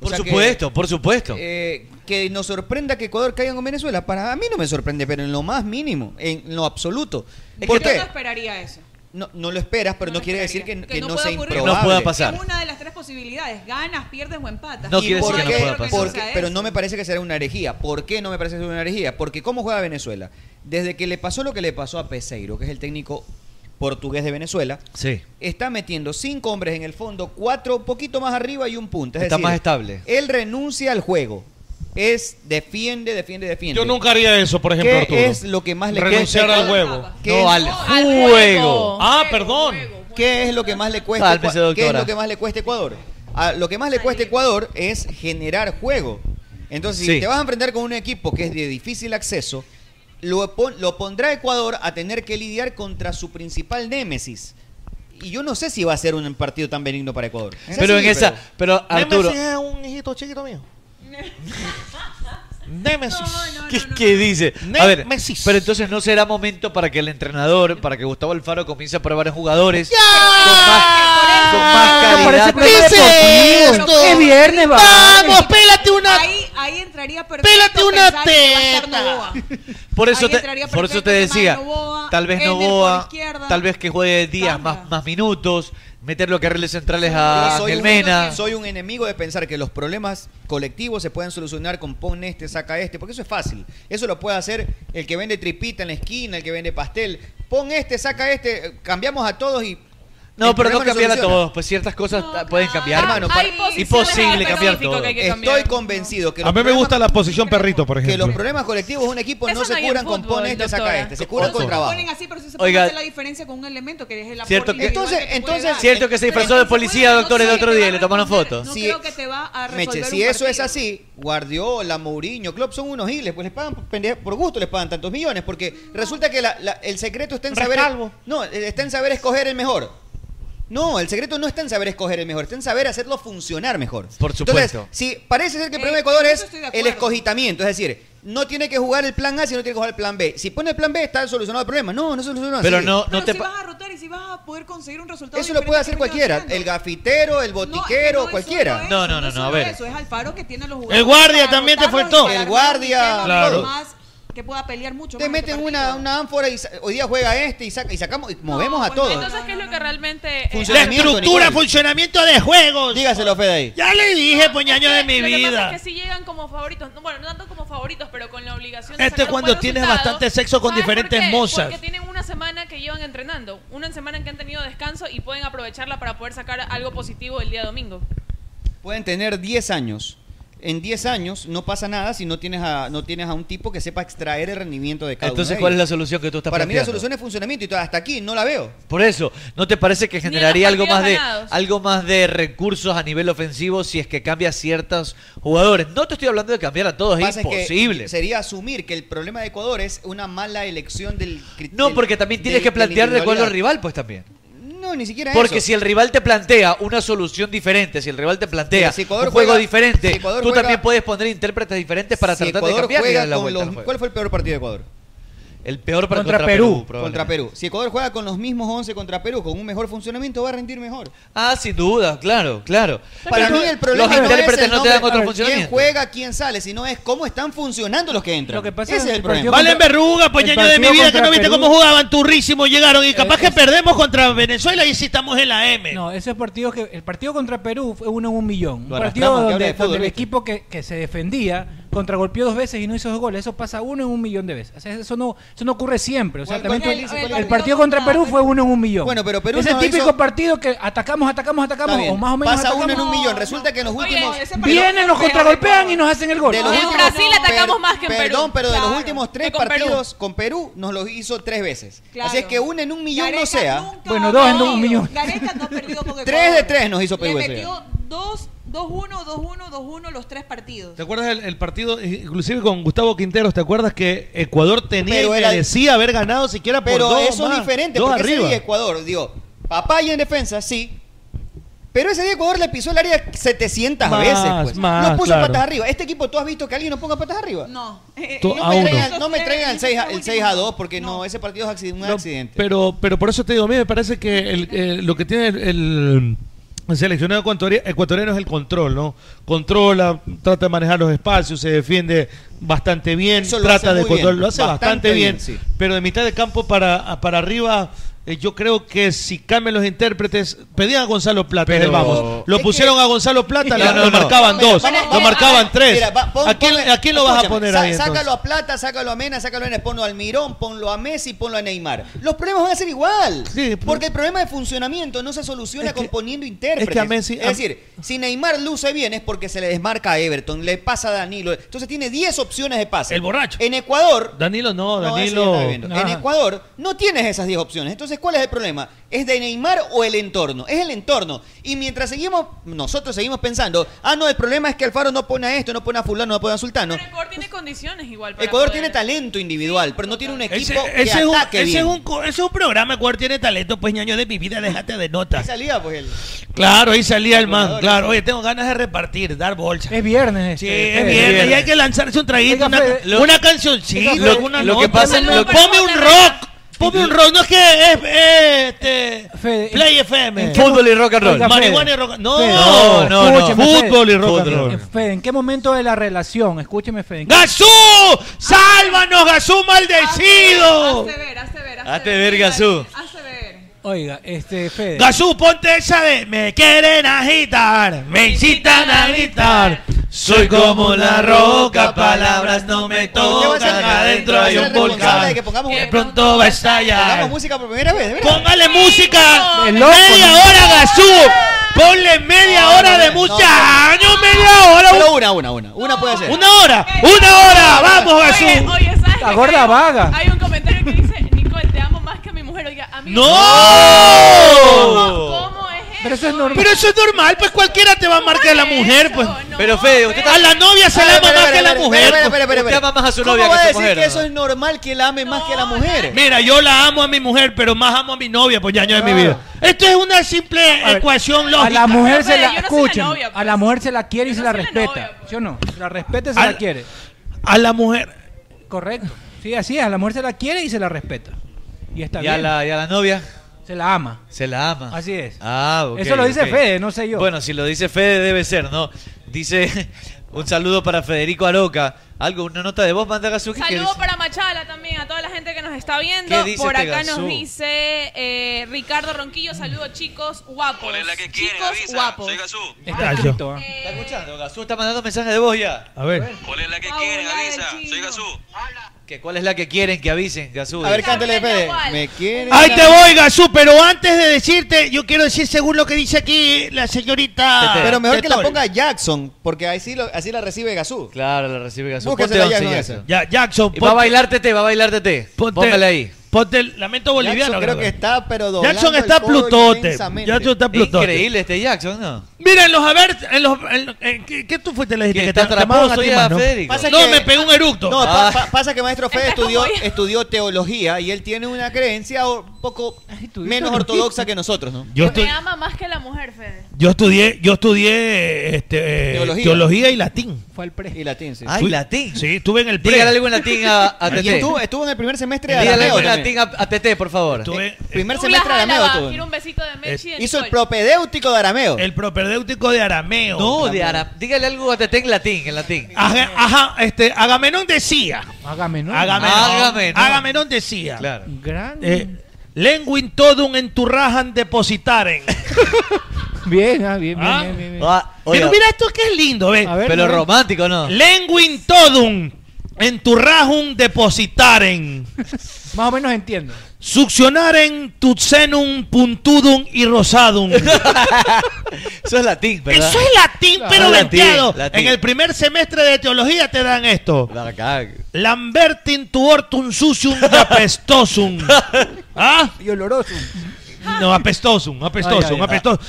Speaker 8: O
Speaker 12: Por
Speaker 8: sea que-
Speaker 12: supuesto, por supuesto.
Speaker 8: eh, que nos sorprenda que Ecuador caiga con Venezuela, para mí no me sorprende, pero en lo más mínimo, en lo absoluto. ¿Por
Speaker 11: Yo
Speaker 8: qué?
Speaker 11: no esperaría eso.
Speaker 8: No, no lo esperas, pero no, quiere decir que, que no, sea
Speaker 11: ocurrir.
Speaker 8: improbable.
Speaker 11: Es una de las tres posibilidades. Ganas, pierdes o empatas.
Speaker 8: ¿Y por qué?
Speaker 11: Porque-
Speaker 8: Porque- pero no me parece que será una herejía. ¿Por qué no me parece que será una herejía? Porque ¿cómo juega Venezuela? Desde que le pasó lo que le pasó a Peseiro, que es el técnico portugués de Venezuela,
Speaker 12: Sí.
Speaker 8: está metiendo cinco hombres en el fondo, cuatro un poquito más arriba y un punta. Es
Speaker 12: Está
Speaker 8: decir,
Speaker 12: más estable.
Speaker 8: Él renuncia al juego. Es defiende, defiende, defiende.
Speaker 5: Yo nunca haría eso, por ejemplo,
Speaker 8: ¿Qué
Speaker 5: Arturo.
Speaker 8: es lo que más le
Speaker 5: Renunciar
Speaker 8: cuesta?
Speaker 5: al huevo.
Speaker 8: ¿Qué-
Speaker 5: No, al juego. Ah,
Speaker 8: perdón. ¿Qué es lo que más le cuesta?
Speaker 5: Cálmese,
Speaker 8: Ecua- ¿Qué es
Speaker 5: doctora.
Speaker 8: lo que más le cuesta a Ecuador? Ah, lo que más le cuesta a Ecuador es generar juego. Entonces, si
Speaker 12: Sí.
Speaker 8: te vas a enfrentar con un equipo que es de difícil acceso, lo, pon- lo pondrá Ecuador a tener que lidiar contra su principal némesis. Y yo no sé si va a ser un partido tan benigno para Ecuador. O sea,
Speaker 12: Pero
Speaker 8: sí,
Speaker 12: en esa, pero Arturo,
Speaker 1: Nemesis es un hijito chiquito mío. Nemesis.
Speaker 12: ¿Qué, qué dice?
Speaker 1: Ne-
Speaker 12: A ver,
Speaker 1: Messi.
Speaker 12: pero entonces no será momento para que el entrenador, para que Gustavo Alfaro comience a probar en jugadores con más calidad.
Speaker 7: Dice esto.
Speaker 12: Es viernes, va.
Speaker 7: Vamos, pélate una...
Speaker 11: Ahí, ahí entraría perfecto.
Speaker 7: Pélate una
Speaker 11: pensar que va a estar Novoa.
Speaker 12: Por eso
Speaker 11: Ahí
Speaker 12: te,
Speaker 11: entraría
Speaker 12: por eso
Speaker 11: perfecto
Speaker 12: te
Speaker 11: el tema de
Speaker 12: decía,
Speaker 11: Novoa,
Speaker 12: tal vez
Speaker 11: Ender por
Speaker 12: Novoa,
Speaker 11: izquierda.
Speaker 12: tal vez que juegue días más, más minutos, meter los carriles centrales a
Speaker 8: soy
Speaker 12: Ángel
Speaker 8: un-
Speaker 12: Mena.
Speaker 8: soy un enemigo de pensar que los problemas colectivos se pueden solucionar con pon este, saca este, porque eso es fácil. Eso lo puede hacer el que vende tripita en la esquina, el que vende pastel. Pon este, saca este, eh, cambiamos a todos y.
Speaker 12: No,
Speaker 8: el
Speaker 12: pero no
Speaker 8: problema
Speaker 12: cambiar a
Speaker 8: soluciona.
Speaker 12: todos, pues ciertas cosas ta- pueden cambiar.
Speaker 8: Hermano, para-
Speaker 12: imposible cambiar todo.
Speaker 8: Estoy convencido que
Speaker 5: A
Speaker 8: los,
Speaker 5: mí me
Speaker 8: problemas,
Speaker 5: gusta la posición perrito, por
Speaker 8: que los
Speaker 5: ejemplo.
Speaker 8: problemas colectivos de un equipo
Speaker 11: Eso
Speaker 8: no se
Speaker 11: hay en
Speaker 8: curan con
Speaker 11: fútbol,
Speaker 8: pon este, saca
Speaker 11: doctora.
Speaker 8: este. Se curan
Speaker 11: Ojo.
Speaker 8: con trabajo.
Speaker 11: Ponen así, pero sí se puede
Speaker 12: Oiga.
Speaker 11: hacer la diferencia con un elemento que es el aporte
Speaker 12: Cierto que-
Speaker 11: individual
Speaker 8: Entonces-
Speaker 11: que te puede
Speaker 8: entonces-
Speaker 11: dar.
Speaker 12: Cierto que se disfrazó de policía, doctores, de otro día y le tomaron fotos.
Speaker 11: No
Speaker 8: Si-
Speaker 11: creo que te va a resolver
Speaker 8: Meche,
Speaker 11: un
Speaker 8: si eso
Speaker 11: partido.
Speaker 8: es así, Guardiola, Mourinho, Klopp son unos giles, pues les pagan por pende- por gusto, les pagan tantos millones, porque resulta que la- la- el secreto está en saber no, eh, está en saber escoger el mejor. No, el secreto no está en saber escoger el mejor, está en saber hacerlo funcionar mejor.
Speaker 12: Por
Speaker 8: Entonces,
Speaker 12: supuesto.
Speaker 8: si parece ser que el problema
Speaker 11: Eh,
Speaker 8: de Ecuador
Speaker 11: en
Speaker 8: es
Speaker 11: eso estoy de
Speaker 8: el
Speaker 11: acuerdo.
Speaker 8: escogitamiento, es decir, no tiene que jugar el plan A, sino tiene que jugar el plan B. Si pone el plan B, está solucionado el problema. No, no solucionó
Speaker 12: Pero
Speaker 8: así.
Speaker 12: no- no
Speaker 11: Pero
Speaker 12: te
Speaker 11: si
Speaker 12: pa-
Speaker 11: vas a rotar y si vas a poder conseguir un resultado
Speaker 8: Eso lo puede hacer cualquiera, el gafitero, el botiquero, cualquiera.
Speaker 12: No, no, no, no, a ver.
Speaker 11: Eso es Alfaro que tiene a los
Speaker 8: El
Speaker 11: jugadores.
Speaker 8: guardia
Speaker 11: para
Speaker 8: también te
Speaker 11: anotarlos y
Speaker 8: faltó.
Speaker 11: para
Speaker 8: El
Speaker 11: armar un
Speaker 8: guardia,
Speaker 11: esquema
Speaker 8: claro.
Speaker 11: más que pueda pelear mucho
Speaker 8: Te
Speaker 11: más este
Speaker 8: meten una, una ánfora y sa- hoy día juega este y, saca, y sacamos y movemos a todos.
Speaker 10: Entonces, ¿qué es lo que realmente... eh,
Speaker 8: Funciona
Speaker 10: hace?
Speaker 8: La estructura, Nicole.
Speaker 7: funcionamiento de juegos.
Speaker 8: Dígaselo, Fede ahí.
Speaker 7: Ya le dije, puñaño de mi
Speaker 10: Lo que pasa
Speaker 7: vida.
Speaker 10: es que si llegan como favoritos, no, bueno, no tanto como favoritos, pero con la obligación de
Speaker 7: Este
Speaker 10: sacar un
Speaker 7: cuando
Speaker 10: buen
Speaker 7: tienes
Speaker 10: resultado.
Speaker 7: bastante sexo con
Speaker 10: ¿Sabes por
Speaker 7: diferentes
Speaker 10: qué?
Speaker 7: mozas.
Speaker 10: Porque tienen una semana que llevan entrenando, una semana en que han tenido descanso y pueden aprovecharla para poder sacar algo positivo el día domingo.
Speaker 8: Pueden tener 10 años. En 10 años no pasa nada si no tienes a, no tienes a un tipo que sepa extraer el rendimiento de cada uno
Speaker 12: Entonces,
Speaker 8: de
Speaker 12: ¿cuál es
Speaker 8: ellos.
Speaker 12: la solución que tú estás
Speaker 8: Para mí la
Speaker 12: planteando?
Speaker 8: solución es funcionamiento y to- hasta aquí no la veo.
Speaker 12: Por eso, ¿no te parece que
Speaker 8: en
Speaker 12: generaría
Speaker 8: los
Speaker 12: algo más de
Speaker 8: partidos ganados.
Speaker 12: algo más de recursos a nivel ofensivo si es que cambias ciertos jugadores? No te estoy hablando de cambiar a todos, es
Speaker 8: Pasa es que
Speaker 12: imposible.
Speaker 8: sería asumir que el problema de Ecuador es una mala elección del cri-
Speaker 12: No,
Speaker 8: del-
Speaker 12: porque también tienes
Speaker 8: del-
Speaker 12: que
Speaker 8: de la
Speaker 12: plantear de cuál es el
Speaker 8: individualidad.
Speaker 12: rival, pues también.
Speaker 8: No, ni siquiera
Speaker 12: Porque
Speaker 8: eso.
Speaker 12: si el rival te plantea una solución diferente, si el rival te plantea
Speaker 8: Mira, si
Speaker 12: un
Speaker 8: Ecuador
Speaker 12: juego
Speaker 8: juega-
Speaker 12: diferente,
Speaker 8: si Ecuador
Speaker 12: tú
Speaker 8: juega-
Speaker 12: también puedes poner intérpretes diferentes para
Speaker 8: Si
Speaker 12: tratar de
Speaker 8: Ecuador
Speaker 12: cambiar y
Speaker 8: juega
Speaker 12: darle la
Speaker 8: con
Speaker 12: vuelta. al
Speaker 8: los-
Speaker 12: juego.
Speaker 8: ¿Cuál fue el peor partido de Ecuador?
Speaker 12: El peor para
Speaker 8: Contra
Speaker 12: contra,
Speaker 8: Perú.
Speaker 12: probablemente.
Speaker 8: Contra Perú. Si Ecuador juega con los mismos 11 contra Perú, con un mejor funcionamiento, va a rendir mejor.
Speaker 12: Ah, sin duda, claro, claro.
Speaker 8: Para mí el problema
Speaker 12: los
Speaker 8: no
Speaker 12: intérpretes
Speaker 8: es el
Speaker 12: no te dan
Speaker 8: nombre,
Speaker 12: otro
Speaker 8: quién
Speaker 12: funcionamiento.
Speaker 8: juega, quién sale, sino es cómo están funcionando los que entran. Ese es el problema.
Speaker 5: Valen verruga, pues
Speaker 8: El
Speaker 5: ñaño de mi
Speaker 8: partido
Speaker 5: vida que
Speaker 8: contra
Speaker 5: no viste
Speaker 8: Perú-
Speaker 5: cómo jugaban, turrísimo llegaron
Speaker 2: Eh,
Speaker 5: y capaz que
Speaker 9: es-
Speaker 5: perdemos contra Venezuela y sí estamos en la M.
Speaker 9: No, esos partidos que. El partido contra Perú fue uno en un millón. Un
Speaker 5: Lo
Speaker 9: partido
Speaker 5: arrastramos, que
Speaker 9: donde,
Speaker 5: hable de fútbol,
Speaker 9: donde el
Speaker 5: ¿viste?
Speaker 9: equipo que, que se defendía contragolpeó dos veces y no hizo dos goles. Eso pasa uno en un millón de veces. O sea, eso, no, eso no ocurre siempre. O sea,
Speaker 8: ¿Cuál-
Speaker 9: también
Speaker 8: cuál-
Speaker 9: tú-
Speaker 8: cuál-
Speaker 9: el,
Speaker 8: cuál-
Speaker 9: partido contra Perú fue uno en un millón.
Speaker 8: Bueno, pero Perú
Speaker 9: Es el
Speaker 8: no
Speaker 9: típico
Speaker 8: hizo-
Speaker 9: partido que atacamos, atacamos, atacamos.
Speaker 8: Está bien.
Speaker 9: O más o menos.
Speaker 8: Pasa uno en un
Speaker 9: atacamos.
Speaker 8: millón. Resulta que en los últimos.
Speaker 9: Vienen, nos contragolpean y nos hacen el gol.
Speaker 8: De los
Speaker 9: Ah,
Speaker 8: últimos-
Speaker 10: Brasil atacamos más que en Perú.
Speaker 8: Perdón, pero de los
Speaker 10: Claro.
Speaker 8: últimos tres
Speaker 10: Que con Perú.
Speaker 8: partidos con Perú nos los hizo tres veces.
Speaker 31: Claro.
Speaker 8: Así es que uno en un millón no sea.
Speaker 9: Bueno, dos en un millón.
Speaker 31: Gareca no ha perdido con Ecuador.
Speaker 8: Tres de tres nos hizo Perú
Speaker 31: Le
Speaker 8: ese
Speaker 31: metió 2 2-1, 2-1, 2-1 los tres partidos.
Speaker 2: ¿Te acuerdas el, el partido, eh, inclusive con Gustavo Quinteros, ¿te acuerdas que Ecuador tenía
Speaker 8: Pero
Speaker 2: y
Speaker 8: era-
Speaker 2: decía haber ganado siquiera por
Speaker 8: Pero
Speaker 2: dos
Speaker 8: eso
Speaker 2: más,
Speaker 8: es diferente,
Speaker 2: dos
Speaker 8: porque ese
Speaker 2: arriba.
Speaker 8: día Ecuador dio papaya en defensa, sí. Pero ese día Ecuador le pisó el área 700
Speaker 2: Más,
Speaker 8: veces. Pues.
Speaker 2: más,
Speaker 8: no puso
Speaker 2: claro.
Speaker 8: patas arriba. Este equipo, ¿tú has visto que alguien no ponga patas arriba? No. Eh,
Speaker 2: To-
Speaker 8: no,
Speaker 2: a
Speaker 8: me
Speaker 2: uno.
Speaker 8: traigan, no me traigan el 6 a, el 6 a 2 porque no, ese partido es acci- un accidente.
Speaker 2: Pero, pero por eso te digo, a mí me parece que el- eh, lo que tiene el, el- el seleccionado ecuatori- ecuatoriano es el control, ¿no? Controla, trata de manejar los espacios, se defiende bastante bien,
Speaker 8: Eso lo hace
Speaker 2: trata de
Speaker 8: muy bien,
Speaker 2: control, lo hace bastante,
Speaker 8: bastante
Speaker 2: bien,
Speaker 8: bien, sí.
Speaker 2: pero de mitad de campo para, para arriba. eh, Yo creo que si cambian los intérpretes, pedían a Gonzalo Plata,
Speaker 12: Pero-
Speaker 2: en el vamos. Lo
Speaker 12: Es
Speaker 2: pusieron a Gonzalo Plata,
Speaker 12: No, no, no.
Speaker 2: lo marcaban
Speaker 12: Mira,
Speaker 2: dos,
Speaker 12: vamos-
Speaker 2: lo
Speaker 12: vamos-
Speaker 2: marcaban tres.
Speaker 8: Mira, va- pon-
Speaker 2: ¿A quién,
Speaker 8: ponle-
Speaker 2: a quién lo vas a
Speaker 8: escúchame,
Speaker 2: poner
Speaker 8: sa-
Speaker 2: ahí?
Speaker 8: Sácalo
Speaker 2: entonces?
Speaker 8: a Plata, sácalo a Mena, sácalo a Enes, ponlo a Almirón, ponlo a Messi, ponlo a Neymar. Los problemas van a ser igual. porque el problema de funcionamiento no se soluciona componiendo intérpretes.
Speaker 2: es que a Messi-
Speaker 8: Es
Speaker 2: a-
Speaker 8: decir, si Neymar luce bien es porque se le desmarca a Everton, le pasa a Danilo. Entonces tiene 10 opciones de pase. El borracho. En Ecuador,
Speaker 2: Danilo no,
Speaker 8: no, ese ya
Speaker 2: Danilo.
Speaker 8: estaba viendo. En Ecuador no tienes esas 10 opciones. Entonces, ¿cuál es el problema? ¿Es de Neymar o el entorno? Es el entorno. Y mientras seguimos, nosotros seguimos pensando, ah, no, el problema es que Alfaro no pone a esto, no pone a fulano, no pone a sultano.
Speaker 10: Ecuador tiene condiciones igual. Para
Speaker 8: Ecuador
Speaker 10: poder-
Speaker 8: tiene talento individual, pero no tiene un
Speaker 5: Ese,
Speaker 8: equipo
Speaker 5: ese
Speaker 8: que
Speaker 5: es un,
Speaker 8: ataque
Speaker 5: ese
Speaker 8: bien.
Speaker 5: es un co- ese es un programa, Ecuador tiene talento, pues ñaño de mi vida, déjate de
Speaker 8: Ahí
Speaker 5: notas.
Speaker 8: salía, pues, el-
Speaker 5: Claro, ahí salía el man,
Speaker 8: Jugadores.
Speaker 5: claro. Oye, tengo ganas de repartir, dar bolsa.
Speaker 9: Es viernes. este,
Speaker 5: Sí,
Speaker 9: Fede.
Speaker 5: es viernes y hay que lanzarse un traguito,
Speaker 9: Oiga,
Speaker 5: una,
Speaker 9: Fede, lo-
Speaker 5: una cancioncita,
Speaker 9: Oiga, Fede,
Speaker 5: alguna
Speaker 9: lo que
Speaker 5: nota.
Speaker 9: pasa- lo que-
Speaker 5: Ponme un rock, ponme un rock, no es que es, es, este, Play FM.
Speaker 9: ¿en qué Fútbol
Speaker 12: y rock and roll.
Speaker 9: Oiga, Fede.
Speaker 5: Marihuana y rock and
Speaker 9: Fede,
Speaker 5: No, no, no.
Speaker 9: escúcheme, Fede.
Speaker 5: Fútbol y rock and roll.
Speaker 9: Fede, ¿en qué momento de la relación? Escúcheme, Fede. ¿en qué-
Speaker 5: ¡Gazú! ¡Sálvanos, Gazú
Speaker 9: Ah,
Speaker 5: maldecido!
Speaker 12: Hazte ver, Gazú.
Speaker 9: Oiga, este, Fede.
Speaker 5: Gazú, ponte esa de me quieren agitar, me incitan a gritar. Soy como la roca, palabras no me tocan. Adentro hay un volcán que pronto va a estallar.
Speaker 8: Pongamos música por primera vez, de verdad.
Speaker 5: Póngale música,
Speaker 8: El loco,
Speaker 5: media
Speaker 8: ¿no?
Speaker 5: hora, Gazú. Ponle media hora de mucha año, media hora.
Speaker 8: Pero una, una, una. Una puede ser.
Speaker 5: Una hora, una hora, vamos
Speaker 10: Oye,
Speaker 5: Gazú.
Speaker 10: oye, ¿sabes
Speaker 5: La
Speaker 10: qué?
Speaker 5: gorda
Speaker 10: Hay un-
Speaker 5: vaga.
Speaker 10: Hay un comentario que dice, Nicole, te amo más que a mi mujer. Oiga, a mí
Speaker 5: ¡No!
Speaker 9: Pero eso es normal.
Speaker 5: Pero eso es normal, pues cualquiera te va a marcar la mujer, pues.
Speaker 12: Pero Fede, usted
Speaker 5: A la novia se la ama más que a la mujer. pues.
Speaker 8: Espera, espera, espera,
Speaker 5: Usted
Speaker 8: espera.
Speaker 5: ama más a su
Speaker 8: ¿Cómo
Speaker 5: novia
Speaker 8: va
Speaker 5: que a
Speaker 8: a
Speaker 5: su
Speaker 8: decir
Speaker 5: mujer,
Speaker 8: que
Speaker 5: no?
Speaker 8: eso es normal que él ame más que a la mujer?
Speaker 5: Mira, yo la amo a mi mujer, pero más amo a mi novia, pues ñaño de mi vida. Esto es una simple ecuación lógica.
Speaker 9: A la mujer se la. pues.
Speaker 5: escucha
Speaker 9: Escúcheme. A la mujer se la quiere y se la pues. respeta. ¿Sí o no? Se la respeta y se
Speaker 5: A
Speaker 9: la
Speaker 5: la-
Speaker 9: quiere.
Speaker 5: A la mujer.
Speaker 9: Correcto. Sí, así es. A la mujer se la quiere y se la respeta. Y está
Speaker 12: ¿Y a,
Speaker 9: bien.
Speaker 12: la, y a la novia?
Speaker 9: Se la ama.
Speaker 12: Se la ama.
Speaker 9: Así es.
Speaker 12: Ah, ok,
Speaker 9: Eso lo dice
Speaker 12: ok.
Speaker 9: Fede, no sé yo.
Speaker 12: Bueno, si lo dice Fede debe ser, ¿no? Dice un saludo para Federico Aroca. Algo, una nota de voz, manda Gazú. ¿qué
Speaker 10: Saludo
Speaker 12: quieres?
Speaker 10: para Machala también, a toda la gente que nos está
Speaker 12: ¿Qué
Speaker 10: viendo.
Speaker 12: dice
Speaker 10: Por
Speaker 12: este
Speaker 10: acá
Speaker 12: gazú?
Speaker 10: nos dice eh, Ricardo Ronquillo, saludos chicos guapos. chicos guapos.
Speaker 12: Está
Speaker 9: escrito,
Speaker 12: escrito,
Speaker 10: ¿eh?
Speaker 12: ¿Está escuchando? Gazú está mandando mensajes de voz ya.
Speaker 2: A ver.
Speaker 12: ¿Cuál es la que quieren? Avisa. Soy Gazú. ¿Que ¿Cuál es la que quieren que avisen, Gazú?
Speaker 8: A ver, cántale, Fede.
Speaker 12: Me
Speaker 8: quieren.
Speaker 5: Ahí te voy, Gazú, pero antes de decirte, yo quiero decir según lo que dice aquí la señorita.
Speaker 8: Pero mejor que la
Speaker 5: Tetol.
Speaker 8: ponga Jackson, porque así, lo- así la recibe Gazú.
Speaker 12: Claro, la recibe Gazú.
Speaker 8: Búsquese
Speaker 12: Ponte
Speaker 8: la
Speaker 12: once,
Speaker 8: Jackson.
Speaker 12: Jackson.
Speaker 5: Ya, Jackson,
Speaker 12: Y va a bailar Tete, va a bailar Tete. Póngale ahí.
Speaker 5: Ponte el lamento boliviano.
Speaker 8: Jackson creo que está, pero doblando
Speaker 5: Jackson
Speaker 8: el
Speaker 5: está
Speaker 8: codo
Speaker 5: Plutote.
Speaker 8: inmensamente.
Speaker 5: Jackson está Plutote.
Speaker 12: Increíble este Jackson, ¿no?
Speaker 5: Miren, los a ver, en los, en- en- eh, ¿qué, qué tú fuiste? Le dijiste
Speaker 12: Que
Speaker 5: que
Speaker 12: está
Speaker 5: te llamaban a
Speaker 12: tramposo
Speaker 5: ti
Speaker 12: ya,
Speaker 5: más, ¿no?
Speaker 12: Federico.
Speaker 8: Pasa
Speaker 5: no,
Speaker 8: que-
Speaker 5: me pegó un eructo.
Speaker 8: No, pa-
Speaker 5: Ah.
Speaker 8: pa- pasa que Maestro Fede
Speaker 5: Está
Speaker 8: estudió,
Speaker 5: como
Speaker 8: estudió teología y él tiene una creencia o- un poco menos
Speaker 5: teología.
Speaker 8: ortodoxa que nosotros, ¿no?
Speaker 5: Yo estoy-
Speaker 10: Me ama más que la mujer, Fede.
Speaker 5: Yo estudié, yo estudié este, eh,
Speaker 8: Teología.
Speaker 5: teología. y latín.
Speaker 9: fue al pre.
Speaker 8: Y latín, sí.
Speaker 12: Ay, latín.
Speaker 5: Sí, estuve en el pre.
Speaker 12: Dígale algo en latín a, a
Speaker 8: Y
Speaker 12: Tete.
Speaker 8: estuvo, estuvo en el primer semestre de
Speaker 12: Dígale algo
Speaker 8: Arameo
Speaker 12: en
Speaker 8: también.
Speaker 12: latín a, a Tete, por favor.
Speaker 8: Primer
Speaker 10: Douglas
Speaker 8: semestre de Arameo
Speaker 10: Álava,
Speaker 8: estuvo.
Speaker 10: quiero un besito de Mechi de
Speaker 8: Hizo el
Speaker 10: Nicole.
Speaker 8: propedéutico de Arameo.
Speaker 5: El propedéutico de Arameo.
Speaker 12: No, de ara Dígale algo a Tete en latín, en latín.
Speaker 5: Ajá, ajá, este, Agamenón decía.
Speaker 9: Agamenón.
Speaker 5: Agamenón.
Speaker 12: Agamenón.
Speaker 5: Agamenón decía.
Speaker 12: Claro.
Speaker 9: Gran.
Speaker 5: Eh, Lenguin todum en tu rajan depositaren.
Speaker 9: bien, ah, bien,
Speaker 5: Ah.
Speaker 9: bien, bien, bien.
Speaker 5: Pero mira esto que es lindo, ¿ves?
Speaker 9: ver, Pero a ver.
Speaker 12: romántico, ¿no?
Speaker 5: Lenguin todum en tu rajum depositaren.
Speaker 9: Más o menos entiendo.
Speaker 5: Succionaren tutsenum puntudum y rosadum.
Speaker 12: Eso es latín, ¿verdad?
Speaker 5: Eso es latín,
Speaker 12: Claro.
Speaker 5: pero
Speaker 12: Latín,
Speaker 5: venteado.
Speaker 12: latín.
Speaker 5: En el primer semestre de teología te dan esto.
Speaker 12: Bacán.
Speaker 5: Lambertin tuortum sucium de apestosum. ¿Ah?
Speaker 9: Y olorosum.
Speaker 5: No, apestosum,
Speaker 9: Ay, ay,
Speaker 5: apestosum,
Speaker 9: ay.
Speaker 5: apestosum.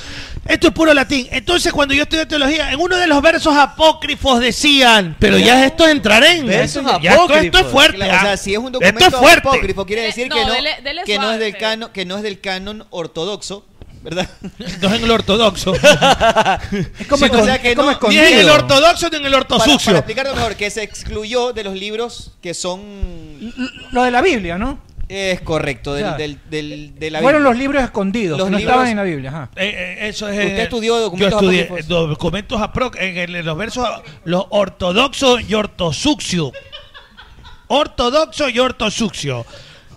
Speaker 5: Esto es puro latín. Entonces, cuando yo estudié teología, en uno de los versos apócrifos decían, pero ya esto es entrar en.
Speaker 8: Versos
Speaker 5: ya esto, esto es
Speaker 8: apócrifos.
Speaker 5: fuerte.
Speaker 8: Claro, o sea,
Speaker 5: ah.
Speaker 8: si es un
Speaker 5: Esto es
Speaker 8: documento
Speaker 5: fuerte.
Speaker 8: apócrifo, quiere decir
Speaker 10: Eh, no,
Speaker 8: que, no,
Speaker 10: dele- dele
Speaker 8: que, no es del
Speaker 10: suave.
Speaker 8: canon, que no es del canon ortodoxo, ¿verdad?
Speaker 5: No es en el ortodoxo.
Speaker 8: es
Speaker 5: como escon- es como escondido. Ni en el ortodoxo ni en el
Speaker 8: Para,
Speaker 5: ortosucio.
Speaker 8: para explicarlo mejor, que se excluyó de los libros que son... eh,
Speaker 9: Lo de la Biblia, ¿no?
Speaker 8: Es correcto, del,
Speaker 9: Claro.
Speaker 8: del, del- de la
Speaker 9: Fueron
Speaker 8: Biblia.
Speaker 9: los libros escondidos,
Speaker 8: Los
Speaker 9: que no
Speaker 8: libros-
Speaker 9: estaban en la Biblia. Ajá.
Speaker 5: Eh, eh, eso es.
Speaker 8: Usted
Speaker 5: eh,
Speaker 8: estudió documentos
Speaker 5: Yo estudié eh,
Speaker 8: apócrifos.
Speaker 5: documentos apro- en, el- en los versos, los ortodoxos y ortosuxio. Ortodoxo y ortosuxio.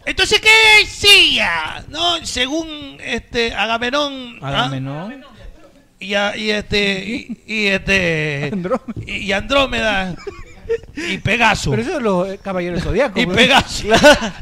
Speaker 5: Entonces, ¿qué decía? No, según este Agamenón. ¿ah?
Speaker 9: Agamenón.
Speaker 5: Y, a- y este. Y, y este. Y, y Andrómeda. Y Pegaso.
Speaker 9: Pero eso es los eh, caballeros zodiacos.
Speaker 5: Y Pegaso.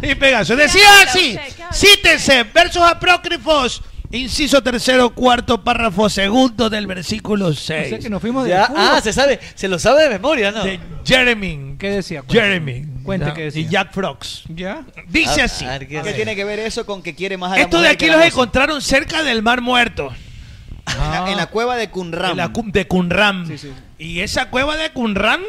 Speaker 5: y Pegaso. Decía
Speaker 9: habla
Speaker 5: así.
Speaker 9: usted? ¿Qué habla
Speaker 5: Cítense. Versos apócrifos. Inciso tercero, cuarto, párrafo segundo del versículo 6.
Speaker 9: sea que nos fuimos del
Speaker 12: Ya,
Speaker 9: culo.
Speaker 12: ah, se sabe, se lo sabe de memoria, ¿no?
Speaker 5: De Jeremy.
Speaker 9: ¿Qué decía? Cuente.
Speaker 5: Jeremy.
Speaker 9: Cuente
Speaker 5: ¿ya?
Speaker 9: qué decía.
Speaker 5: Y Jack Frogs.
Speaker 9: ¿Ya?
Speaker 5: Dice
Speaker 8: A-
Speaker 5: así.
Speaker 8: Ah, a ver, ¿Qué tiene que ver eso con que quiere más a la
Speaker 5: ah, Esto de
Speaker 8: mujer
Speaker 5: aquí
Speaker 8: que la
Speaker 5: los
Speaker 8: goza?
Speaker 5: encontraron cerca del Mar Muerto.
Speaker 8: En
Speaker 9: Ah.
Speaker 8: la- En la cueva de
Speaker 5: En
Speaker 8: Qumran.
Speaker 5: la cu- de Qumran. Y esa cueva de Qumran.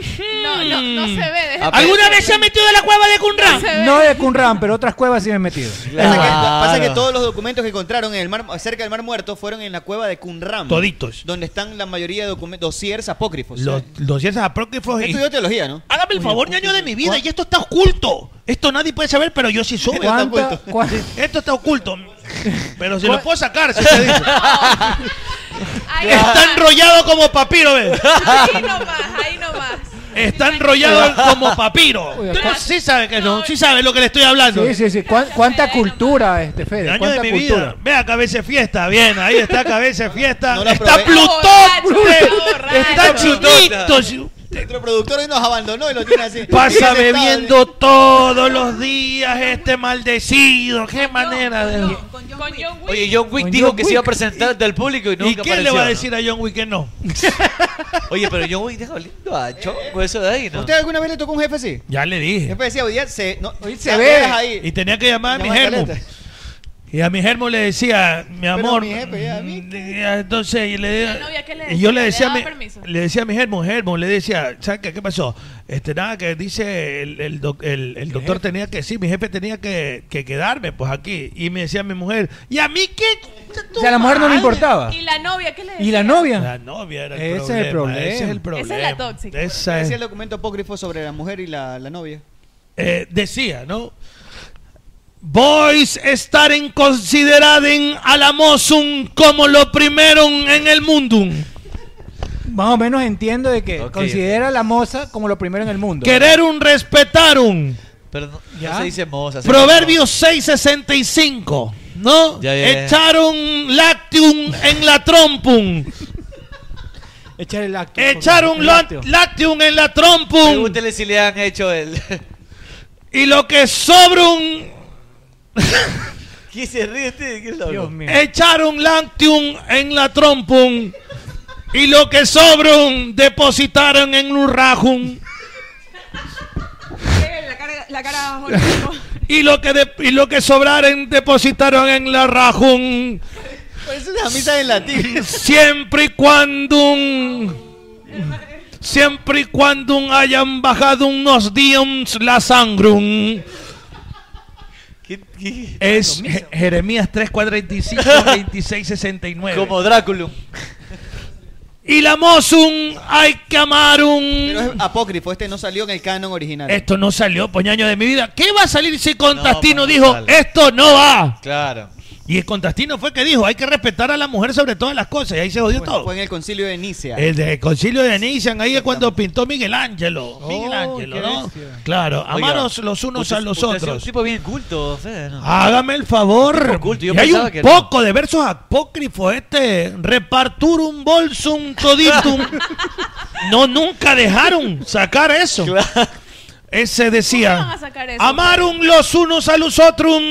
Speaker 10: No, no, no se ve.
Speaker 8: Hmm.
Speaker 10: deja-
Speaker 5: ¿Alguna vez se ha metido en la cueva de Qumran?
Speaker 9: No de Qumran, pero otras cuevas sí me he metido.
Speaker 8: Pasa, que, pasa que
Speaker 5: Ah.
Speaker 12: Claro.
Speaker 8: todos los documentos que encontraron en el mar, cerca del Mar Muerto fueron en la cueva de Qumran.
Speaker 5: Toditos.
Speaker 8: Donde están la mayoría de documentos, dosiers apócrifos.
Speaker 5: Los, los ciencias apócrifos.
Speaker 8: Usted
Speaker 5: y-
Speaker 8: Estudió teología, ¿no?
Speaker 5: Hágame el favor, ñaño de mi vida. Y esto está oculto. Esto nadie puede saber, pero yo sí soy.
Speaker 8: Esto está ¿Cuánta- oculto.
Speaker 5: Esto está oculto. Pero si lo puedo sacar, si usted dice.
Speaker 10: Ahí
Speaker 5: Está
Speaker 10: nomás,
Speaker 5: enrollado como papiro, ¿ves?
Speaker 10: ahí nomás, ahí nomás.
Speaker 5: Está enrollado como papiro.
Speaker 9: Oiga,
Speaker 5: Usted
Speaker 9: ¿cuál-
Speaker 5: sí sabe que no, sí sabe lo que le estoy hablando.
Speaker 9: Sí, sí, sí. ¿Cuán- ¿Cuánta cultura, este Fede?
Speaker 5: Año de
Speaker 9: ¿Cuánta
Speaker 5: mi vida.
Speaker 9: cultura?
Speaker 5: Vea, cabeza fiesta. Bien, ahí está cabeza fiesta.
Speaker 8: No lo
Speaker 5: está
Speaker 8: aprobé.
Speaker 5: Plutón.
Speaker 10: Borracho,
Speaker 5: Está
Speaker 10: borracho.
Speaker 5: Plutito. sí.
Speaker 8: Nuestro productor hoy nos abandonó y lo tiene así.
Speaker 5: Pasa
Speaker 8: Tiene sentado,
Speaker 5: bebiendo todos los días este maldecido. Qué manera de...
Speaker 10: Con John Wick.
Speaker 12: Oye, John Wick
Speaker 9: Con
Speaker 12: dijo
Speaker 9: John
Speaker 12: que se iba a
Speaker 9: Wick.
Speaker 12: presentar del público y nunca
Speaker 5: ¿Y quién le
Speaker 12: apareció,
Speaker 5: va a
Speaker 12: ¿no?
Speaker 5: decir a John Wick que no?
Speaker 12: Oye, pero John Wick deja oliendo a chongo eso de ahí, ¿no?
Speaker 8: ¿Usted alguna vez le tocó un jefe así?
Speaker 5: Ya le dije.
Speaker 8: Jefe decía, hoy día se, no,
Speaker 9: Hoy se
Speaker 8: ya
Speaker 9: ve.
Speaker 8: te ves ahí.
Speaker 5: Y tenía que llamar a mi
Speaker 8: Llamaba
Speaker 5: germo.
Speaker 8: caleta.
Speaker 5: Y a mi germo le decía, mi amor.
Speaker 8: mi jefe, ya, a mí.
Speaker 5: mm, y Entonces, y, le,
Speaker 10: La novia, ¿qué le
Speaker 5: y
Speaker 10: decía?
Speaker 5: yo le
Speaker 10: ¿Le
Speaker 5: decía, a
Speaker 10: daba
Speaker 5: mi-
Speaker 10: permiso?
Speaker 5: le decía a mi germo, germo, le decía, ¿sabes qué, qué pasó? Este, nada, que dice el, el doc- el- el doctor tenía que, sí, mi jefe tenía que, que quedarme, pues aquí. Y me decía mi mujer, ¿y a mí qué?
Speaker 9: O sea, a la mujer no le importaba.
Speaker 10: ¿Y la novia qué le decía?
Speaker 9: ¿Y la
Speaker 5: La
Speaker 9: novia?
Speaker 5: novia era el
Speaker 9: Ese es
Speaker 5: problema.
Speaker 9: el problema.
Speaker 5: Ese es
Speaker 10: Esa
Speaker 5: el
Speaker 10: es
Speaker 5: problema.
Speaker 10: la tóxica.
Speaker 5: Esa es-
Speaker 8: Decía el documento apócrifo sobre la mujer y la, la novia.
Speaker 5: eh, decía, ¿no? Boys estaren consideraden a la Mosum como lo primero en el mundo.
Speaker 9: Más o menos entiendo de que
Speaker 12: Ok.
Speaker 9: considera a la moza como lo primero en el mundo.
Speaker 5: Querer un respetarum.
Speaker 12: Pero no, no
Speaker 9: ¿Ya?
Speaker 12: se dice moza. se
Speaker 5: Proverbios 665. ¿No?
Speaker 12: Ya, ya, ya.
Speaker 5: Echaron lactium en la trompum.
Speaker 9: Echar el acto.
Speaker 5: Echaron lo-
Speaker 9: lácteo.
Speaker 5: lactium en la
Speaker 12: llama-
Speaker 5: trompum.
Speaker 12: Pregúntele si le han hecho el.
Speaker 5: Y lo que sobrum
Speaker 12: ¿Quién se ríe usted? ¿Quién lo habló?
Speaker 9: Dios mío.
Speaker 5: Echaron lactium en la trompum. Y lo que sobrum depositaron en un rajum.
Speaker 11: Eh, La cara, la cara bajo el mismo.
Speaker 5: Y lo que, de- y lo que sobraron depositaron en la rajun.
Speaker 8: Parece Pues una misa en latín.
Speaker 5: Siempre y cuando. Siempre y cuando hayan bajado unos dioms la sangrum.
Speaker 12: ¿Qué- qué?
Speaker 5: Es Je- Jeremías 3:45, 26, 69.
Speaker 12: Como Drácula.
Speaker 5: Y la Mosun hay que amar un... Este
Speaker 8: Pero es apócrifo, este no salió en el canon original.
Speaker 5: Esto no salió, poñaño de mi vida. ¿Qué va a salir si Contastino dijo, esto no va?
Speaker 8: Claro.
Speaker 5: Y el Contastino fue que dijo, hay que respetar a la mujer sobre todas las cosas. Y ahí se jodió todo.
Speaker 8: Fue en el concilio de Nicea.
Speaker 5: El de concilio de Nician, ahí es cuando pintó Miguel Ángelo.
Speaker 8: Oh,
Speaker 5: Miguel Ángelo, ¿no? Claro,
Speaker 12: Oiga,
Speaker 5: amaros los unos
Speaker 12: usted-
Speaker 5: a los
Speaker 12: usted es
Speaker 5: otros. Ah.
Speaker 12: Un tipo bien culto, Fede. ¿no?
Speaker 5: Hágame el favor.
Speaker 12: Tipo culto, yo
Speaker 5: Y hay
Speaker 12: pensaba
Speaker 5: un
Speaker 12: que no.
Speaker 5: poco de versos apócrifos este. Reparturum bolsum toditum. no, nunca dejaron sacar eso. Ese
Speaker 15: ¿Cómo van
Speaker 5: decía.
Speaker 15: a sacar eso?
Speaker 5: Amarum los unos a los otros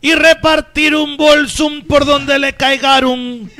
Speaker 5: y repartirum bolsum por donde le caigaron.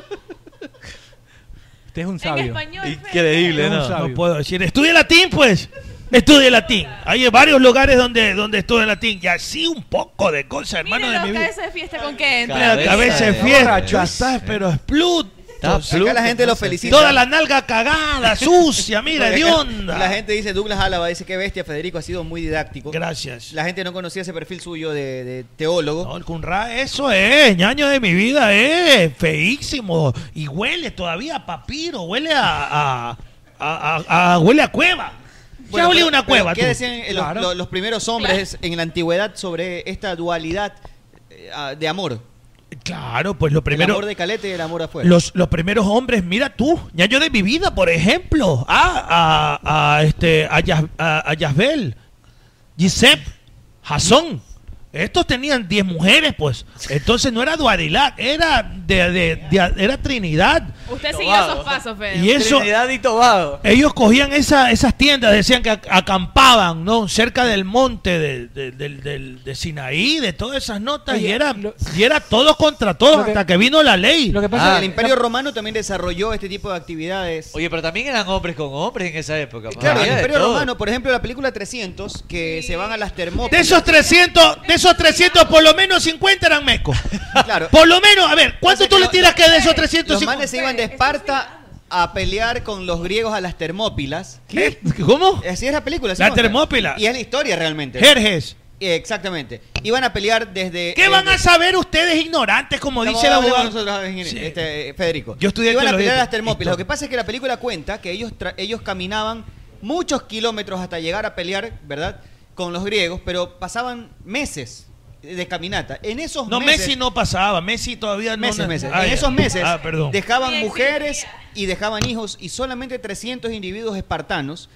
Speaker 9: Usted Este es un
Speaker 15: sabio. español, pues.
Speaker 12: Increíble,
Speaker 5: no,
Speaker 12: ¿no?
Speaker 5: No puedo decir. Estudia latín, pues. Estudia latín. Hay varios lugares donde, donde estudia latín. Y así un poco de cosas, hermano
Speaker 15: Miren
Speaker 5: de
Speaker 15: los
Speaker 5: mi vida.
Speaker 15: cabezas de fiesta con que
Speaker 5: Hombre, la
Speaker 15: entran.
Speaker 5: cabeza es
Speaker 8: de
Speaker 5: fiesta,
Speaker 8: borracho.
Speaker 5: estás, pero es plut.
Speaker 8: Está Acá plut, la gente lo entonces. felicita.
Speaker 5: Toda Ah, la nalga cagada, sucia, mira,
Speaker 8: Oiga,
Speaker 5: de onda.
Speaker 8: La gente dice, Douglas Álava, dice que bestia, Federico ha sido muy didáctico.
Speaker 5: Gracias.
Speaker 8: La gente no conocía ese perfil suyo de, de teólogo.
Speaker 5: No, el Kunra, eso es, ñaño de mi vida, es feísimo. Y huele todavía a papiro, huele a. a, a- a- a- huele a cueva.
Speaker 8: Bueno,
Speaker 5: ya huele
Speaker 8: pero-
Speaker 5: a una
Speaker 8: pero
Speaker 5: cueva.
Speaker 8: ¿Qué
Speaker 5: tú.
Speaker 8: decían eh, los,
Speaker 5: Claro.
Speaker 8: los- los primeros hombres en la antigüedad sobre esta dualidad eh, ah, de amor?
Speaker 5: Claro, pues lo
Speaker 8: El
Speaker 5: primero.
Speaker 8: amor de caleta y el amor
Speaker 12: Pues.
Speaker 8: afuera.
Speaker 5: Los, los primeros hombres, mira tú, ñaño de mi vida, por ejemplo, a, a, a, este, a, Yas- a, a Yasbel, Gisep, Jason. Estos tenían 10 mujeres, pues. Entonces no era dualidad, era, de, de- de- era Trinidad.
Speaker 15: Usted siguió esos pasos, Fede.
Speaker 5: Y eso-
Speaker 12: Trinidad y Tobago.
Speaker 5: Ellos cogían esa- esas tiendas, decían que ac- acampaban, ¿no? Cerca del monte de, de- del- del- de Sinaí, de todas esas notas, y era, y era todos contra todos, hasta que vino la ley.
Speaker 9: Lo que
Speaker 8: Ah, el Imperio Romano también desarrolló este tipo de actividades.
Speaker 12: Oye, pero también eran hombres con hombres en esa época. pa.
Speaker 5: Ah,
Speaker 8: Claro, el
Speaker 12: Había de
Speaker 8: Imperio
Speaker 12: todo.
Speaker 8: Romano, por ejemplo, la película 300, que se van a las Termópilas.
Speaker 5: De esos 300, de esos 300, por lo menos 50 eran mecos. Por lo menos, a ver, ¿cuánto tú le tiras que de esos
Speaker 8: Los
Speaker 5: 350?
Speaker 8: manes se iban de Esparta a pelear con los griegos a las Termópilas.
Speaker 5: ¿Qué? ¿Cómo?
Speaker 8: Así es la película. así
Speaker 5: La
Speaker 8: muestra.
Speaker 5: Termópila.
Speaker 8: Y es la historia realmente.
Speaker 5: Jerjes.
Speaker 8: Eh, Exactamente. Iban a pelear desde... eh,
Speaker 5: ¿Qué van a saber ustedes ignorantes, como dice el abogado?
Speaker 8: nosotros, eh, este, eh, Federico.
Speaker 5: Yo estudié
Speaker 8: Iban a
Speaker 5: teología.
Speaker 8: pelear a las Termópilas. Lo que pasa es que la película cuenta que ellos, tra- ellos caminaban muchos kilómetros hasta llegar a pelear, ¿verdad? Con los griegos, pero pasaban meses de caminata. En esos
Speaker 5: No,
Speaker 8: meses...
Speaker 5: Messi no pasaba, Messi todavía no.
Speaker 8: meses,
Speaker 5: no-
Speaker 8: meses.
Speaker 5: Ah,
Speaker 8: en
Speaker 5: ya.
Speaker 8: esos meses
Speaker 5: Ah, perdón.
Speaker 8: dejaban mujeres y dejaban hijos y solamente 300 individuos espartanos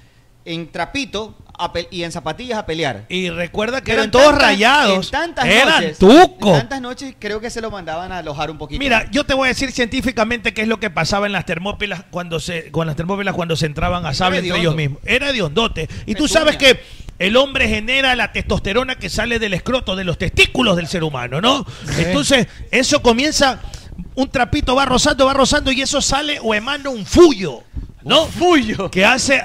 Speaker 8: en trapito a pe- y en zapatillas a pelear.
Speaker 5: Y recuerda que
Speaker 8: Pero
Speaker 5: eran
Speaker 8: en
Speaker 5: todos
Speaker 8: tantas-
Speaker 5: rayados.
Speaker 8: en tantas
Speaker 5: eran
Speaker 8: noches,
Speaker 5: tuco.
Speaker 8: En tantas noches creo que se lo mandaban a alojar un poquito.
Speaker 5: Mira, yo te voy a decir científicamente qué es lo que pasaba en las termópilas cuando se, con las termópilas cuando se entraban a sable entre
Speaker 8: hediondo.
Speaker 5: ellos mismos. Era de hondote. Y tú sabes que el hombre genera la testosterona que sale del escroto, de los testículos del ser humano, ¿no? Entonces, eso comienza, un trapito va rozando, va rozando y eso sale o emana un fullo, ¿no? fullo. Que hace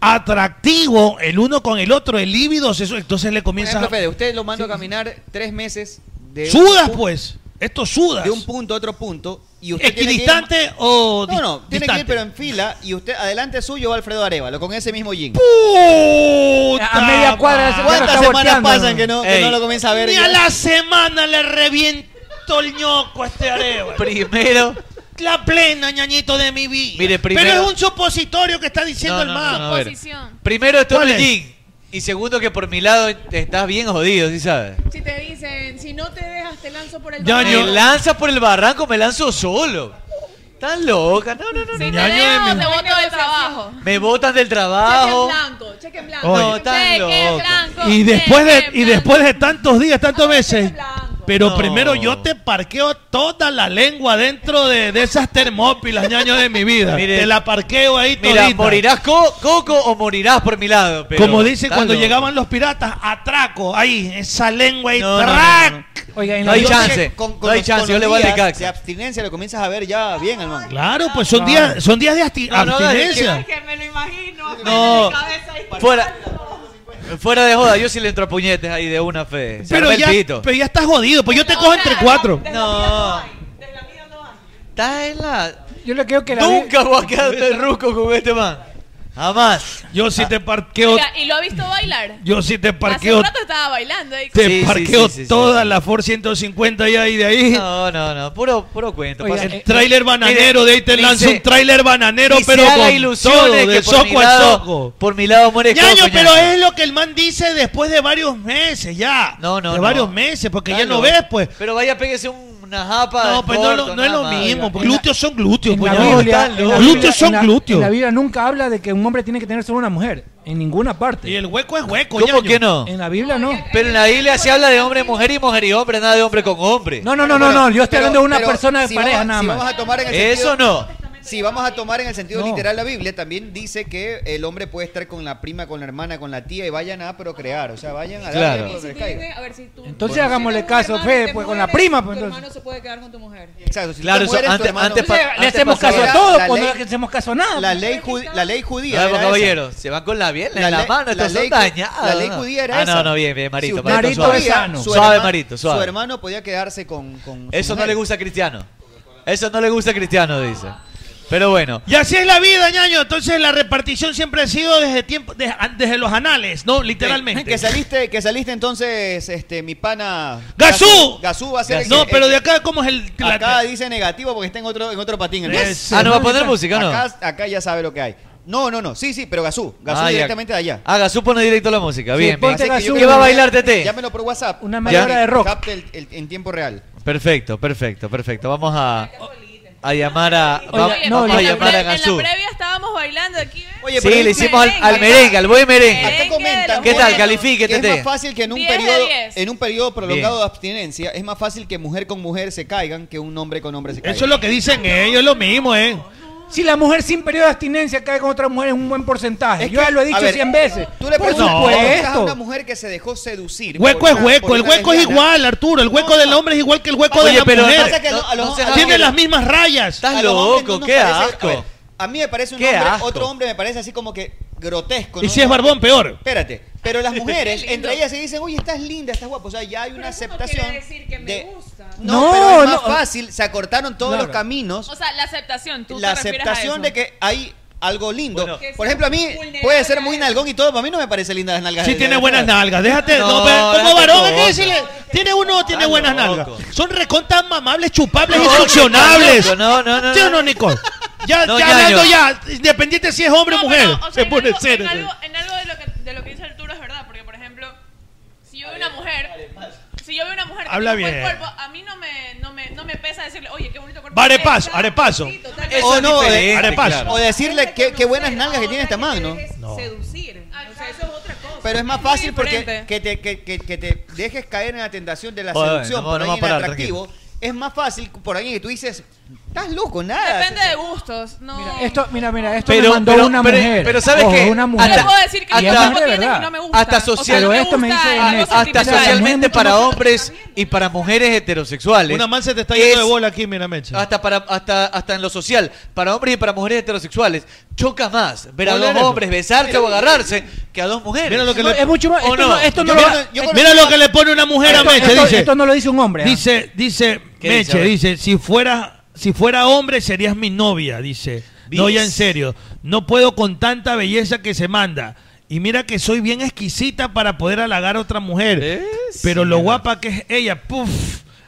Speaker 5: atractivo el uno con el otro, el líbido, eso, entonces le
Speaker 8: Por
Speaker 5: comienza
Speaker 8: ejemplo, Fede, usted lo manda a caminar tres meses de
Speaker 5: Sudas,
Speaker 8: un,
Speaker 5: pues. Esto sudas.
Speaker 8: de un punto a otro punto y usted tiene que ir-
Speaker 5: ¿Equidistante o
Speaker 8: No, no,
Speaker 5: dis-
Speaker 8: tiene que ir
Speaker 5: distante?
Speaker 8: pero en fila y usted adelante suyo va Alfredo Arevalo con ese mismo jean.
Speaker 5: ¡Puta!
Speaker 8: A media cuadra ese ¿Cuántas perro está semanas volteando? pasan que no- que no lo comienza a ver
Speaker 5: Ni
Speaker 8: ya?
Speaker 5: a la semana le reviento el ñoco a este areva.
Speaker 12: Primero.
Speaker 5: La plena, ñañito de mi vida.
Speaker 12: Mire, primero-
Speaker 5: Pero es un supositorio que está diciendo
Speaker 12: No,
Speaker 5: el
Speaker 12: no,
Speaker 5: man.
Speaker 12: no, a ver. Primero estoy en el gym. Y segundo que por mi lado te estás bien jodido, ¿sí sabes?
Speaker 10: Si te dicen, si no te dejas, te lanzo por el
Speaker 12: Me
Speaker 10: barranco.
Speaker 12: lanzas por el barranco, me lanzo solo. Estás loca. No, no, no.
Speaker 10: Si
Speaker 12: no.
Speaker 10: te dejo, te boto del trabajo.
Speaker 12: Me botas del trabajo.
Speaker 10: Cheque en blanco, cheque en blanco.
Speaker 5: Oye.
Speaker 12: No, estás
Speaker 10: Cheque en
Speaker 12: loco.
Speaker 10: blanco.
Speaker 5: Y después de, y después de tantos días, tantos meses. Pero
Speaker 12: No.
Speaker 5: primero yo te parqueo toda la lengua dentro de, de esas termópilas, ñaño de mi vida.
Speaker 12: Mire.
Speaker 5: te la parqueo ahí
Speaker 12: Mira,
Speaker 5: todita.
Speaker 12: morirás co- coco o morirás por mi lado. pero
Speaker 5: Como dice
Speaker 12: estás
Speaker 5: cuando
Speaker 12: loco.
Speaker 5: llegaban los piratas, atraco, ahí, esa lengua ahí,
Speaker 12: No, no,
Speaker 5: trac.
Speaker 9: Oiga,
Speaker 12: No hay chance. no hay
Speaker 8: los-
Speaker 12: chance.
Speaker 8: con
Speaker 12: Yo
Speaker 8: los
Speaker 12: le voy a
Speaker 8: días
Speaker 12: Necaxa.
Speaker 8: De abstinencia lo comienzas a ver ya bien, hermano.
Speaker 5: Claro, pues son días, son días de absti-
Speaker 12: No, no, no,
Speaker 5: abstinencia.
Speaker 12: es
Speaker 10: Que me lo imagino.
Speaker 12: No.
Speaker 10: mi cabeza ahí.
Speaker 12: Fuera. Fuera de joda, yo sí le entro a puñetes ahí de una fe. Se
Speaker 5: pero,
Speaker 12: arma el
Speaker 5: ya,
Speaker 12: pito.
Speaker 5: pero ya estás jodido, pues yo te cojo entre cuatro.
Speaker 12: No. Está en la.
Speaker 9: Yo le creo que la
Speaker 12: Nunca voy a quedar de ruco con este man. Jamás.
Speaker 5: Yo sí te parqueo.
Speaker 10: Mira, ¿y lo ha visto bailar?
Speaker 5: Yo sí te
Speaker 10: Hace
Speaker 5: parqueo.
Speaker 10: un rato estaba bailando. ahí.
Speaker 5: Te
Speaker 12: sí,
Speaker 5: parqueo
Speaker 12: sí, sí, sí.
Speaker 5: toda la Ford 150 ya y de ahí.
Speaker 12: No, no, no. Puro, puro cuento.
Speaker 5: Oiga,
Speaker 12: Pasa-
Speaker 5: el tráiler bananero,
Speaker 12: Mire,
Speaker 5: de ahí te
Speaker 12: ni
Speaker 5: lanza
Speaker 12: se-
Speaker 5: un tráiler bananero,
Speaker 12: ni
Speaker 5: pero
Speaker 12: se haga
Speaker 5: con
Speaker 12: ilusiones
Speaker 5: todo,
Speaker 12: que
Speaker 5: de
Speaker 12: por mi
Speaker 5: soco a
Speaker 12: lado-
Speaker 5: soco.
Speaker 12: Por mi lado muere
Speaker 1: Ñaño,
Speaker 12: Coco,
Speaker 1: pero
Speaker 12: Ñaño.
Speaker 1: es lo que el man dice después de varios meses ya.
Speaker 12: No, no,
Speaker 1: De
Speaker 12: no.
Speaker 1: varios meses, porque ya
Speaker 12: Claro.
Speaker 1: no ves, pues.
Speaker 12: Pero vaya, pégese un- una japa.
Speaker 1: No, pues no es lo- no es lo mismo, porque glúteos son glúteos,
Speaker 9: En la
Speaker 1: pues, ya.
Speaker 9: Biblia- en la Biblia-
Speaker 1: glúteos
Speaker 9: en
Speaker 1: son
Speaker 9: la-
Speaker 1: glúteos.
Speaker 9: En la Biblia nunca habla de que un hombre tiene que tener solo una mujer. En ninguna parte.
Speaker 1: Y el hueco es hueco,
Speaker 12: ¿Cómo que no?
Speaker 9: En la Biblia no.
Speaker 12: Pero en la Biblia se habla de hombre, mujer y mujer y hombre, nada de hombre con hombre.
Speaker 9: No, no, no, no, no. Yo estoy
Speaker 8: Pero-
Speaker 9: hablando de una
Speaker 8: pero
Speaker 9: persona de
Speaker 8: si
Speaker 9: pareja
Speaker 8: vamos-
Speaker 9: nada
Speaker 8: si
Speaker 9: más.
Speaker 8: vamos a tomar en el
Speaker 12: Eso
Speaker 8: sentido-
Speaker 12: no.
Speaker 8: Si vamos a tomar en el sentido
Speaker 12: No.
Speaker 8: literal la Biblia, también dice que el hombre puede estar con la prima, con la hermana, con la tía y vayan a procrear. O sea, vayan a darle
Speaker 9: Claro.
Speaker 8: por donde caiga.
Speaker 11: Tiene- A ver, si tú,
Speaker 9: Entonces
Speaker 8: Bueno.
Speaker 9: hagámosle caso,
Speaker 11: hermano,
Speaker 9: Fede,
Speaker 11: te
Speaker 9: pues con la
Speaker 11: mueres,
Speaker 9: prima. Pues,
Speaker 11: tu
Speaker 9: entonces.
Speaker 11: hermano se puede quedar con tu mujer.
Speaker 8: Exacto, si tú
Speaker 12: Claro, eso
Speaker 8: mueres, tu
Speaker 12: antes-
Speaker 8: hermano-
Speaker 12: antes pa-
Speaker 9: Le hacemos caso a
Speaker 8: era
Speaker 9: todo
Speaker 8: la
Speaker 9: cuando
Speaker 8: ley-
Speaker 9: no le hacemos caso a nada.
Speaker 8: La ley, ju- la ley judía.
Speaker 12: Claro,
Speaker 8: era esa.
Speaker 12: caballero, se van con la bien, en la,
Speaker 8: ley-
Speaker 12: mano, estos
Speaker 8: ley
Speaker 12: son
Speaker 8: ju-
Speaker 12: dañados.
Speaker 8: La ley judía era
Speaker 12: Ah,
Speaker 8: esa.
Speaker 12: no, no, bien, bien, Marito.
Speaker 8: Si usted
Speaker 12: Marito,
Speaker 8: podía,
Speaker 12: suave.
Speaker 8: su
Speaker 12: Suave,
Speaker 8: hermano-
Speaker 12: Marito, suave.
Speaker 8: Su hermano podía quedarse con. con su
Speaker 12: Eso no
Speaker 8: mujer.
Speaker 12: le gusta a Cristiano. Eso no le gusta a Cristiano, dice. Pero bueno.
Speaker 1: Y así es la vida, ñaño. Entonces la repartición siempre ha sido desde tiempo, de- desde los anales, ¿no? Literalmente.
Speaker 8: Que saliste, que saliste entonces, este, mi pana.
Speaker 1: ¡Gazú!
Speaker 8: Gazú va a ser. el
Speaker 1: No,
Speaker 8: que-
Speaker 1: pero
Speaker 8: el-
Speaker 1: de acá, ¿cómo es el.? la-
Speaker 8: Acá dice negativo porque está en otro, en otro patín. hermano.
Speaker 1: Es- Ah, ¿no va a poner música, no?
Speaker 8: Acá, acá ya sabe lo que hay. No, no, no. Sí, sí, pero Gazú. Gazú
Speaker 12: Ah, ya.
Speaker 8: directamente de allá.
Speaker 12: Ah, Gazú pone directo la música.
Speaker 8: Sí,
Speaker 12: bien, bien.
Speaker 8: ponte Gazú.
Speaker 12: ¿Qué va a bailar, Tete?
Speaker 8: Llámelo por WhatsApp. Una
Speaker 12: maniobra de rock.
Speaker 8: en tiempo real.
Speaker 12: Perfecto, perfecto, perfecto. Vamos a, a llamar a, va-
Speaker 10: Oye,
Speaker 12: vamos
Speaker 10: en,
Speaker 12: a
Speaker 10: la
Speaker 12: llamar
Speaker 10: pre-
Speaker 12: a
Speaker 10: en la
Speaker 12: Gazú.
Speaker 10: previa estábamos bailando aquí. ¿ves?
Speaker 12: Sí, le hicimos al, al merengue, al buen merengue.
Speaker 8: comentan
Speaker 12: ¿Qué
Speaker 8: Jorge,
Speaker 12: tal? Califique,
Speaker 8: que Es
Speaker 12: Tete.
Speaker 8: más fácil que en un
Speaker 10: 10 de
Speaker 8: periodo
Speaker 10: 10.
Speaker 8: en un periodo prolongado
Speaker 12: Bien.
Speaker 8: de abstinencia es más fácil que mujer con mujer se caigan que un hombre con hombre se caigan.
Speaker 1: Eso es lo que dicen ellos, es lo mismo, ¿eh?
Speaker 9: Si la mujer sin periodo de abstinencia cae con otra mujer es un buen porcentaje.
Speaker 8: Es
Speaker 9: Yo
Speaker 8: que,
Speaker 9: ya lo he dicho
Speaker 8: a ver,
Speaker 9: 100 veces.
Speaker 8: Tú le
Speaker 9: Por
Speaker 8: preguntas a una
Speaker 9: supuesto.
Speaker 8: mujer que se dejó seducir.
Speaker 1: Hueco
Speaker 8: por
Speaker 1: es
Speaker 8: una-
Speaker 1: hueco,
Speaker 8: por
Speaker 1: el
Speaker 8: una
Speaker 1: hueco es
Speaker 8: lesbiana.
Speaker 1: igual, Arturo. El hueco del hombre es igual que el hueco
Speaker 8: Oye,
Speaker 1: de la
Speaker 8: pero no-
Speaker 1: mujer.
Speaker 8: pasa que no- a los- a los
Speaker 1: Tiene
Speaker 8: hombres-
Speaker 1: las mismas rayas.
Speaker 8: A los hombres no nos parece- a ver, A mí me parece un
Speaker 1: Qué
Speaker 8: hombre,
Speaker 1: asco.
Speaker 8: otro hombre me parece así como que grotesco.
Speaker 1: Y
Speaker 8: ¿no?
Speaker 1: si es barbón, peor.
Speaker 8: Espérate, pero las mujeres
Speaker 11: Qué lindo.
Speaker 8: entre ellas se dicen, oye, estás linda, estás guapo. O sea, ya hay una aceptación.
Speaker 11: quiere decir que me
Speaker 8: de-
Speaker 11: gusta.
Speaker 8: No,
Speaker 11: No,
Speaker 8: pero es más
Speaker 11: no.
Speaker 8: fácil, se acortaron todos los caminos.
Speaker 10: O sea, la aceptación. ¿tú te
Speaker 8: la
Speaker 10: refieres a
Speaker 8: aceptación
Speaker 10: eso?
Speaker 8: de que hay algo lindo.
Speaker 10: Que sea
Speaker 8: Por ejemplo, a mí
Speaker 10: vulnerable
Speaker 8: puede ser muy nalgón y todo, pero a mí no me parece linda las nalgas.
Speaker 1: Sí
Speaker 8: de-
Speaker 1: tiene
Speaker 8: de-
Speaker 1: buenas
Speaker 8: de-
Speaker 1: nalgas, déjate, no, pero como varón, hay que decirle, tiene uno o
Speaker 8: Ah,
Speaker 1: tiene buenas nalgas. Son recontas mamables, chupables,
Speaker 12: No,
Speaker 1: instruccionables.
Speaker 12: no, no, no, no.
Speaker 1: ¿Sí o no, Nico? Ya,
Speaker 12: No,
Speaker 1: ya
Speaker 12: ya,
Speaker 1: hablando
Speaker 12: yo.
Speaker 1: ya, independiente si es hombre o mujer,
Speaker 10: O sea,
Speaker 1: se
Speaker 10: en
Speaker 1: pone
Speaker 10: algo,
Speaker 1: serio.
Speaker 10: en algo, en algo de, lo que, de lo que dice Arturo es verdad, porque por ejemplo, si yo veo una mujer, si yo veo una mujer que
Speaker 1: Habla
Speaker 10: tiene un buen
Speaker 1: bien.
Speaker 10: cuerpo, a mí no me, no me, no me pesa decirle, oye, qué bonito cuerpo.
Speaker 1: Arepaso, arepaso.
Speaker 8: O no, eh, de-
Speaker 1: Arepazo.
Speaker 8: o decirle qué, qué buenas nalgas que tiene este man, ¿no?
Speaker 11: Seducir. O sea, eso es otra cosa.
Speaker 8: Pero es más
Speaker 11: muy
Speaker 8: fácil porque
Speaker 11: diferente.
Speaker 8: que te, que, que- que te dejes caer en la tentación de la
Speaker 12: Bueno,
Speaker 8: seducción
Speaker 12: no,
Speaker 8: por
Speaker 12: no
Speaker 8: alguien
Speaker 12: vamos a parar,
Speaker 8: atractivo. Es más fácil por alguien que tú dices, estás loco, nada.
Speaker 10: Depende de gustos. No.
Speaker 9: Esto, mira, mira, esto
Speaker 12: Pero-
Speaker 9: me mandó
Speaker 12: pero-
Speaker 9: una
Speaker 12: pero-
Speaker 9: mujer.
Speaker 12: pero ¿sabes
Speaker 9: Ojo,
Speaker 12: qué?
Speaker 9: Una mujer.
Speaker 10: Yo puedo decir que
Speaker 9: Y
Speaker 10: mi
Speaker 9: es
Speaker 10: cuerpo
Speaker 9: mujer de
Speaker 10: tiene y
Speaker 9: verdad.
Speaker 10: no me gusta.
Speaker 12: Hasta,
Speaker 10: O sea,
Speaker 12: social,
Speaker 10: no me
Speaker 9: esto me
Speaker 10: gusta eh,
Speaker 9: dice
Speaker 10: algo
Speaker 9: en el-
Speaker 10: sentimental.
Speaker 12: hasta socialmente para hombres y para mujeres heterosexuales.
Speaker 5: Una man se te está yendo
Speaker 12: es-
Speaker 5: de bola aquí, mira, Mecha.
Speaker 12: Hasta, para, hasta, hasta en lo social, para hombres y para mujeres heterosexuales, choca más ver a
Speaker 5: Ponle
Speaker 12: dos
Speaker 5: eso.
Speaker 12: hombres besarse o agarrarse que a dos mujeres.
Speaker 5: Mira lo que le-
Speaker 12: ¿O
Speaker 5: ¿O
Speaker 12: Yo-
Speaker 5: mira,
Speaker 12: yo-
Speaker 5: mira lo que le pone una mujer a
Speaker 9: Esto-
Speaker 5: Meche,
Speaker 9: esto-
Speaker 5: ah. dice.
Speaker 9: esto no lo dice un hombre, ¿ah?
Speaker 5: Dice, dice
Speaker 9: ¿Qué dice?
Speaker 5: Meche,
Speaker 9: A ver.
Speaker 5: dice, si fuera, si fuera hombre serías mi novia, dice. No,
Speaker 9: Bis.
Speaker 5: ya en serio, no puedo con tanta belleza que se manda. Y mira que soy bien exquisita para poder halagar a otra mujer. Pero lo guapa que es ella, puf,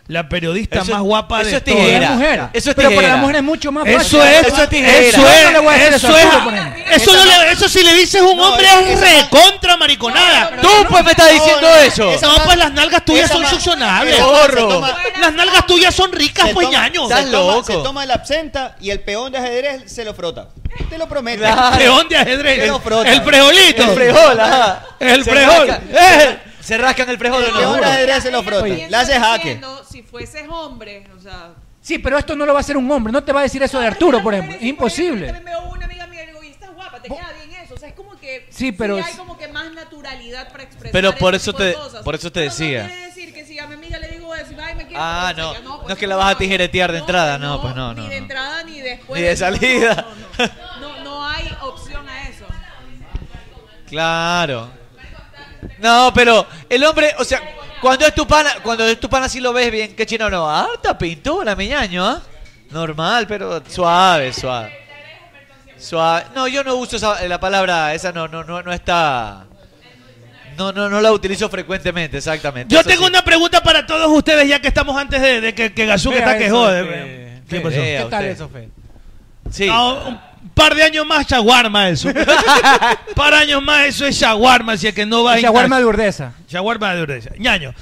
Speaker 5: la periodista
Speaker 12: Eso-
Speaker 5: más guapa
Speaker 12: eso
Speaker 5: de
Speaker 12: es tijera.
Speaker 5: todas.
Speaker 12: Mujer. Eso es
Speaker 9: Pero para
Speaker 12: tijera.
Speaker 9: la mujer es mucho más fácil.
Speaker 5: Eso es, eso es, eso
Speaker 9: Yo no le voy a hacer
Speaker 5: es, eso
Speaker 9: a
Speaker 5: es,
Speaker 9: Arturo, por ejemplo.
Speaker 5: eso no le- eso si le dices un hombre es recontra mariconada.
Speaker 12: Tú pues me estás diciendo eso.
Speaker 5: No, pues las nalgas tuyas son succionables.
Speaker 12: Porro.
Speaker 5: Las nalgas tuyas son ricas, pues ñaño.
Speaker 8: Se toma, se toma el absenta y el peón de ajedrez se lo frota. Te lo prometo.
Speaker 5: El peón de ajedrez.
Speaker 8: Te lo frota.
Speaker 5: El frejolito.
Speaker 8: El
Speaker 12: frejol, ajá.
Speaker 5: El
Speaker 12: Se
Speaker 5: frejol.
Speaker 12: rasca-
Speaker 5: Eh.
Speaker 12: Se rascan el frejol.
Speaker 8: El
Speaker 12: no,
Speaker 8: peón de
Speaker 12: juro.
Speaker 8: ajedrez se lo frota.
Speaker 9: Oye.
Speaker 8: Le hace jaque.
Speaker 11: Diciendo, Si fueses hombre, o sea,
Speaker 9: Sí, pero esto no lo va a hacer un hombre. No te va a decir eso de Arturo, por ejemplo. Es imposible.
Speaker 11: también veo una amiga mía y digo, y estás guapa, te queda bien eso. O sea, es como que
Speaker 9: Sí, pero-
Speaker 11: hay como que más naturalidad para expresar
Speaker 12: Pero por
Speaker 11: ese
Speaker 12: eso
Speaker 11: tipo de
Speaker 12: te-
Speaker 11: cosas.
Speaker 12: por eso te
Speaker 11: Pero
Speaker 12: decía.
Speaker 11: No quiere decir que si a mi amiga le digo eso, ay, me quiero
Speaker 12: Ah,
Speaker 11: conocer,
Speaker 12: no.
Speaker 11: ya
Speaker 12: No
Speaker 11: pues,
Speaker 12: es que la vas a tijeretear de entrada. No, pues no,
Speaker 11: Ni de
Speaker 12: no. no.
Speaker 11: entrada ni después.
Speaker 12: Ni de salida.
Speaker 11: No, no, no hay opción a eso.
Speaker 12: Claro. No, pero el hombre, o sea, cuando es tu pana, cuando es tu pana sí lo ves bien, qué chino no, harta pintura, mi ñaño, ¿ah? Normal, pero suave, suave. Suave. No, yo no uso esa- la palabra, esa no, no, no, no está. No, no, no la utilizo frecuentemente, exactamente.
Speaker 5: Yo
Speaker 12: Eso
Speaker 5: tengo
Speaker 12: sí.
Speaker 5: una pregunta para todos ustedes, ya que estamos antes de, de que, que Gazú que
Speaker 12: Vea
Speaker 5: está que
Speaker 12: eso,
Speaker 5: jode.
Speaker 12: Fe.
Speaker 5: ¿Qué
Speaker 12: Fe,
Speaker 5: pasó?
Speaker 12: vea ¿Qué tal usted. eso,
Speaker 5: Fe? Sí. un par de años más chaguarma eso. un par de años más eso es chaguarma, si es que no va a
Speaker 9: Shawarma de
Speaker 5: Ignacio.
Speaker 9: urdesa.
Speaker 5: Shawarma de urdesa. Ñaño.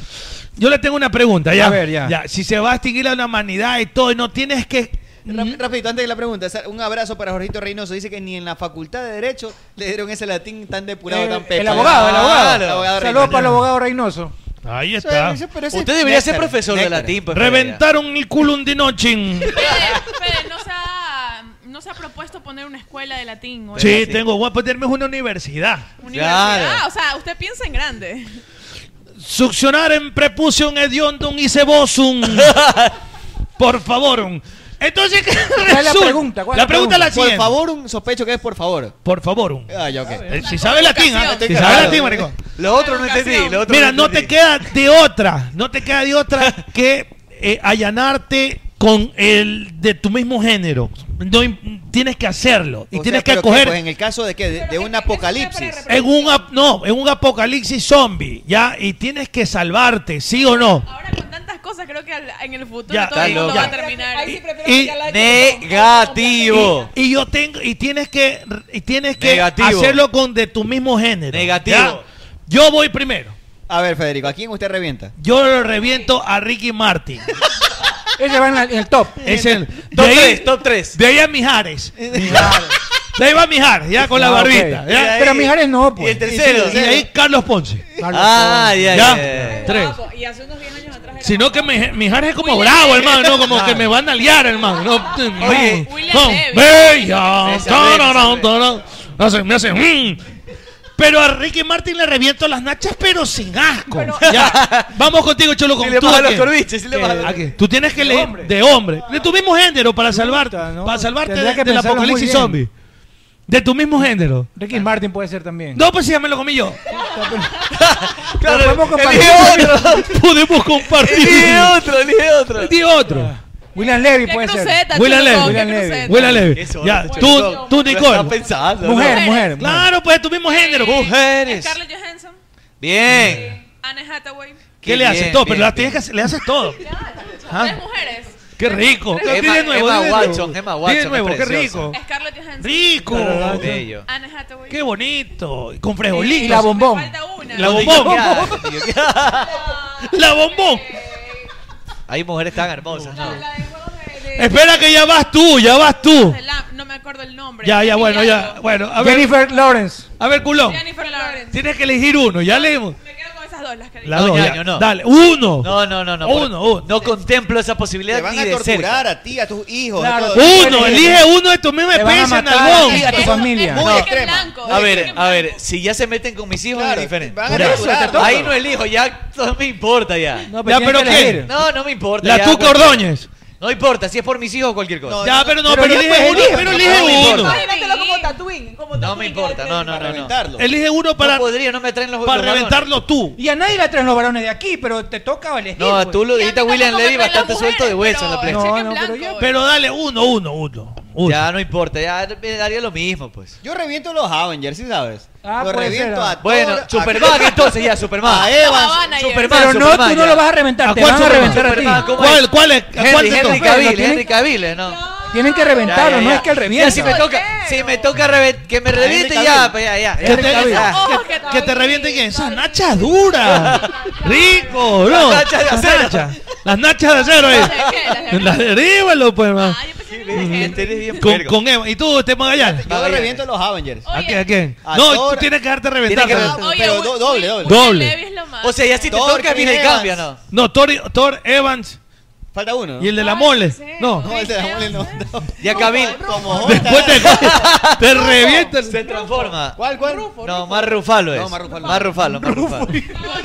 Speaker 5: Yo le tengo una pregunta, ya.
Speaker 9: A ver, ya.
Speaker 5: Si se va a extinguir la humanidad y todo, y no tienes que.
Speaker 8: Rap- Rapidito, antes de la pregunta, Sar- un abrazo para Jorgito Reynoso. Dice que ni en la facultad de Derecho le dieron ese latín tan depurado,
Speaker 9: Eh,
Speaker 8: tan pecho. Ah,
Speaker 9: el abogado, el
Speaker 8: El abogado
Speaker 9: abogado. Saludos
Speaker 8: Reynoso.
Speaker 9: para el abogado Reynoso.
Speaker 5: Ahí está.
Speaker 9: Sí, pero sí.
Speaker 12: Usted debería ser
Speaker 9: Néctar,
Speaker 12: profesor de
Speaker 9: néctar.
Speaker 12: latín. pues,
Speaker 5: Reventaron mi culo un dinochin.
Speaker 10: Fede, no se ha, no se ha propuesto poner una escuela de latín. o
Speaker 5: Sí,
Speaker 10: algo así.
Speaker 5: tengo. Voy a ponerme una universidad.
Speaker 10: Universidad, o sea, usted piensa en grande.
Speaker 5: Succionar en prepucio hediondum y cebosum. Por favor. Entonces, ¿qué
Speaker 8: es la
Speaker 5: resulta?
Speaker 8: pregunta? ¿Cuál es
Speaker 5: la
Speaker 8: la
Speaker 5: pregunta es la
Speaker 8: pregunta? Por
Speaker 5: siguiente.
Speaker 8: favor, un sospecho que es por favor.
Speaker 5: Por favor.
Speaker 8: Ah, ya, ok.
Speaker 5: Eh, Si sabe latín, ¿ah? si sabe latín, maricón.
Speaker 12: Lo otro no entendí. Lo otro
Speaker 5: Mira,
Speaker 12: no
Speaker 5: no
Speaker 12: entendí.
Speaker 5: te queda de otra, no te queda de otra que eh, allanarte con el de tu mismo género. No im- tienes que hacerlo y
Speaker 8: O
Speaker 5: tienes
Speaker 8: sea, pero
Speaker 5: que coger
Speaker 8: pues, en el caso de que de, de un apocalipsis.
Speaker 5: en un ap- no, en un apocalipsis zombie, ya y tienes que salvarte, sí o no.
Speaker 10: Tantas cosas, creo que al- en el futuro
Speaker 5: Ya,
Speaker 10: todo
Speaker 5: está
Speaker 10: el mundo
Speaker 5: loco.
Speaker 10: va a
Speaker 5: Ya.
Speaker 10: terminar.
Speaker 5: Y
Speaker 12: negativo.
Speaker 5: Y, y yo tengo y tienes que y tienes que
Speaker 8: Negativo.
Speaker 5: hacerlo con de tu mismo género.
Speaker 8: Negativo.
Speaker 5: ¿ya? Yo voy primero.
Speaker 8: A ver, Federico, ¿a quién usted revienta?
Speaker 5: Yo lo reviento a Ricky Martin.
Speaker 9: Ese va en, la- en el top.
Speaker 5: Es el
Speaker 9: Top
Speaker 5: tres, top 3. De ahí a Mijares. De ahí va Mijares, ya con la
Speaker 9: Ah, ok.
Speaker 5: barbita.
Speaker 9: Y de ahí- Pero Mijares no, pues.
Speaker 5: Y el tercero. Y de ahí Carlos Ponce.
Speaker 9: Ah, Ponce. ya, ya,
Speaker 10: ya.
Speaker 5: Tres.
Speaker 10: Guapo, Y hace unos 10 años atrás era
Speaker 5: Sino que mi- Mijares es como bravo, hermano, no como que me van a liar, hermano. No,
Speaker 10: Oye,
Speaker 5: no,
Speaker 10: William
Speaker 5: no,
Speaker 10: Levy.
Speaker 5: bella,
Speaker 10: Esa,
Speaker 5: tararán, tararán. Hace- me hace, mm. Pero a Ricky Martin le reviento las nachas, pero sin asco. Ya. Vamos contigo, Cholo, con
Speaker 12: le
Speaker 5: tú,
Speaker 12: baja
Speaker 5: ¿a
Speaker 12: los
Speaker 5: qué?
Speaker 12: corviches, sí le
Speaker 5: Eh,
Speaker 12: baja los-
Speaker 5: ¿a qué? Tú tienes que leer de hombre, de tu mismo género para salvarte, para salvarte
Speaker 9: Tendría
Speaker 5: de-
Speaker 9: que
Speaker 5: del
Speaker 9: pensarlo muy
Speaker 5: apocalipsis
Speaker 9: bien.
Speaker 5: zombie. De tu mismo género.
Speaker 9: Ricky Martin puede ser también.
Speaker 5: No, pues sí, ya me lo comí yo.
Speaker 9: Claro, podemos compartir.
Speaker 5: otro. Podemos compartir.
Speaker 9: Elige
Speaker 12: otro, elige otro.
Speaker 5: Elige otro.
Speaker 9: William Levy puede ser.
Speaker 5: Huela leve, huela leve, huela leve. Ya, tú, tú, Nicole.
Speaker 12: Está pensando,
Speaker 5: Mujer,
Speaker 12: ¿no?
Speaker 5: mujer. Claro, pues tu mismo género.
Speaker 12: Mujeres.
Speaker 10: Scarlett Johansson,
Speaker 12: Bien.
Speaker 10: Anne Hathaway.
Speaker 5: ¿Qué le haces
Speaker 12: bien,
Speaker 5: todo?
Speaker 12: bien,
Speaker 5: Pero la tienes que hacer- le haces todo. Ah,
Speaker 10: Tres mujeres.
Speaker 5: Qué rico.
Speaker 12: Emma-
Speaker 5: Dile de nuevo,
Speaker 12: Emma
Speaker 5: dile de nuevo.
Speaker 12: Watson, Emma
Speaker 5: Dile de
Speaker 12: Watson es
Speaker 5: nuevo, qué
Speaker 12: preciosa.
Speaker 5: rico.
Speaker 10: Scarlett Johansson.
Speaker 5: Rico.
Speaker 12: Bello.
Speaker 10: Anne Hathaway.
Speaker 5: Qué bonito. Y Con frijolitos.
Speaker 10: Y la
Speaker 5: bombón. La bombón. La bombón.
Speaker 12: Hay mujeres tan hermosas, ¿no?
Speaker 5: Espera que ya vas tú, ya vas tú.
Speaker 10: La- no me acuerdo el nombre.
Speaker 5: Ya, ya, bueno, ya. Bueno, a ver.
Speaker 9: Jennifer Lawrence.
Speaker 5: A ver, culón.
Speaker 10: Jennifer Lawrence.
Speaker 5: Tienes que elegir uno, ya leemos.
Speaker 10: Con esas dos las que
Speaker 5: La
Speaker 12: no,
Speaker 5: dos,
Speaker 12: Ñaño,
Speaker 5: ya.
Speaker 12: no.
Speaker 5: Dale, uno.
Speaker 12: No, no, no, no.
Speaker 5: Uno,
Speaker 12: por- No contemplo esa posibilidad
Speaker 8: Te van
Speaker 12: ni
Speaker 8: a
Speaker 12: de
Speaker 8: torturar
Speaker 12: cerca.
Speaker 8: a ti, a tus hijos.
Speaker 12: Claro,
Speaker 8: a todos.
Speaker 5: Uno, elige uno de tus mismas
Speaker 12: Te van a
Speaker 5: especies,
Speaker 12: matar
Speaker 5: nalgón.
Speaker 12: a ti, a tu familia.
Speaker 8: Muy
Speaker 12: No.
Speaker 8: extrema.
Speaker 12: A ver, a ver, si ya se meten con mis hijos
Speaker 8: Claro,
Speaker 12: es diferente.
Speaker 8: van a
Speaker 12: Por eso,
Speaker 8: torturar.
Speaker 12: te toca. Ahí no elijo, ya no me importa ya.
Speaker 9: No, pero Ya, tienes pero que ¿qué? elegir.
Speaker 12: No, no me importa.
Speaker 5: La
Speaker 12: ya, pues.
Speaker 5: Tuca
Speaker 12: cualquier-
Speaker 5: Ordóñez.
Speaker 12: No importa, si es por mis hijos o cualquier cosa.
Speaker 5: Ya, pero no, pero elige uno, pero elige uno.
Speaker 15: Imagínatelo como Tatooine. Como
Speaker 12: No me importa, no, no, no. no.
Speaker 5: Elige uno
Speaker 12: para. No podría, no me traen los
Speaker 5: Para
Speaker 12: los balones.
Speaker 5: reventarlo tú.
Speaker 9: Y a nadie la traen los varones de aquí, pero te toca elegir.
Speaker 12: No,
Speaker 9: pues.
Speaker 12: tú lo dijiste a William Levy bastante suelto de hueso en eh. la playa.
Speaker 9: No, no, pero yo.
Speaker 5: Pero dale uno, uno, uno.
Speaker 12: Ya no importa, ya me daría lo mismo, pues.
Speaker 8: Yo reviento los Avengers, ¿sí sabes?
Speaker 12: Ah,
Speaker 8: Los
Speaker 12: puede
Speaker 8: reviento
Speaker 12: ser.
Speaker 8: a Thor,
Speaker 12: Bueno,
Speaker 8: a-
Speaker 12: Superman, entonces, ya, Superman.
Speaker 8: A Evans.
Speaker 12: No, Havana, ya.
Speaker 8: Superman,
Speaker 12: Pero no,
Speaker 8: Superman,
Speaker 12: tú no
Speaker 8: ya.
Speaker 12: lo vas a reventar,
Speaker 8: ¿A
Speaker 12: te
Speaker 8: cuál
Speaker 12: van a
Speaker 8: Superman?
Speaker 12: reventar a ti.
Speaker 8: Superman, ¿cómo
Speaker 12: ¿Cuál,
Speaker 8: es?
Speaker 12: cuál es?
Speaker 8: Henry,
Speaker 12: ¿Cuál de
Speaker 8: Henry
Speaker 12: todos?
Speaker 8: Cavill, eh,
Speaker 12: Lo tienen-
Speaker 8: Henry
Speaker 12: Cavill, ¿no?
Speaker 9: Tienen que
Speaker 12: Ya,
Speaker 9: reventarlo,
Speaker 12: ya,
Speaker 9: no
Speaker 12: ya.
Speaker 9: es que él
Speaker 12: Ya,
Speaker 9: revienta.
Speaker 12: si me toca, si me toca reven- que me reviente, ya, pues ya, ya.
Speaker 5: Uh, Que te,
Speaker 10: Oh,
Speaker 5: que- que te reviente quién? Esas nachas duras. Rico, bro.
Speaker 12: Las nachas de
Speaker 5: Esas
Speaker 12: acero.
Speaker 5: nachas. Las nachas de acero. eh. Las de Rívalo, pues, man.
Speaker 10: Ah,
Speaker 5: Con, con Eva. ¿Y tú, este Magallanes?
Speaker 8: Yo reviento los Avengers.
Speaker 12: Ah,
Speaker 5: ¿A quién? ¿A quién?
Speaker 8: A
Speaker 5: no,
Speaker 8: Thor-
Speaker 5: tú tienes que dejarte reventar.
Speaker 8: Tienes que
Speaker 5: pero-
Speaker 10: Ah,
Speaker 8: reventar, pero do- doble, doble.
Speaker 5: Doble.
Speaker 12: O sea, ya si te
Speaker 8: Thor,
Speaker 12: toca,
Speaker 8: Chris
Speaker 12: mira y
Speaker 8: Evans.
Speaker 12: cambia, ¿no?
Speaker 5: No, Thor, Thor Evans.
Speaker 8: Falta uno.
Speaker 5: Y el de la mole. No.
Speaker 8: No, el de la mole no.
Speaker 12: Ya Cavill.
Speaker 8: Como
Speaker 5: Después te, te revienta.
Speaker 12: Se transforma.
Speaker 8: ¿Cuál, cuál?
Speaker 12: No, más rufalo es.
Speaker 8: No,
Speaker 12: más
Speaker 8: más
Speaker 12: rufalo.
Speaker 8: Ruffalo.
Speaker 12: Más rufalo,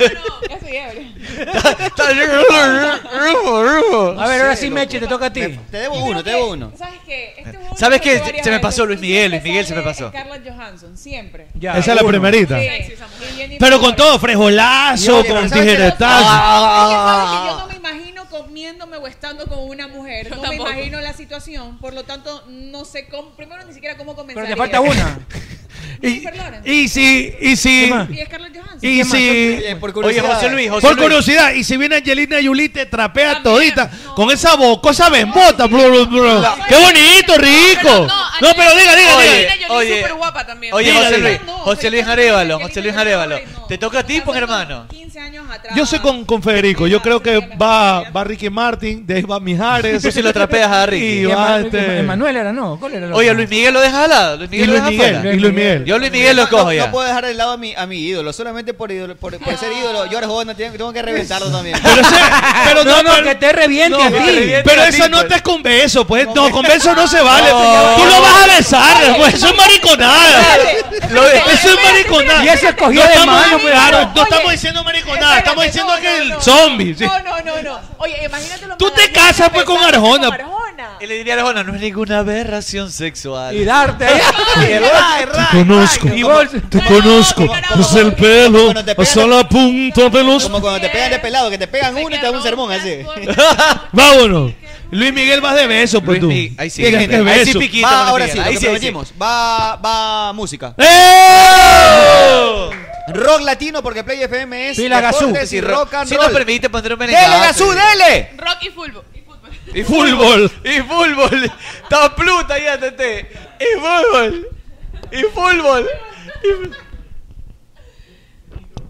Speaker 9: Rufo, Rufo. A ver, ahora sí, Meche, te toca a ti.
Speaker 8: Te debo uno, te debo uno.
Speaker 15: ¿Sabes qué? Este huevón
Speaker 12: ¿Sabes
Speaker 15: salió
Speaker 12: qué?
Speaker 15: varias
Speaker 12: Se me
Speaker 15: veces.
Speaker 12: pasó Luis Miguel, Luis Miguel se me
Speaker 15: Es
Speaker 12: pasó.
Speaker 15: Scarlett Johansson, siempre.
Speaker 5: Ya, Esa es la uno. primerita.
Speaker 15: Sí. Y Jennifer
Speaker 5: Pero con todo,
Speaker 15: Lawrence.
Speaker 5: frejolazo,
Speaker 15: Oye, pero
Speaker 5: con
Speaker 15: ¿sabes qué?
Speaker 5: tijeretazo.
Speaker 10: ah.
Speaker 15: ¿Sabes qué? ¿Sabes qué? Yo no me imagino
Speaker 10: comiéndome o estando con una mujer.
Speaker 16: Yo
Speaker 10: no
Speaker 16: tampoco.
Speaker 10: me imagino la situación. Por lo tanto, no sé cómo. Primero, ni siquiera cómo comenzar.
Speaker 32: Pero te falta una.
Speaker 10: Y,
Speaker 5: Y si, y si.
Speaker 10: Y es Scarlett Johansson.
Speaker 5: Y si.
Speaker 32: curiosidad. José Luis, José
Speaker 5: por
Speaker 32: Luis.
Speaker 5: curiosidad, y si viene Angelina Jolie te trapea todita con esa boca, esa bembota. blu, blu, blu. ¡Qué bonito, rico! No, pero diga, diga, diga.
Speaker 12: Oye, oye,
Speaker 5: Diga,
Speaker 12: José
Speaker 5: diga.
Speaker 12: Luis, José Luis Arevalo, José Luis Arevalo. ¿Te toca a ti, pues, hermano?
Speaker 5: Yo soy con, con Federico. Yo creo que va, va Ricky Martin, de ahí va Mijares.
Speaker 12: Tú sí lo trapeas a Ricky.
Speaker 5: Y va
Speaker 9: Ema-
Speaker 5: este-
Speaker 9: Emanuel era, no. ¿Cuál era?
Speaker 12: Oye, Luis Miguel lo dejas al lado. Luis Miguel
Speaker 5: Y
Speaker 12: lo
Speaker 5: Luis
Speaker 12: dejas
Speaker 5: Miguel,
Speaker 12: afuera.
Speaker 5: y Luis Miguel.
Speaker 12: Yo a Luis Miguel lo
Speaker 8: No,
Speaker 12: cojo
Speaker 8: no
Speaker 12: ya.
Speaker 8: puedo dejar de lado a mi, a mi ídolo, solamente por, ídolo- por, por ser ídolo. Yo ahora joven tengo, tengo que reventarlo también.
Speaker 5: Pero no, no,
Speaker 8: que te reviente
Speaker 5: no,
Speaker 8: a ti.
Speaker 5: que te reviente
Speaker 8: Pero
Speaker 5: a
Speaker 8: eso
Speaker 5: ti,
Speaker 8: no
Speaker 5: pues.
Speaker 8: te
Speaker 5: es con beso, pues. No, con beso no se vale. pues.
Speaker 8: No.
Speaker 5: Tú lo vas a besar, pues. Eso es mariconada.
Speaker 8: Espérate,
Speaker 5: Lo-
Speaker 8: espérate,
Speaker 5: eso es
Speaker 8: espérate,
Speaker 5: mariconada.
Speaker 8: espérate. Y eso es cogido
Speaker 5: No
Speaker 8: de
Speaker 5: estamos-
Speaker 8: mano, pues.
Speaker 5: claro, No
Speaker 8: Oye,
Speaker 5: estamos diciendo mariconada. Estamos diciendo que el zombie. sí.
Speaker 10: No, no, no, no. Oye, imagínate lo
Speaker 5: Tú te casas, pues, con Arjona.
Speaker 12: Y le diría a Arjona, no es ninguna aberración sexual.
Speaker 9: Y darte.
Speaker 5: Te conozco, te conozco, es el pelo, hasta la punta de los...
Speaker 8: Como cuando te pegan de pelado, que te pegan uno y te dan un sermón así.
Speaker 5: Vámonos. Luis Miguel vas de beso, pues tú.
Speaker 12: Ahí sí,
Speaker 5: Tienes que
Speaker 12: ahí sí
Speaker 5: beso.
Speaker 12: piquito.
Speaker 8: Va,
Speaker 12: Manuel
Speaker 8: ahora
Speaker 12: Miguel,
Speaker 8: sí, lo
Speaker 12: ahí
Speaker 8: que
Speaker 12: sí, ahí sí.
Speaker 8: prometimos. Va, va música. Rock latino porque Play FM es
Speaker 12: ¡Eh! Pila
Speaker 8: deportes
Speaker 12: Gazú.
Speaker 8: y rock and
Speaker 12: Si
Speaker 8: roll.
Speaker 12: nos permite poner un
Speaker 8: ¡Dele,
Speaker 12: merengazo.
Speaker 8: Gazú, dele!
Speaker 16: Rock y fútbol.
Speaker 12: Y fútbol. Y fútbol. Está pluta ya, tete. Y fútbol. Y fútbol.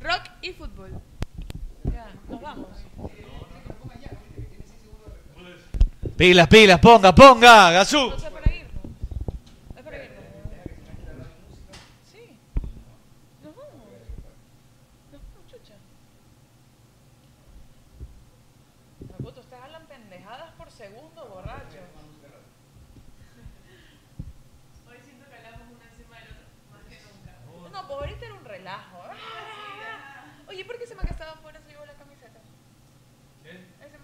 Speaker 16: Rock y fútbol. Ya, nos vamos.
Speaker 12: Pilas, pilas, ponga, ponga, Gazú.
Speaker 10: Puto, ustedes hablan pendejadas por segundo, borracho. Hoy siento que hablamos una encima del otro más que nunca. No, pues ahorita era un Ah. relajo. Ah. Oye, ¿por qué se me ha gastado afuera? Se llevó la camiseta. ¿Qué? Se